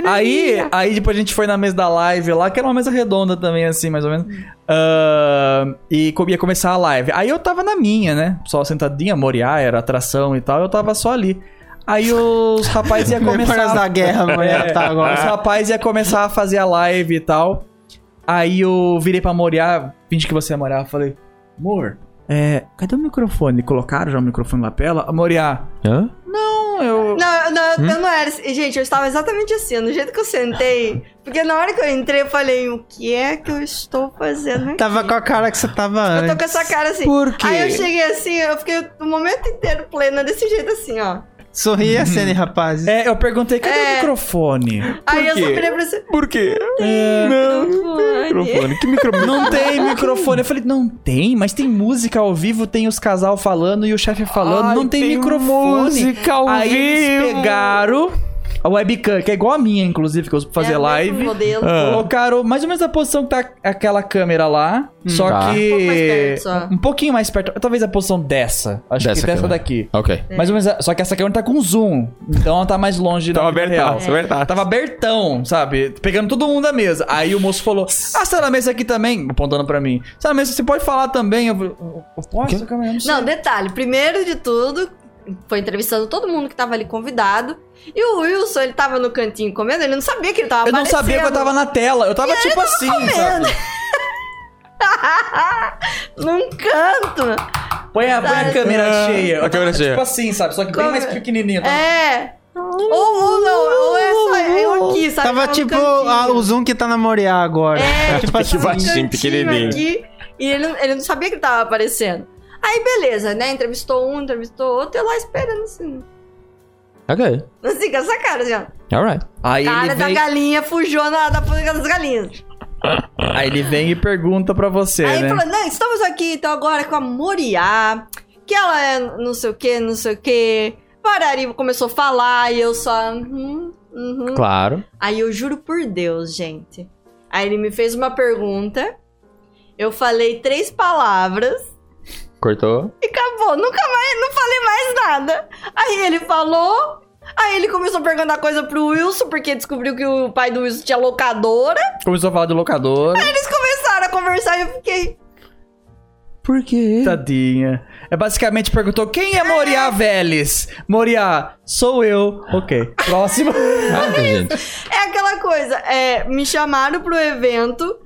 B: aí, aí depois a gente foi na mesa da live lá, que era uma mesa redonda também, assim, mais ou menos. Ah, e co- ia começar a live. Aí eu tava na minha, né? Só sentadinha, Moriá, era atração e tal, eu tava só ali. Aí os rapazes iam
D: Memórias
B: começar. é,
D: da guerra, mulher, tá
B: Os
D: agora.
B: rapazes iam começar a fazer a live e tal. Aí eu virei pra Moriá, finge que você é Moriá, falei, amor, é, cadê o microfone? Colocaram já o microfone na tela? A Moriá,
A: Hã?
B: não, eu...
C: Não, não, eu-
B: Hum?
C: eu não era. assim. Gente, eu estava exatamente assim, do jeito que eu sentei. Porque na hora que eu entrei, eu falei, o que é que eu estou fazendo aqui?
D: Tava com a cara que você tava
C: Eu
D: antes.
C: tô com essa cara assim.
D: Por quê?
C: Aí eu cheguei assim, eu fiquei o momento inteiro plena desse jeito assim, ó.
D: Sorria, Sene, rapazes.
B: É, eu perguntei, cadê o
C: É.
B: microfone? É.
C: Aí eu só
A: quê?
C: virei pra você.
A: Por quê?
C: Tipo, Microfone.
A: Microfone. Que microfone?
B: Não tem microfone. Eu falei, não tem, mas tem música ao vivo, tem os casal falando e o chefe falando,
A: Ai,
B: não tem,
A: tem
B: microfone.
A: música ao
B: Aí eles
A: vivo.
B: pegaram a webcam, que é igual a minha, inclusive, que eu uso pra fazer
C: É o mesmo
B: live. Ah.
C: modelo.
A: Ah.
C: Um
B: Colocaram mais ou menos a posição que tá aquela câmera lá, só
A: Tá.
B: que...
C: Um pouco mais perto, só.
B: Um pouquinho mais perto. Talvez a posição dessa. Acho
A: Dessa
B: que dessa
A: câmera.
B: daqui.
A: Ok.
C: É.
B: Mais ou menos, a- só que essa câmera tá com zoom, então ela tá mais longe da
A: Tava
B: vida
A: abertaço,
B: real.
A: abertaço.
B: Tava abertão, sabe? Pegando todo mundo da mesa. Aí o moço falou: Ah, você tá na mesa aqui também? Apontando pra mim. Você tá na mesa, você pode falar também? Eu, falei, eu, eu posso? Calma aí, eu não sei.
C: Não, detalhe, primeiro de tudo, foi entrevistando todo mundo que tava ali convidado. E o Wilson, ele tava no cantinho comendo, ele não sabia que ele tava
B: eu não sabia que eu
C: aparecendo.
B: tava na tela. Eu tava tipo assim, sabe?
C: Num canto.
B: Põe a, põe a
C: Tá.
B: câmera cheia. Eu
A: É, a câmera
B: tava,
A: cheia.
B: Tipo assim, sabe? Só que bem
C: Como-
B: mais pequenininho. tá?
C: É. Ou, ou não, ou é só eu aqui, sabe?
D: Tava
C: no
D: tipo
C: cantinho.
B: ah,
D: a- o Zoom que tá na Moriá agora.
C: É,
D: tipo assim.
C: tava no
A: baixinho,
C: cantinho
A: pequenininho.
C: aqui, e ele, não- ele não sabia que ele tava aparecendo. Aí, beleza, né? Entrevistou um, entrevistou outro, eu lá esperando assim.
A: Ok.
C: Assim, com essa cara, assim, ó.
A: Alright.
B: Aí, ele
C: Cara da
B: vem,
C: galinha fujona da política das galinhas.
B: aí ele vem e pergunta pra você,
C: Aí
B: né?
C: falou, não, estamos aqui então agora com a Moriá, que ela é não sei o que, não sei o que. Parari começou a falar e eu só. Uhum, uhum.
A: Claro.
C: Aí eu juro por Deus, gente. Aí ele me fez uma pergunta. Eu falei três palavras.
A: Cortou.
C: E acabou. Nunca mais, não falei mais nada. Aí ele falou. Aí ele começou a perguntar coisa pro Wilson, porque descobriu que o pai do Wilson tinha locadora.
B: Começou a falar do locador.
C: Eles começaram a conversar e eu fiquei.
A: Por quê?
B: Tadinha. É basicamente perguntou quem é Moriá Vélez? Moriá, sou eu. Ok. Próximo.
A: Nada, Ah, gente.
C: É aquela coisa. É, me chamaram pro evento.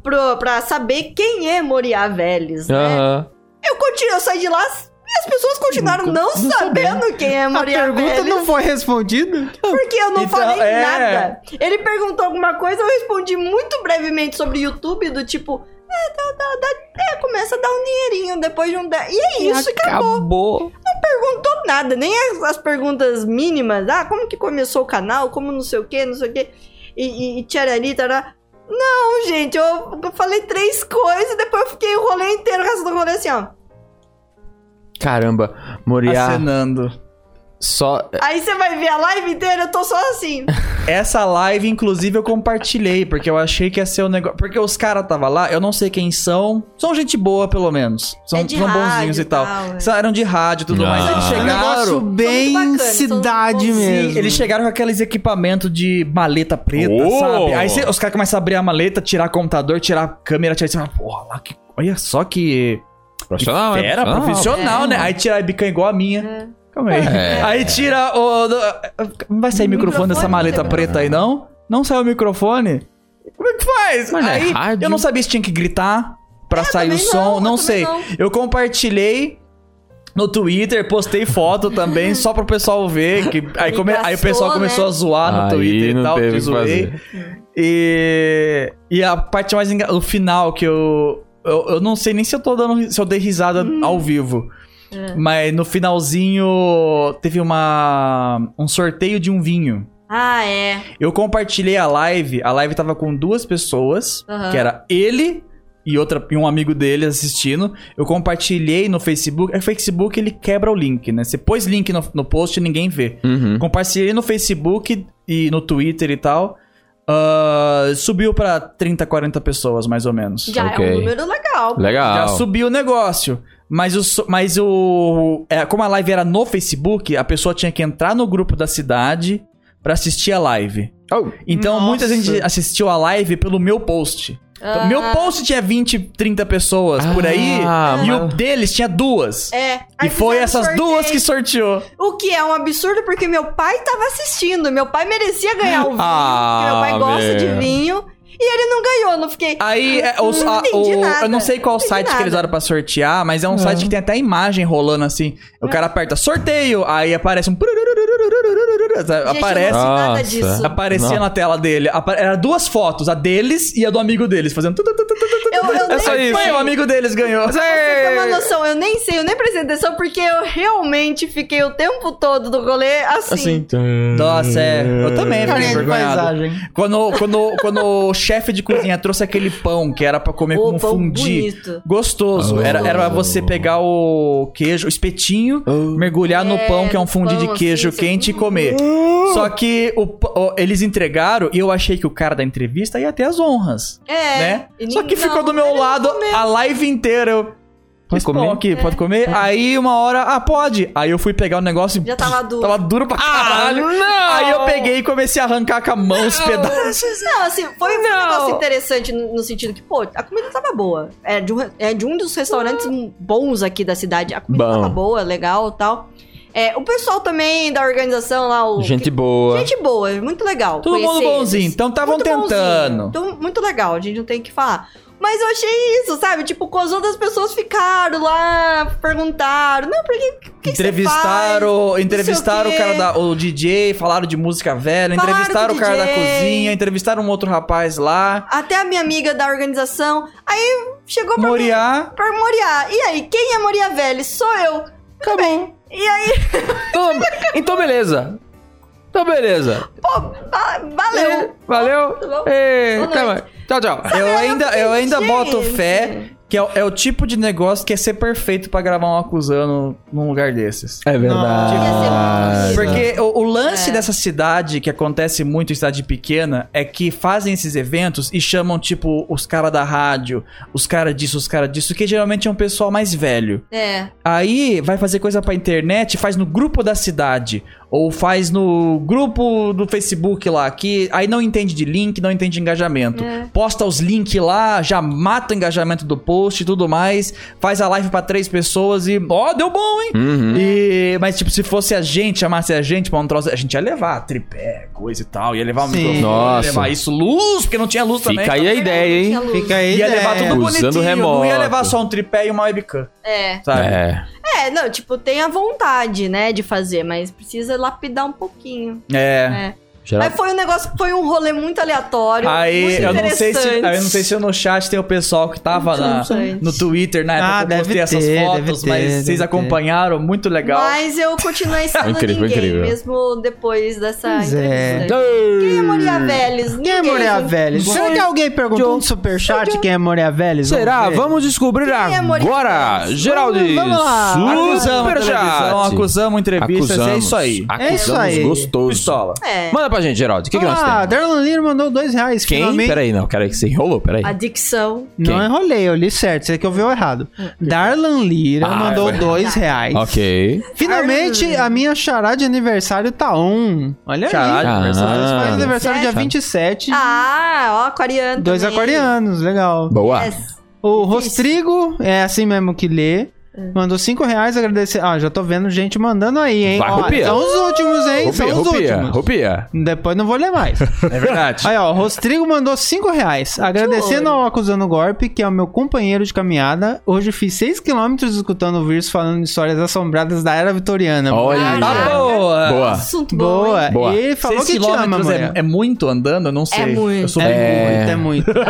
C: pro- pro, pra saber quem é Moriá Vélez, né?
A: Aham.
C: Eu, continuo, eu saí de lá e as pessoas continuaram
D: Nunca-
C: não
D: não
C: sabendo quem é
D: A
C: Moriá
D: pergunta
C: Vélez.
D: não foi respondida?
C: Porque eu não
B: Então,
C: falei
B: é.
C: nada. Ele perguntou alguma coisa, eu respondi muito brevemente sobre YouTube, do tipo... É, dá, dá, dá- é, começa a dar um dinheirinho depois de um... dez. E é isso, acabou.
E: Acabou.
C: perguntou nada, nem é as, as perguntas mínimas. Ah, como que começou o canal? Como não sei o que, não sei o que. E, e, e tcharari, tará. Não, gente, eu, eu falei três coisas e depois eu fiquei o rolê inteiro, o resto do rolê assim, ó.
A: Caramba, Moriá,
B: Acenando.
A: só.
B: É.
C: Aí você vai ver a live inteira, eu tô só assim.
B: Essa live, inclusive, eu compartilhei, porque eu achei que ia ser o negócio. Porque os caras tava lá, eu não sei quem são. São gente boa, pelo menos. São,
C: É de
B: são bonzinhos
C: rádio
B: e
C: e
B: tal.
C: tal, é.
B: São- Eram de rádio e tudo
A: Ah.
B: mais. Eles
A: Um
D: Um
B: chegaram.
D: negócio bem
C: bacana, são
D: cidade
C: bonzinhos.
D: mesmo.
B: Eles chegaram com aqueles equipamentos de maleta preta,
A: Oh!
B: sabe? Aí cê- os caras começam a abrir a maleta, tirar o computador, tirar a câmera, tirar. Você fala, porra, lá que. Olha só que.
A: Profissional, né?
B: Era profissional, né? Aí tira a bica igual a minha. Calma aí.
A: É.
B: Aí tira o. do- Não vai sair
C: O
B: microfone,
C: microfone
B: dessa
C: não
B: maleta
C: tem
B: preta aí, não? Não saiu o microfone? Como é que faz?
E: Mas não é
B: aí,
E: rádio.
B: eu não sabia se tinha que gritar pra sair o
C: também
B: som,
C: não, É,
B: não,
C: eu também
B: sei.
C: não.
B: Eu compartilhei no Twitter, postei foto também, só pro pessoal ver. Que, aí, come- aí o pessoal
C: gastou,
B: começou
C: né?
B: a zoar no
A: Aí
B: Twitter
A: não
B: e tal,
A: teve o
B: que
A: que
B: zoei.
A: fazer.
B: E, e a parte mais engraçada, o final que eu, eu. eu não sei nem se eu tô dando. ri- Se eu dei risada ao vivo. Mas no finalzinho teve uma. um sorteio de um vinho.
C: Ah, é.
B: Eu compartilhei a live. A live tava com duas pessoas,
C: Aham.
B: que era ele e outra e um amigo dele assistindo. Eu compartilhei no Facebook. É Facebook ele quebra o link, né? Você pôs link no, no post e ninguém vê.
A: Uhum.
B: Compartilhei no Facebook e no Twitter e tal. Ah, subiu pra 30, 40 pessoas, mais ou menos.
C: Já é
A: Ok.
C: um número legal.
B: Já
A: Uhum. Legal.
B: subiu o negócio. Mas o. so- Mas o é, como a live era no Facebook, a pessoa tinha que entrar no grupo da cidade pra assistir a live.
A: Oh.
B: Então
D: Nossa.
B: muita gente assistiu a live pelo meu post. Então, Meu
C: Ah.
B: post tinha 20, 30 pessoas por aí.
A: Ah,
B: E
A: mas-
B: o deles tinha duas.
C: É.
B: E
C: Aí
B: foi
C: fizeram
B: essas
C: sorteio,
B: duas que sorteou.
C: O que é um absurdo, porque meu pai tava assistindo. Meu pai merecia ganhar o vinho,
A: Ah,
C: porque meu pai gosta
A: meu.
C: de vinho. E ele não ganhou, não fiquei... "Ah,
B: Aí, é, os-
C: Não
B: a-
C: entendi
B: o-
C: nada,
B: eu não sei qual
C: não entendi
B: site que
C: nada.
B: eles usaram pra sortear, mas é um site que tem até imagem rolando assim.
C: É.
B: O cara aperta sorteio, aí aparece um. prurururururururururu, sabe?
C: Gente,
B: aparece.
C: Eu não sei nada
A: Nossa.
C: disso.
B: Aparecia
A: Não.
B: na tela dele. apa- Era duas fotos, a deles e a do amigo deles, fazendo. tu, tu, tu, tu, tu, tu, tu,
C: Eu- eu
B: tu.
C: nem
B: só
C: sei. é-
B: Foi, o amigo deles ganhou.
C: Pra ter uma
B: É.
C: noção, eu nem sei, eu nem prestei atenção, porque eu realmente fiquei o tempo todo do rolê assim.
B: Assim. Nossa, é. Eu também
D: Carinha
B: fiquei
D: de
B: envergonhado.
D: paisagem.
B: Quando, quando, quando o chefe de cozinha trouxe aquele pão que era pra comer
C: Ô,
B: com um
C: pão
B: fundi.
C: bonito.
B: Gostoso.
A: Ah.
B: Era, era você pegar o queijo, o espetinho,
A: Ah.
B: mergulhar no
C: É,
B: pão, que é um
C: no
B: fundi
C: pão,
B: de queijo
C: assim, você-
B: quente, e
C: Hum.
B: comer. Só que o p- o- eles entregaram e eu achei que o cara da entrevista ia ter as honras.
C: É.
B: né?
C: e
B: Só
C: nem-
B: que ficou
C: não, um
B: do meu
C: ele não
B: lado
C: comeu. É.
B: a live inteira. Eu,
A: Pode
B: "Esse pão
A: comer?"
B: aqui, pode comer? Aí uma hora, ah, pode. Aí eu fui pegar o negócio e.
C: Já tava duro.
B: Tava duro pra caralho.
A: Ah, não!
B: Aí eu peguei e comecei a arrancar com a mão os pedaços.
C: Não, assim, foi um
B: é. Não.
C: negócio interessante no no sentido que, pô, a comida tava boa. É de um, re- é de um dos restaurantes
B: Uhum.
C: bons aqui da cidade. A comida
A: Bom.
C: tava boa, legal e tal. É, o pessoal também da organização lá, o.
A: Gente
C: que-
A: boa.
C: Gente boa, muito legal.
B: Todo mundo
C: conhecer
B: bonzinho.
C: eles.
B: Então estavam
C: Muito bonzinho.
B: tentando.
C: Então, muito legal, a gente não tem o que falar. Mas eu achei isso, sabe? Tipo, com as outras pessoas ficaram lá, perguntaram. Não, por que, que que você faz?
B: entrevistaram entrevistaram
C: Não
B: o
C: sei o
B: cara
C: quê.
B: da o DJ, falaram de música velha,
C: Falaram
B: entrevistaram
C: do
B: o cara da
C: DJ.
B: cozinha, entrevistaram um outro rapaz lá.
C: Até a minha amiga da organização. Aí chegou pra mim.
B: Moriá.
C: Pra Moriá. E aí, quem é Moriá Velho? Sou eu. Tá bem. E aí,
A: Então, então beleza. Então beleza.
C: pô, va- valeu.
A: Valeu.
C: É,
A: Ei, até
C: Tá bom? Boa noite. Tá
A: mais. Tchau, tchau.
B: Eu ainda, eu ainda
C: gente.
B: boto fé que é, o- é o tipo de negócio que é ser perfeito pra gravar um acusando num lugar desses.
A: É Ah,
C: verdade.
B: Porque o, o lance dessa cidade, que acontece muito em cidade pequena, é que fazem esses eventos e chamam, tipo, os caras da rádio, os caras disso, os caras disso, que geralmente é um pessoal mais velho.
C: É.
B: Aí vai fazer coisa pra internet, faz no grupo da cidade. Ou faz no grupo do Facebook lá, que aí não entende de link, não entende de engajamento. Posta os links lá, já mata o engajamento do post e tudo mais. Faz a live pra três pessoas e. Ó, deu bom, hein?
A: Uhum.
B: E, mas, tipo, se fosse a gente, chamasse a gente pra um troço a gente ia levar tripé, coisa e tal. Ia levar o
D: Sim.
B: microfone,
A: Nossa.
B: ia levar isso, luz, porque não tinha luz também.
A: Fica aí a ideia, hein?
D: Fica aí. né?
B: Ia
A: é
D: ideia.
B: levar tudo
A: Usando
B: bonitinho, não ia
A: remoto.
B: levar só um tripé e uma webcam,
C: É.
B: sabe?
A: É.
C: É, não, tipo, tem a vontade, né, de fazer, mas precisa lapidar um pouquinho.
B: É.
A: Tá.
C: Mas foi um negócio, foi um rolê muito aleatório.
B: Aí
C: muito
B: eu não sei se
C: interessante.
B: eu não sei se no chat tem o pessoal que tava
C: Muito
B: na,
C: interessante.
B: no Twitter na época
D: Ah,
B: que eu postei
D: deve
B: essas
D: ter,
B: fotos,
D: deve
B: mas
D: ter,
B: vocês
D: deve
B: acompanharam, muito é legal.
C: Mas eu continuei sendo
A: Incrível,
C: ninguém,
A: incrível.
C: mesmo depois dessa
D: Pois é.
C: entrevista. Quem é Maria Vélez?
D: Quem é
C: Ninguém.
D: Moreira Vélez? Será que alguém perguntou no superchat quem é Moreira Vélez?
A: Será?
D: ver.
A: Vamos descobrir
C: é Moreira
A: agora!
C: Vélez?
A: Geraldo,
D: Vamos lá.
B: Acusamos televisão,
A: superchat!
B: acusamos entrevistas, é isso aí.
A: Acusamos
D: É isso aí.
A: gostoso.
B: Pistola.
C: É.
A: Manda pra gente, Geraldo. O que, que nós
D: Ah,
A: temos?
D: Darlan Lira mandou dois reais.
A: Quem? Ah,
D: finalmente.
A: Peraí, não. Cara, que você enrolou, peraí.
C: Adicção.
D: Não
A: Quem?
D: enrolei, eu li certo. Você que ouviu errado. Darlan Lira
A: Ah,
D: mandou
A: foi.
D: dois reais.
A: Ok.
D: Finalmente, a minha chará de aniversário tá on. Olha
B: Chará
D: aí.
B: de
D: Ela
A: aniversário.
D: faz aniversário dia
A: Sério?
D: 27.
C: Ah, ó, aquariano.
D: Dois
C: também. É
D: aquarianos, legal.
A: Boa.
C: Yes.
D: O Rostrigo, é assim mesmo que lê. Mandou cinco reais agradecer. Ah, já tô vendo gente mandando aí, hein?
A: Vai,
D: Ó,
A: roupia.
D: são os últimos, hein?
A: Roupia,
D: são os
A: roupia,
D: últimos.
A: roupia.
D: Depois não vou ler mais.
B: É verdade.
D: Aí, ó, o Rostrigo mandou 5 reais. Agradecendo ao Acusando Golpe, que é o meu companheiro de caminhada. Hoje fiz 6 quilômetros escutando o vírus falando de histórias assombradas da era vitoriana.
A: Olha.
B: Tá boa.
A: é. Boa.
C: Assunto bom. hein?
D: Boa. é.
A: Boa.
D: E ele falou
B: Seis
D: que te ama,
B: quilômetros
D: mano.
B: é, é muito andando? Eu não sei.
C: muito.
B: Eu sou
A: É.
D: muito, é muito.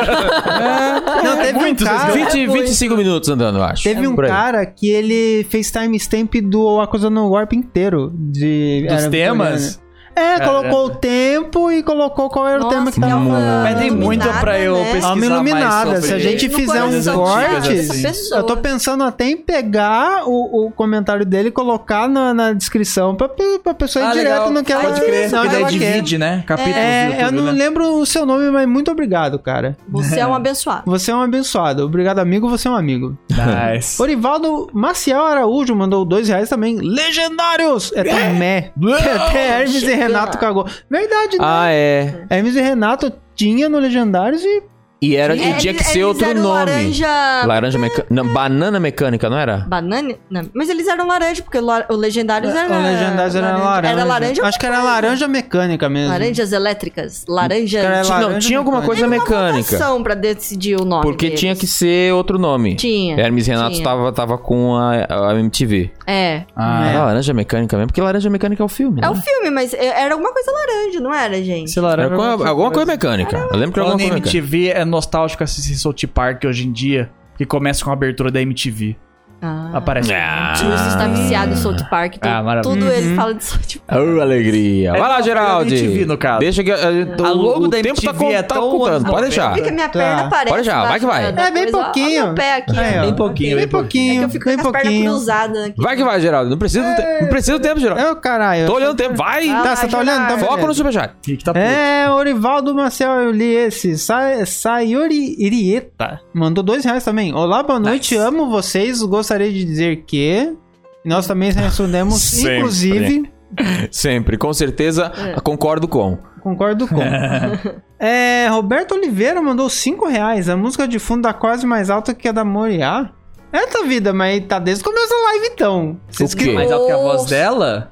D: Não, teve um cara...
A: 20, 25 minutos andando, eu acho.
D: Teve
B: É
D: um
A: Por aí.
D: cara que ele fez timestamp do Acusando o Golpe inteiro. De
B: Dos
D: Era
B: temas?
D: Vitoriana. É,
B: Caramba.
D: colocou o tempo e colocou qual era o
C: Nossa,
D: tema que tá
C: que
D: tava.
C: alma
B: Pedem muito
C: iluminada,
B: pra eu
C: né?
B: pesquisar
D: Alma
B: mais
D: iluminada.
B: sobre
D: Se a gente
C: No
D: fizer um
C: coração
D: corte.
C: dessa pessoa.
D: Eu tô pensando até em pegar o, o comentário dele e colocar na, na descrição pra, pe- pra pessoa ir
B: Ah,
D: direto
B: legal.
D: no que ela
B: Pode crer,
D: no
B: porque
D: que
B: daí
D: ela quer.
B: divide, né? Capítulos do
D: É, eu
B: YouTube,
D: não
B: né?
D: lembro o seu nome, mas muito obrigado, cara.
C: Você é um abençoado.
D: Você é um abençoado. Obrigado, amigo. Você é um amigo.
B: Nice.
D: Orivaldo Maciel Araújo mandou dois reais também. Legendários! É tão meh. Até Hermes e Renato cagou. Verdade, né?
A: Ah, é.
D: Hermes e Renato tinha no Legendários e
A: E, era, e
C: É,
A: tinha que
C: eles-
A: ser
C: eles
A: outro
C: eram
A: nome.
C: Laranja.
A: Laranja mecânica. Não, banana mecânica, não era?
C: Banana? Não. Mas eles eram é laranja, porque la- o Legendários era.
D: O Legendários é era laranja.
C: Era laranja.
D: Acho que era laranja mecânica mesmo.
C: Laranjas elétricas. Laranjas.
D: Cara, é
A: Tinha- não,
D: laranja
A: tinha alguma
D: mecânica.
A: coisa mecânica.
C: ação pra decidir o nome.
A: Porque
C: deles.
A: tinha que ser outro nome.
C: Tinha.
A: Hermes e Renato
C: tinha.
A: tava, tava com a, a MTV.
C: É.
B: Ah,
A: Era laranja mecânica mesmo, porque laranja mecânica é o filme.
C: É
A: né?
C: o filme, mas é- era alguma coisa laranja, não era, gente?
B: Sei lá,
A: Era é alguma, alguma coisa mecânica. Eu lembro que era
B: Falando
A: alguma
B: em
A: coisa mecânica.
B: MTV, é nostálgico assistir South Park hoje em dia, que começa com a abertura da MTV.
C: Ah.
B: Aparece.
A: Ah.
C: O Wilson está viciado em South Park. Então
B: Ah, maravilha.
C: tudo ele fala de South Park.
A: Oh, alegria.
B: É
A: Vai lá,
B: uma
A: Geraldo.
B: MTV no caso.
A: Deixa que. eh,
B: A logo
A: o
B: da
A: tempo tá,
B: MTV
A: con-
B: é
A: tá
B: tão
A: contando.
B: anos
A: Pode deixar.
C: Por que
B: 90.
C: que a minha
D: Tá.
C: perna aparece?
A: Pode já, vai que vai.
C: embaixo da
D: É, bem
C: coisa? Olha
D: pouquinho.
C: o meu pé aqui.
D: Aí, É, ó.
C: ó.
B: Bem pouquinho,
D: Bem
C: É
B: bem pouquinho.
C: que
D: pouquinho,
C: eu fico
D: bem
C: com as pernas
D: pouquinho.
C: cruzadas aqui.
A: Vai que vai, Geraldo. Não precisa do, te- não precisa do tempo, Geraldo.
D: É o caralho.
A: Tô olhando o tempo. Vai!
C: Ah,
D: Tá, você tá olhando? Tá
A: Foca no
D: beleza.
A: superchat.
B: Fique tá puto.
D: É, Orivaldo Marcel, eu li esse. Sa Sayori Irieta. Mandou dois reais também. Olá, boa noite.
B: Nice.
D: Amo vocês. Gostaria de dizer que. Nós também respondemos,
A: Sempre.
D: inclusive.
A: Sempre, com certeza,
C: É.
A: concordo com.
D: Concordo com. é, Roberto Oliveira mandou cinco reais. A música de fundo tá quase mais alta que a da Moriá. Eita vida, mas tá desde o começo da live então. Vocês
A: O
D: que
A: quê?
B: Mais alto que a voz
C: Nossa.
B: dela,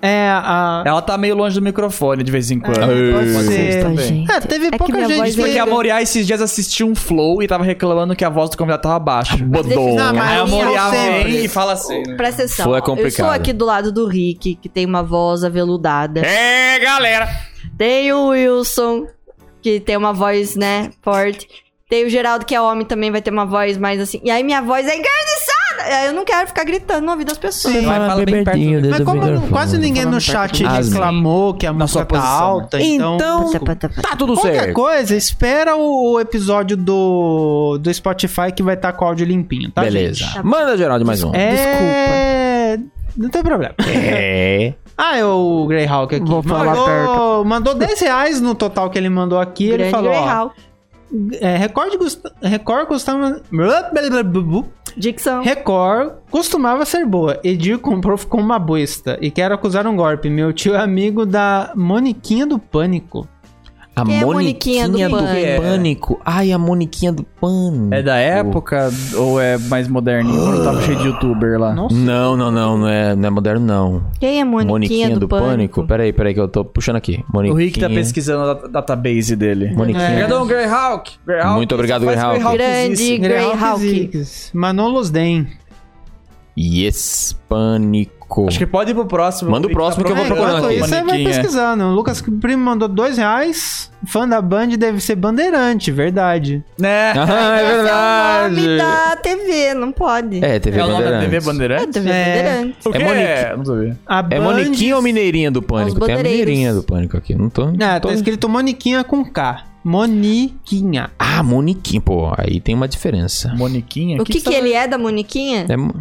D: É, a.
B: ela tá meio longe do microfone de vez em quando.
A: É, pode
B: Pode
D: ser.
B: ser também.
D: É, teve
C: que
D: pouca
C: minha
D: gente
C: voz
B: Porque
D: que. é-
B: a Moriá esses dias assistiu um flow e tava reclamando que a voz do convidado tava baixa.
A: Bodom.
D: Não, mas-
B: Aí a
D: eu
B: Moriá
D: sempre.
B: vem e fala assim. né?
C: Presta atenção.
A: Foi
C: ó. Eu
A: complicado.
C: sou aqui do lado do Rick, que tem uma voz aveludada.
A: É, galera!
C: Tem o Wilson, que tem uma voz, né, forte. Tem o Geraldo, que é homem, também vai ter uma voz mais assim. E aí minha voz é engarniçada! Aí Eu não quero ficar gritando no ouvido das pessoas.
D: Sim.
B: Vai, fala bem perto. do-
D: Mas como não- tá então quase ninguém no chat
A: Ah, sim.
D: reclamou que a música tá
B: posição, né?
D: alta, então.
A: Tá tudo
D: Qualquer
A: certo.
D: coisa, espera o, o episódio do, do Spotify que vai estar com o áudio limpinho, tá?
A: Beleza.
D: gente?
A: Manda, Geraldo, mais um.
D: É... Desculpa. Não tem problema.
A: É.
D: Ah, é o Greyhawk aqui.
E: Vou falar
D: mandou, mandou 10 reais no total que ele mandou aqui. ele
C: Grande
D: falou: ó,
C: Greyhound.
D: é, Record, custa- Record costuma.
C: Dicção.
D: Record costumava ser boa. Edir comprou, ficou uma besta. E quero acusar um golpe. Meu tio é amigo da Moniquinha do Pânico.
A: A
C: Quem é a
A: Moniquinha,
C: Moniquinha do
A: do,
C: Pânico?
A: Pânico. Ai, a Moniquinha do Pânico.
B: É da época ou é mais moderninho? Quando tava cheio de youtuber lá.
D: Nossa.
A: Não, não, não, não é, não é moderno, não.
C: Quem é Moniquinha, do, Pânico?
A: Peraí, peraí, que eu tô puxando aqui. Moniquinha.
B: O Rick tá pesquisando É. a da- database dele.
A: Moniquinha.
B: Obrigadão, Greyhawk. Greyhawk.
A: Muito obrigado,
B: Faz assim.
A: Greyhawk.
C: Grande
D: Greyhawk
C: Greyhawk.
D: Ziggs. Manolos Den.
A: Yes, Pânico.
B: Acho que pode ir pro próximo.
A: Manda o
B: Ele tá
A: próximo que eu vou
D: É,
A: procurando
D: enquanto
A: aqui.
D: Isso aí vai
B: Manequim, é.
D: pesquisando. O Lucas Primo mandou dois reais. Fã da Band deve ser bandeirante, verdade.
B: Né?
A: Ah, é
C: Esse é o nome
A: verdade.
C: da TV, não pode.
A: É, TV
B: É o nome da TV
A: Bandeirantes.
C: É
B: Bandeirante?
C: TV
D: É.
C: Bandeirante.
B: O quê?
A: Monique.
B: Não sabia.
D: A Band...
A: É Moniquinha ou Mineirinha do Pânico? Tem a
C: bandeireiros.
A: Mineirinha do Pânico aqui. Não tô.
D: Ah,
A: tô-
D: tá escrito Moniquinha com K. Moniquinha.
A: Ah, Moniquinha. Pô, aí tem uma diferença.
B: Moniquinha?
C: O que, que ele é da Moniquinha?
A: É. mo-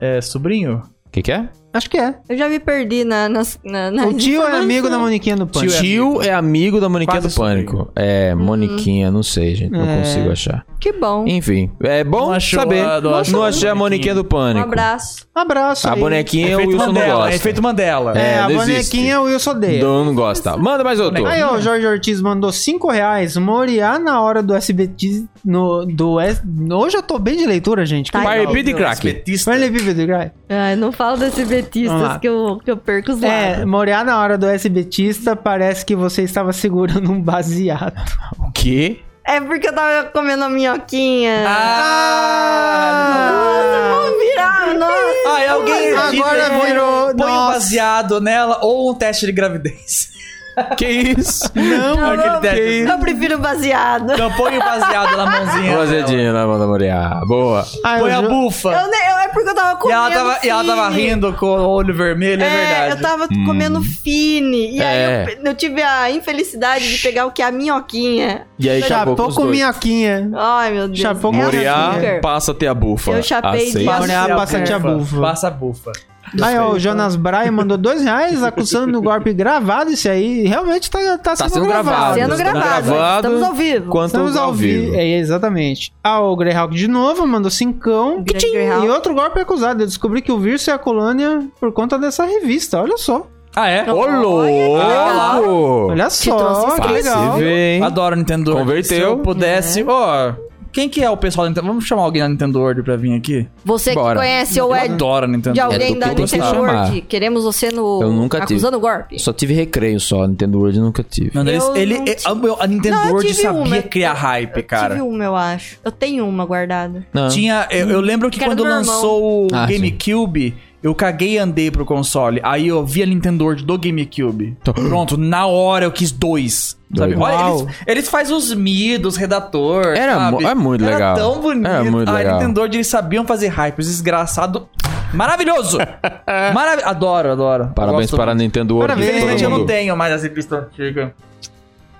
B: É sobrinho?
A: O que, que é?
D: Acho que é.
C: Eu já me perdi na. nas- na, na
D: O tio é amigo da Moniquinha do
A: Tio,
D: Pânico.
A: é, amigo. da Moniquinha
B: Quase
A: do Pânico. É, Moniquinha, não sei, gente. Não
D: É.
A: consigo achar.
C: Que bom. Um
A: Enfim, é bom
B: Não achou
A: saber.
B: a- não
A: não
B: achou a
A: achei a Moniquinha
B: Moniquinha
A: do
C: Um
A: Pânico.
C: abraço.
D: Abraço
A: A
D: aí.
A: bonequinha o
B: Efeito
A: Wilson não
B: Mandela,
A: gosta.
B: É efeito Mandela.
D: É,
A: É,
D: a
A: não existe.
D: bonequinha o Wilson odeia.
A: Não, não gosta. Manda mais outro.
D: Aí, ó, o Jorge Ortiz mandou 5 reais. Moriá na hora do SBT. No, do S... Hoje eu tô bem de leitura, gente.
C: Tá
A: Pai
C: igual.
A: Pete Crack.
B: Petista.
D: Vai ler Viva do Grai.
C: Ai, Ah, não falo desses
D: Vamos lá.
C: betistas que eu, que eu perco os
D: É,
C: lados.
D: Moriá na hora do SBTista, parece que você estava segurando um baseado.
A: O quê?
C: É. porque eu tava comendo a minhoquinha.
B: Ah!
C: Vamos virar, nossa.
B: Ah, é alguém
D: Agora
B: põe-
D: virou-
B: Põe um
D: nossa.
B: baseado nela ou um teste de gravidez.
A: Que isso?
B: Não, aquele teste.
C: Eu prefiro baseado.
B: Então põe o baseado na mãozinha. dela.
A: Rosedinha na Amanda Moriá. Boa.
D: Ah,
B: Põe
D: o
B: a
D: Jo-
B: bufa.
C: Eu, ne- eu- é porque eu tava
B: E
C: comendo.
B: ela, tava, e ela tava
C: fine.
B: rindo com o olho vermelho, é, verdade.
C: eu tava comendo fine. E
A: É.
C: aí eu pe- eu, tive a infelicidade de pegar o que? A minhoquinha.
A: E aí, acabou com
D: Chapou
A: os
D: com
A: dois.
D: minhoquinha.
C: Ai, meu Deus.
D: Chapou com
C: É
A: Moriá
C: açúcar.
A: passa a ter a bufa.
C: Eu chapei de
A: Aceita.
C: açúcar.
D: Olha, passa a bufa.
B: Passa a bufa.
D: Aí, ó, o Jonas Braia mandou dois reais acusando do golpe gravado. Isso aí realmente tá, tá,
A: Tá sendo gravado.
C: Sendo
A: Estamos
C: gravado.
A: gravado.
C: Estamos ao vivo.
A: Quanto
D: Estamos ao vivo. É, exatamente. Ah, o Greyhawk de novo mandou cincão.
C: Grande
D: Tchim!
C: Greyhawk.
D: E outro golpe acusado. Eu descobri que o vírus é a colônia por conta dessa revista. Olha só.
B: Ah, é?
A: Ô, louco!
D: Olha
C: trouxe
D: só, que
A: Fácil
D: legal.
A: ver, hein?
B: Adoro Nintendo
A: Converteu.
B: Se eu pudesse. Ó, quem que é o pessoal da Nintendo? Vamos chamar alguém da Nintendo World pra vir aqui?
C: Você
A: Bora.
C: que conhece ou
B: Eu
C: é
B: adoro a Nintendo
C: de
B: World.
A: É
C: alguém
A: do
C: da
A: que você
C: Nintendo
A: chamar.
C: World, queremos você no.
A: Eu nunca tive.
C: Acusando o golpe.
A: Só tive recreio só, Nintendo World eu nunca tive.
B: Não, eles-
C: Eu
B: ele,
C: não
B: é-
C: tive.
B: a- meu, a
D: um
B: Nintendo
C: Não, eu
B: World
C: tive
B: sabia
C: uma.
B: criar hype, cara.
C: Tive uma, eu acho. Eu tenho uma guardada.
A: Não.
B: Tinha, eu, eu lembro que
C: Quero
B: quando
C: do meu
B: lançou o
A: Ah, sim.
B: GameCube, eu caguei e andei pro console. Aí eu vi a Nintendo World do GameCube. Pronto, na hora eu quis dois. Sabe?
A: Dois.
B: Olha,
D: Uau.
B: eles, eles fazem os midos, redator.
A: Era
B: sabe?
A: mu- é muito
B: Era
A: legal.
B: tão bonito.
A: Era muito
B: a
A: legal.
B: Nintendo World, eles sabiam fazer hype. Os desgraçados. Maravilhoso! Marav adoro, adoro.
A: Parabéns
B: Gosto
A: para a
B: muito.
A: Nintendo World.
D: Parabéns,
A: todo
B: Infelizmente eu não
A: mundo.
B: tenho mais as revistas antigas.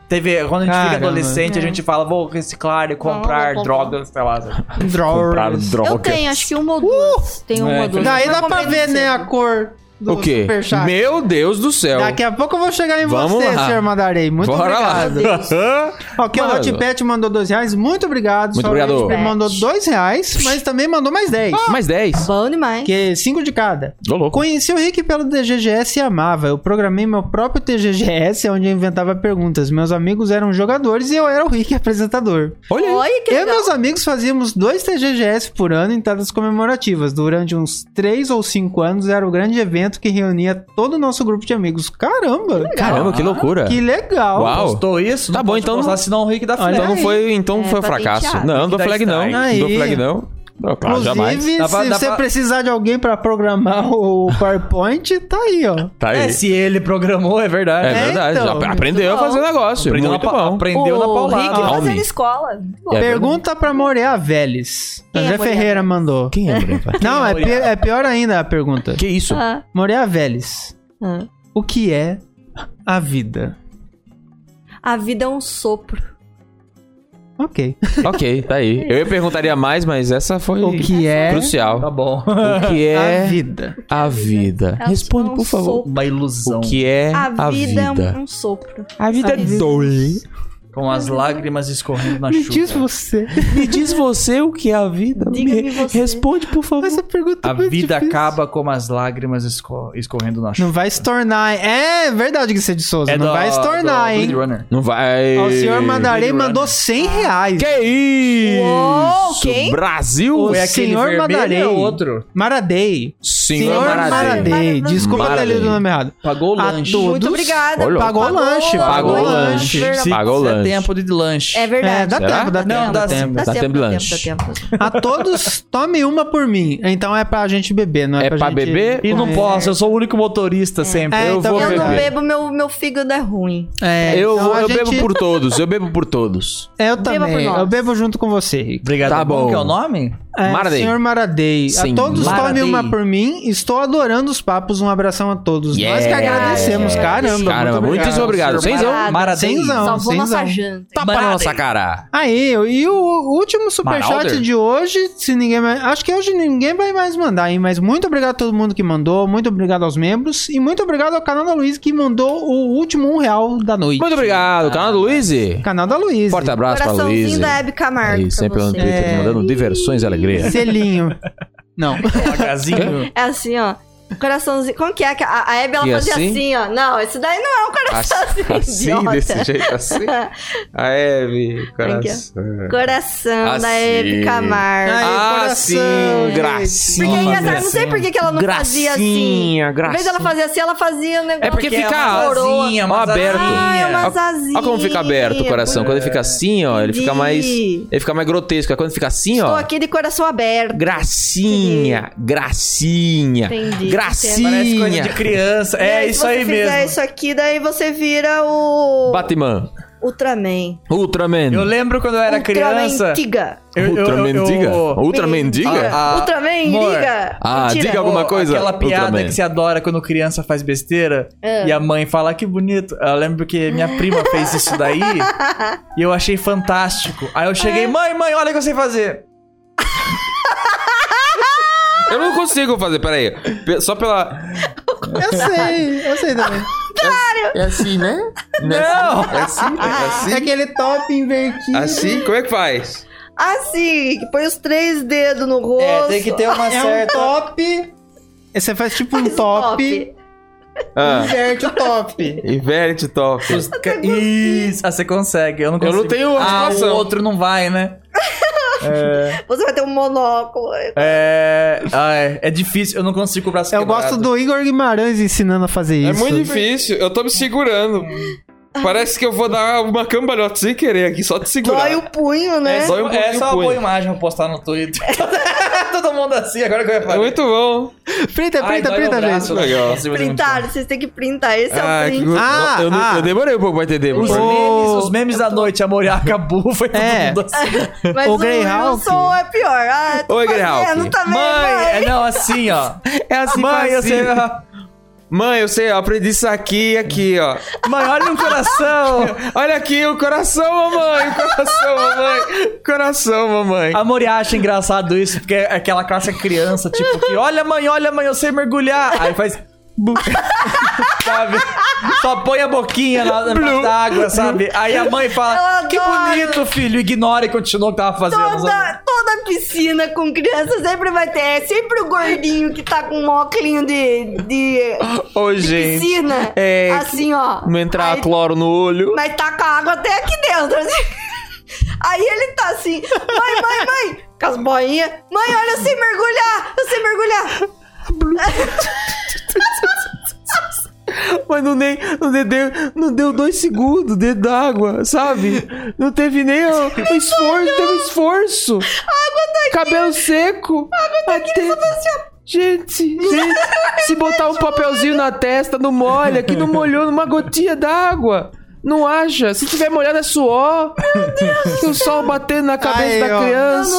B: Teve, quando a gente fica
D: Caramba.
B: adolescente, a gente fala, vou reciclar e comprar
C: Não, não, não, não.
B: drogas, sei lá. sabe?
A: Comprar
D: Drawers.
A: droga.
C: Eu tenho, acho que uma ou duas. Tem uma
B: É,
C: ou duas.
D: Daí
C: Eu
D: Uh! dá pra
C: recomendo
D: ver,
C: você.
D: né, a cor do
A: O quê?
D: superchat.
A: Meu Deus do céu.
D: Daqui a pouco eu vou chegar em
A: Vamos
D: você,
A: lá.
D: senhor Madarei. Muito
A: Bora
D: obrigado.
A: lá.
D: Ok, o
A: Mano.
D: Hot Pet mandou dois reais. Muito obrigado.
A: Muito
D: Só o
A: obrigado.
D: Hot Pet mandou dois reais, mas também mandou mais dez.
A: Ah, Mais 10.
C: Bom demais.
D: Que é cinco de cada.
A: Tô louco.
D: Conheci o Rick pelo TGGS e amava. Eu programei meu próprio TGGS, onde eu inventava perguntas. Meus amigos eram jogadores e eu era o Rick apresentador.
A: Olha aí.
C: Olha que
D: Eu e
C: legal.
D: meus amigos fazíamos dois TGGS por ano em datas comemorativas. Durante uns 3 ou 5 anos era o grande evento que reunia todo o nosso grupo de amigos. Caramba!
A: Caramba, que loucura.
D: Que legal!
A: Uau.
B: Postou isso?
A: Tá
B: Não Ah,
A: bom,
B: pode
A: então
B: Postar,
A: não-
B: senão o Rick dá
D: Olha
B: flag.
A: Então não foi, então
C: É,
A: foi um
C: patenteado.
A: fracasso. Não, não dou
B: Dá
A: flag não.
D: strike.
A: Não dou
D: Aí.
A: flag não. Não, claro, jamais.
D: Inclusive,
B: Ah, Dá pra-
D: se
B: dá
D: você
B: pra-
D: precisar de alguém pra programar o PowerPoint, tá aí, ó.
A: Tá aí.
B: É, se ele programou, é
A: É
B: verdade.
D: É,
A: verdade.
D: então.
A: já aprendeu a
C: Muito bom.
A: fazer um negócio.
B: Aprendeu
A: Muito
B: na pa-
A: bom.
B: Aprendeu na
C: O Rick tá
B: paulada.
A: Alme.
C: fazendo escola.
A: É
D: Pergunta pra Morea Vélez.
C: Quem é
D: André
C: Morea
D: Ferreira mandou.
A: Quem é, Breno?
D: Não, é,
B: Morea?
D: pi- é pior ainda a pergunta.
A: Que isso?
C: Ah,
D: Morea Vélez,
C: ah.
D: o que é a vida?
C: A vida é um sopro.
D: Ok.
A: ok, tá aí. Eu perguntaria mais, mas essa foi
D: O que é
B: Tá
A: crucial.
B: bom.
A: O que
D: a
A: é
D: vida?
A: a vida?
C: É um-
A: Responde,
C: é um
A: por favor.
C: sopro.
B: Uma ilusão.
A: O que é
C: A vida, é
A: vida?
C: um, um sopro.
A: A
C: vida é
A: dois.
B: Com as lágrimas escorrendo na
D: Me
B: chuva.
D: diz você.
A: Me diz você o que é a vida.
C: Diga-me Me você.
A: Responde, por favor.
D: Essa pergunta é
B: A
D: muito
B: vida
D: difícil.
B: acaba como as lágrimas esco- escorrendo na chuva.
D: Não vai se tornar. É verdade, Guilherme de Souza. não
B: da-
D: vai se
B: do
D: tornar, hein?
B: Blade Runner.
A: Não vai.
D: Ó, O senhor Mandarei
B: Blade
D: mandou 100 reais.
A: Que isso?
C: Uou, quem?
A: Brasil?
D: O
B: Foi aquele
D: senhor
B: vermelho
D: Madarei.
B: é outro.
D: Maradei.
A: Senhor,
D: Senhor
A: Maradei.
D: Maradei. Desculpa ter
A: Maradei.
D: lido o nome errado.
B: Pagou o lanche.
D: todos.
C: Muito obrigada.
A: Olha,
D: Pagou o lanche,
A: pagou o lanche.
C: Verdade.
A: Sim. Pagou o
B: Se
A: lanche.
B: É tempo de lanche.
C: É verdade.
D: É, dá
A: Será?
D: tempo, dá
C: Não,
D: tempo,
B: dá
D: dá
B: sim.
D: tempo.
C: Dá
A: Dá
C: tempo,
A: tempo
C: dá
A: lanche.
C: tempo, dá tempo.
D: A todos, tome uma por mim. Então é pra gente beber, não é,
A: É pra
D: gente
A: beber?
B: E não
D: comer.
B: posso, eu sou o único motorista sempre.
D: É,
B: eu
D: então
B: vou
D: eu
C: Eu não
A: beber.
C: bebo, meu, meu fígado é ruim.
D: É,
A: Eu,
D: então
A: vou-
D: a
A: eu
D: gente-
A: bebo por todos, eu bebo por todos.
D: Eu
C: por
D: também.
C: nós.
D: Eu bebo junto com você, Rick.
B: Obrigado.
A: Tá
B: Como
A: bom.
B: que é o nome?
D: É,
A: Maradei.
D: Senhor Maradei.
A: Sim,
D: a todos
B: Maradei.
D: tome uma por mim. Estou adorando os papos. Um abração a todos. Nós que
A: Yeah.
D: agradecemos. Caramba,
A: Caramba,
D: muito obrigado.
A: muitíssimo obrigado.
C: Senhor
A: Senzão,
C: Maradei.
B: Maradei.
D: Senzão. Não, Tá
C: Salvou
D: sem
C: nossa
D: zão.
C: janta.
B: Tá
A: tapa na nossa cara.
D: Aí, e o último superchat
A: Maralder?
D: de hoje, se ninguém mais, acho que hoje ninguém vai mais mandar, hein? Mas muito obrigado a todo mundo que mandou, muito obrigado aos membros e muito obrigado ao canal da Luiz que mandou o último um real da noite.
A: Muito obrigado, canal do Tá, Luiz.
D: Canal da Luiz.
A: Forte abraço pra Luiz.
C: Coraçãozinho da Hebe Camargo.
A: Aí,
C: pra
A: sempre lá no
C: você.
A: Twitter, mandando diversões e alegria.
D: Selinho. Não.
B: Magazinho.
C: É assim, ó. Coraçãozinho. Como que é? que A, a Hebe, ela
A: E
C: fazia assim?
A: assim?
C: ó. Não, esse daí não é um coraçãozinho idiota.
A: jeito, assim. A Eve,
C: coração. Coração da Hebe
A: Assim.
C: Camargo.
D: Ai,
A: Ah,
D: coração,
A: sim,
D: gente.
A: gracinha.
C: Porque é
B: Nossa,
C: engraçado, não sei por que que ela não fazia assim.
A: Gracinha,
C: Em vez dela
A: gracinha.
C: fazer assim, ela fazia um negócio.
A: É porque fica
B: uma
A: coroa.
B: asinha, uma
A: Ó, aberto.
C: Ah, é
B: asinha.
C: umas asinhas.
A: Olha como fica aberto o coração. Quando ele fica assim, ó, ele fica mais.
C: Entendi.
A: Ele fica mais grotesco. Aí Quando fica assim,
C: Estou
A: ó.
C: aqui de coração aberto.
A: Gracinha, gracinha,
C: Entendi, é
B: Parece coisa de
A: gracinha.
B: criança.
C: E
B: É
C: se
B: isso aí
C: você fizer
B: mesmo.
C: isso aqui, daí você vira o
A: Batman,
C: Ultraman.
A: Ultraman,
B: Eu lembro quando eu era criança.
C: Ultramendiga.
B: eu- eu-
A: Ultraman
B: eu-
A: diga,
B: eu-
A: Ultraman diga.
B: Ah, ah,
C: Ultraman,
B: amor.
C: liga.
A: Ah,
C: Mentira.
A: diga alguma- coisa,
B: Aquela piada
A: Ultraman.
B: que se adora quando criança faz besteira
C: É.
B: e a mãe fala "Ah, que bonito. Eu lembro que minha prima fez isso daí e eu achei fantástico. Aí eu cheguei, mãe, mãe, olha o que eu sei fazer.
C: Ah.
A: Eu não consigo fazer, peraí. Pe- Só pela.
D: Eu sei, eu sei também.
A: É assim, né?
B: Não!
A: É assim,
D: É aquele top invertido.
A: Assim, como é que faz?
C: Assim, põe os três dedos no rosto.
B: É, tem que ter uma
D: É um
B: certa.
D: top. Você faz tipo um
C: Faz o
D: top,
A: Ah,
D: inverte o top.
A: inverte top.
B: Isso, ah, você consegue. Eu não
A: Eu
B: consigo.
A: não tenho
B: Ah, o
A: articulação.
B: outro não vai, né? É,
C: Você vai ter um monóculo.
B: é, ah, é, é difícil, eu não consigo com o braço
D: Eu
B: quebrado.
D: gosto do Igor Guimarães ensinando a fazer isso.
A: Ah. É muito difícil, eu tô me segurando.
C: Ah.
A: Parece que eu vou dar uma cambalhota sem querer aqui, só te segurar.
C: Dói o punho, né?
A: É, dói um pouquinho
B: Essa é uma
A: o punho.
B: boa imagem pra postar no Twitter. Todo mundo assim, agora que eu ia
A: É
B: falar.
A: muito bom.
D: Printa,
B: Ai,
D: printa,
B: dói meu
D: printa,
B: braço,
D: gente.
B: não
A: Legal.
B: consigo fazer muito.
C: Printar, vocês têm que printar. Esse é o print.
A: go-
D: Ah,
A: eu, não-
D: ah.
A: eu demorei um pouco pra entender.
B: Os
A: mas-
B: memes, os memes da noite, amor, e acabou, foi todo
D: É.
B: mundo assim.
C: Mas
D: O
C: o
D: Greyhawk.
C: Wilson é pior. Ah, tô
A: Oi,
C: fazendo
A: Greyhawk.
C: também,
B: Mãe,
C: vai.
B: é, não, assim, ó.
A: É assim,
B: Mãe, eu
A: assim.
B: sei.
A: Mãe, eu sei, eu aprendi isso aqui e aqui, ó.
B: Mãe, olha um coração.
A: Olha aqui, o coração, mamãe, o coração, mamãe, coração, mamãe.
B: A Mori acha engraçado isso, porque é aquela classe criança, tipo, que olha, mãe, olha, mãe, eu sei mergulhar. Aí faz. bu- sabe? Só põe a boquinha lá na na água, sabe? Aí a mãe fala:
C: Eu
B: Que
C: adoro."
B: bonito, filho. Ignora e continua o que tava fazendo. sabe?
C: Toda, toda piscina com criança sempre vai ter. É sempre o gordinho que tá com um óculos de, de
A: Ah, Ô, gente.
C: piscina.
A: é,
C: assim, ó.
A: Não entrar
C: Aí-
A: cloro no olho.
C: Mas tá com a água até aqui dentro. assim. Aí ele tá assim, mãe, mãe, mãe, com as boinhas. Mãe, olha, eu sei mergulhar, eu sei mergulhar.
A: Mas não, nem, não, de- deu, não deu dois segundos dentro d'água, sabe? Não teve nem o, o esforço, não teve esforço.
C: tá
A: Cabelo seco. Até- Gente, gente, se botar um papelzinho na testa, não molha. Que não molhou numa gotinha d'água. Não acha? Se tiver molhado é suor. E o sol batendo na cabeça
D: Aí,
A: da
C: Eu não
D: ó.
C: tá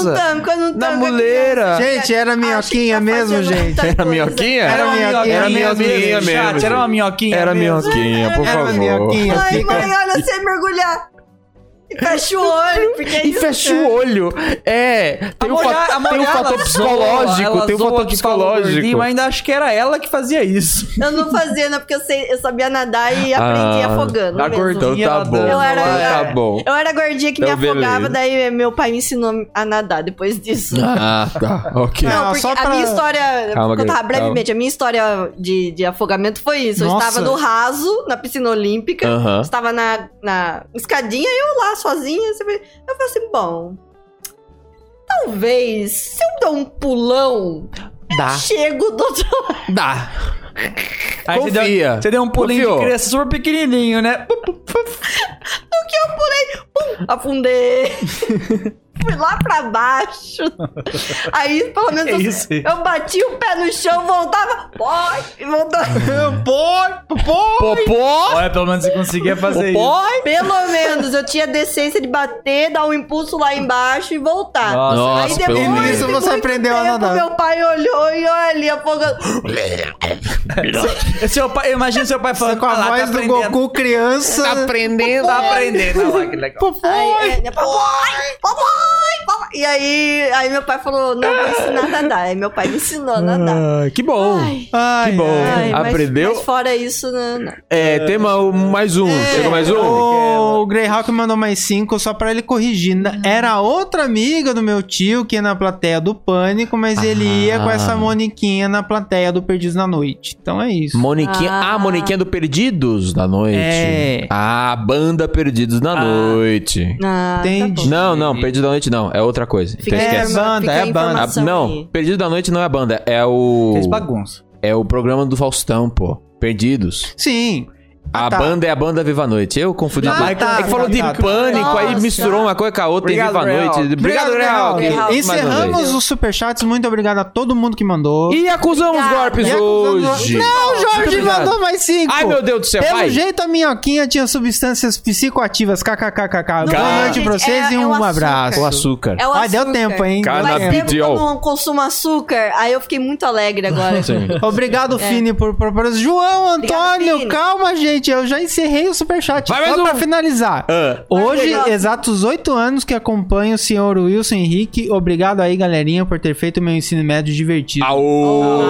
A: criança.
C: tanco, eu não tanco.
A: Na
C: a
A: muleira.
C: criança.
D: Gente, era minhoquinha
C: Acho que tá
D: mesmo,
C: fazendo
D: gente.
C: muita
A: Era
C: coisa.
A: minhoquinha?
D: Era minhoquinha,
B: Era
A: era minhoquinha
B: minhoquinha mesmo.
A: mesmo.
B: Chat, era uma minhoquinha. mesmo.
A: minhoquinha, por
D: Era minhoquinha.
C: Mãe,
D: Fica-
C: mãe, olha, eu sei mergulhar. E fecha o olho, porque é
A: E
C: isso.
A: fecha o olho. É, tem,
B: A
A: um,
B: mulher-
A: fa-
B: a
A: tem um
B: mulher, ela
A: fator
B: zoa,
A: psicológico,
B: ela
A: tem um
B: zoa
A: fator
B: que fala gordinho,
A: psicológico.
B: Eu ainda acho que era ela que fazia isso.
C: Eu não fazia, não, porque eu, sei- eu sabia nadar e aprendi
A: Ah,
C: afogando.
B: tá
C: mesmo.
B: gordinho.
A: Então tá bom.
C: Eu era-
A: então tá bom.
C: Eu era gordinha que
A: Então,
C: me afogava,
A: beleza.
C: daí meu pai me ensinou a nadar depois disso.
A: Ah, tá. Ok.
D: Não,
C: Não, porque
D: só pra-
C: a minha história.
A: Calma,
C: vou contar
A: Gabi,
C: brevemente, a minha história de, de afogamento foi isso.
D: Nossa.
C: Eu estava no raso, na piscina olímpica.
A: Aham.
C: Estava na, na escadinha, eu lá sozinha. sempre- Eu falei assim: bom. Talvez, se eu dou um pulão,
E: Dá,
C: chego do outro lado.
E: dá.
B: Aí você deu-
A: Confia.
B: Você deu um pulinho
A: Confiou.
B: de criança super pequenininho, né?
C: Afundei. Fui lá pra baixo. Aí, pelo menos, eu-
B: isso aí?
C: eu, bati o pé no chão, voltava. Poi! E voltava.
D: Pô, pô!
A: Popó!
B: Olha, pelo menos você conseguia fazer isso.
A: Popó!
C: Pelo menos eu tinha decência de bater, dar um impulso lá embaixo e voltar.
A: Nossa,
C: Aí
A: pelo
C: depois
A: menos.
C: de
D: Isso você
C: muito
D: aprendeu a
C: tempo,
D: nadar.
C: Meu pai olhou e olha ali afogando.
B: É Seu pai, imagina seu pai
D: Você
B: falando
D: com a
B: "Ah lá, tá
D: voz do
B: aprendendo,
D: Goku criança.
E: Tá aprendendo.
B: Tá aprendendo. olha lá, que legal.
C: Aí, é, né, papai, papai, papai. E aí, aí meu pai falou: não vou ensinar a nadar. Aí meu pai me ensinou a nadar.
A: Ah, que bom.
C: Ai,
A: que bom.
C: ai, mas-
A: Aprendeu?
C: Mas, fora isso, não. não.
A: É, tem ma- mais um.
D: É.
B: É.
A: Chega mais um.
D: O, o Greyhawk mandou mais cinco só pra ele corrigir. Na-
B: Hum.
D: Era outra amiga do meu tio que ia na plateia do Pânico, mas ele ia com
A: Ah.
D: essa Moniquinha na plateia do Perdidos na Noite. Então é isso.
A: Moniquinha. Ah,
C: Ah.
A: Moniquinha do Perdidos da Noite.
D: É.
A: Ah, banda Perdidos da
B: Ah.
A: Noite.
C: Ah,
D: Entendi.
C: Tá bom.
A: Não, não, Perdidos da Noite não. É outra coisa. Então
C: Fica aí a
A: esquece.
C: informa-
D: banda,
C: fica
D: é
C: a
D: banda.
A: A-
C: informação
A: não,
C: aí.
A: Perdidos da Noite não é a banda. É o.
B: Fez bagunça.
A: É o programa do Faustão, pô. Perdidos.
D: Sim. Ah,
A: a
D: tá.
A: banda é a banda Viva a Noite. Eu confundi.
D: Ah,
A: tudo.
D: tá,
A: é que falou
D: tá,
A: de
D: tá, tá.
A: pânico, aí
C: Nossa.
A: misturou uma coisa com a outra e
B: Obrigado,
A: Viva a
B: Greyhawk.
A: Noite. Obrigado, Greyhawk.
C: Greyhawk.
A: Mais uma vez.
D: Encerramos os superchats. Muito obrigado a todo mundo que mandou.
A: E acusamos
C: Obrigada.
A: golpes
D: E acusamos-
A: hoje.
D: Não,
A: Muito
D: Jorge
A: obrigado.
D: mandou mais cinco.
A: Ai, meu Deus do céu,
D: Pelo
A: vai.
D: jeito, a minhoquinha tinha substâncias psicoativas. KKKKK. Boa
A: é,
D: noite pra
C: gente,
D: vocês
C: é-
D: e
C: é o
D: um
C: açúcar.
D: abraço.
A: O açúcar.
C: É o
D: Ah, deu
C: açúcar.
D: tempo, hein? Deu
A: Cara,
C: Faz
D: tempo.
C: tempo que eu
A: Cannabidiol.
C: não consumo açúcar, aí eu fiquei muito alegre agora.
D: Obrigado, Fini, por propor. João
C: Obrigada,
D: Antônio,
C: Fini.
D: calma, gente. Eu já encerrei o superchat.
A: Vai
D: só
A: mais
D: pra
A: um.
D: finalizar.
A: Ah.
D: Hoje,
C: Maravilhoso.
D: exatos oito anos que acompanho o senhor Wilson Henrique. Obrigado aí, galerinha, por ter feito meu ensino médio divertido.
C: Ah,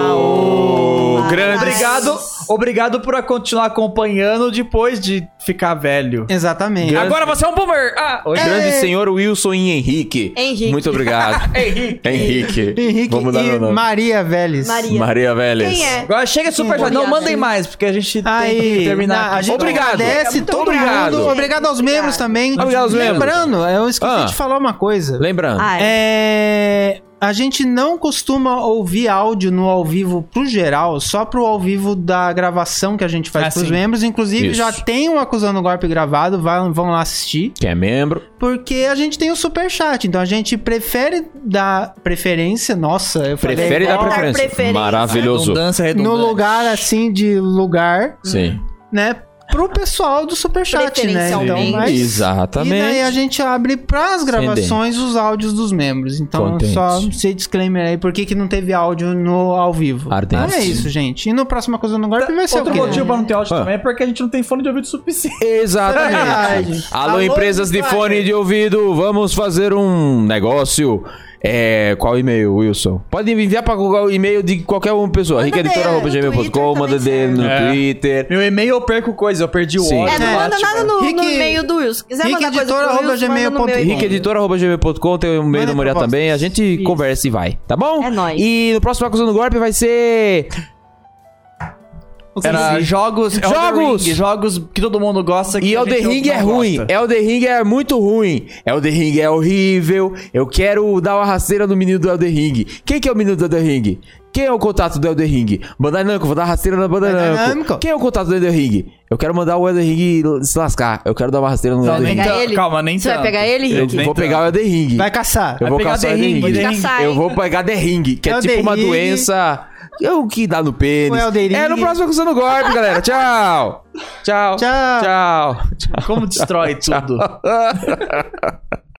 A: Aô!
C: Aô.
A: Grandes.
B: Obrigado, obrigado por continuar acompanhando depois de ficar velho.
D: Exatamente.
A: Agora você é um boomer! Ah, o grande senhor Wilson e Henrique.
C: Henrique.
A: Muito obrigado. Henrique. Henrique.
D: Henrique
A: Vamos mudar
D: e
A: meu nome.
D: Maria Vélez.
C: Maria.
A: Maria Vélez.
C: Quem é?
B: Agora chega super
C: Sim,
B: já. Não
C: obrigado.
B: mandem mais, porque a gente tem que
D: Aí,
B: terminar.
D: na- a
B: aqui.
D: gente
A: Obrigado.
D: agradece
C: Muito
D: todo
A: obrigado.
D: mundo. Obrigado aos
C: Obrigado.
D: membros também.
A: Obrigado aos membros.
D: Lembrando, eu esqueci
A: Ah.
D: de falar uma coisa.
A: Lembrando.
D: Ah.
C: Ai,
D: É, a gente não costuma ouvir áudio no ao vivo pro geral, só pro ao vivo da gravação que a gente faz
B: Ah,
D: pros
B: sim.
D: membros. Inclusive,
A: Isso.
D: já tem um Acusando Golpe gravado, vai- vão lá assistir.
A: Quem é membro?
D: Porque a gente tem o superchat, então a gente prefere dar preferência. Nossa, eu falei. é
A: Prefere dar
C: Dar
A: preferência.
C: preferência.
A: Maravilhoso.
B: Redundância,
D: No
B: redundância.
D: lugar assim de lugar,
A: Sim.
D: né? Pro pessoal do superchat, né? Então,
C: Preferencialmente.
D: mas-
A: Exatamente.
D: E daí a gente abre pras gravações os áudios dos membros. Então,
A: Contente.
D: só esse disclaimer aí, por que, que não teve áudio no ao vivo?
A: Ardente.
D: Então é isso, gente. E no próximo Coisa no Golpe vai ser
B: Tá, Outro
D: o quê?
B: motivo pra não ter áudio
A: Ah.
B: também é porque a gente não tem fone de ouvido suficiente.
A: Exatamente.
D: Verdade.
A: Alô,
D: Alô,
A: empresas de
D: empresário.
A: fone de ouvido, vamos fazer um negócio. É, qual e-mail, Wilson? Pode enviar para o e-mail de qualquer uma pessoa.
C: Manda DM no
A: ricaeditora.gmail.com,
C: Twitter
A: manda
C: também
A: DM no
B: serve. É.
A: Twitter.
B: Meu e-mail eu perco coisa, eu perdi o
A: Sim.
B: ódio.
C: É, não
D: É,
C: manda
B: Ótimo,
C: nada
B: velho.
C: no, no
D: Rick-
C: e-mail do Wilson. Se quiser
D: Rick
C: mandar coisa
D: editora
C: pro
D: arroba
C: Wilson, manda no
D: gmail.com.
C: meu e-mail.
A: Riqueeditora.gmail.com tem o e-mail
D: Manda
A: da Maria
D: propostas.
A: também. A gente conversa e vai, tá bom?
C: É nóis.
A: E no próximo Acusando Golpe vai ser.
D: O que
B: Era
D: existe?
B: jogos, Elden
A: Jogos!
B: Ring, jogos que todo mundo gosta. que
A: E
B: a
A: Elden
B: gente
A: Ring
B: não
A: é ruim.
B: gosta.
A: Elden Ring é muito ruim. Elden Ring é horrível. Eu quero dar uma rasteira no menino do Elden Ring. Quem que é o menino do Elden Ring? Quem é o contato do Elden Ring? Bandai Namco, vou dar rasteira na Bandai
D: Bandai
A: Namco.
D: Namco.
A: Quem é o contato do Elden Ring? Eu quero mandar o Elden Ring se lascar. Eu quero dar uma rasteira no
B: Não,
A: Elden
B: nem
A: Ring.
B: tanto.
C: ele?
B: Calma, nem
C: Você vai
B: tanto.
C: pegar ele,
A: Eu
C: Rick?
B: nem
A: vou
B: tanto.
A: pegar o Elden Ring.
D: Vai caçar.
A: Eu
B: Vai
A: vou
B: pegar
A: caçar o
B: The
A: Elden
B: Ring,
A: Ring.
B: The
C: Ring.
A: Eu vou pegar The Ring, que é
D: Elden
A: tipo uma
D: Ring.
A: doença. É o que dá no pênis.
D: O Elden Ring.
A: É no próximo Acusando Golpe, galera. Tchau. Tchau.
D: Tchau.
A: Tchau. Tchau.
B: Como destrói tudo.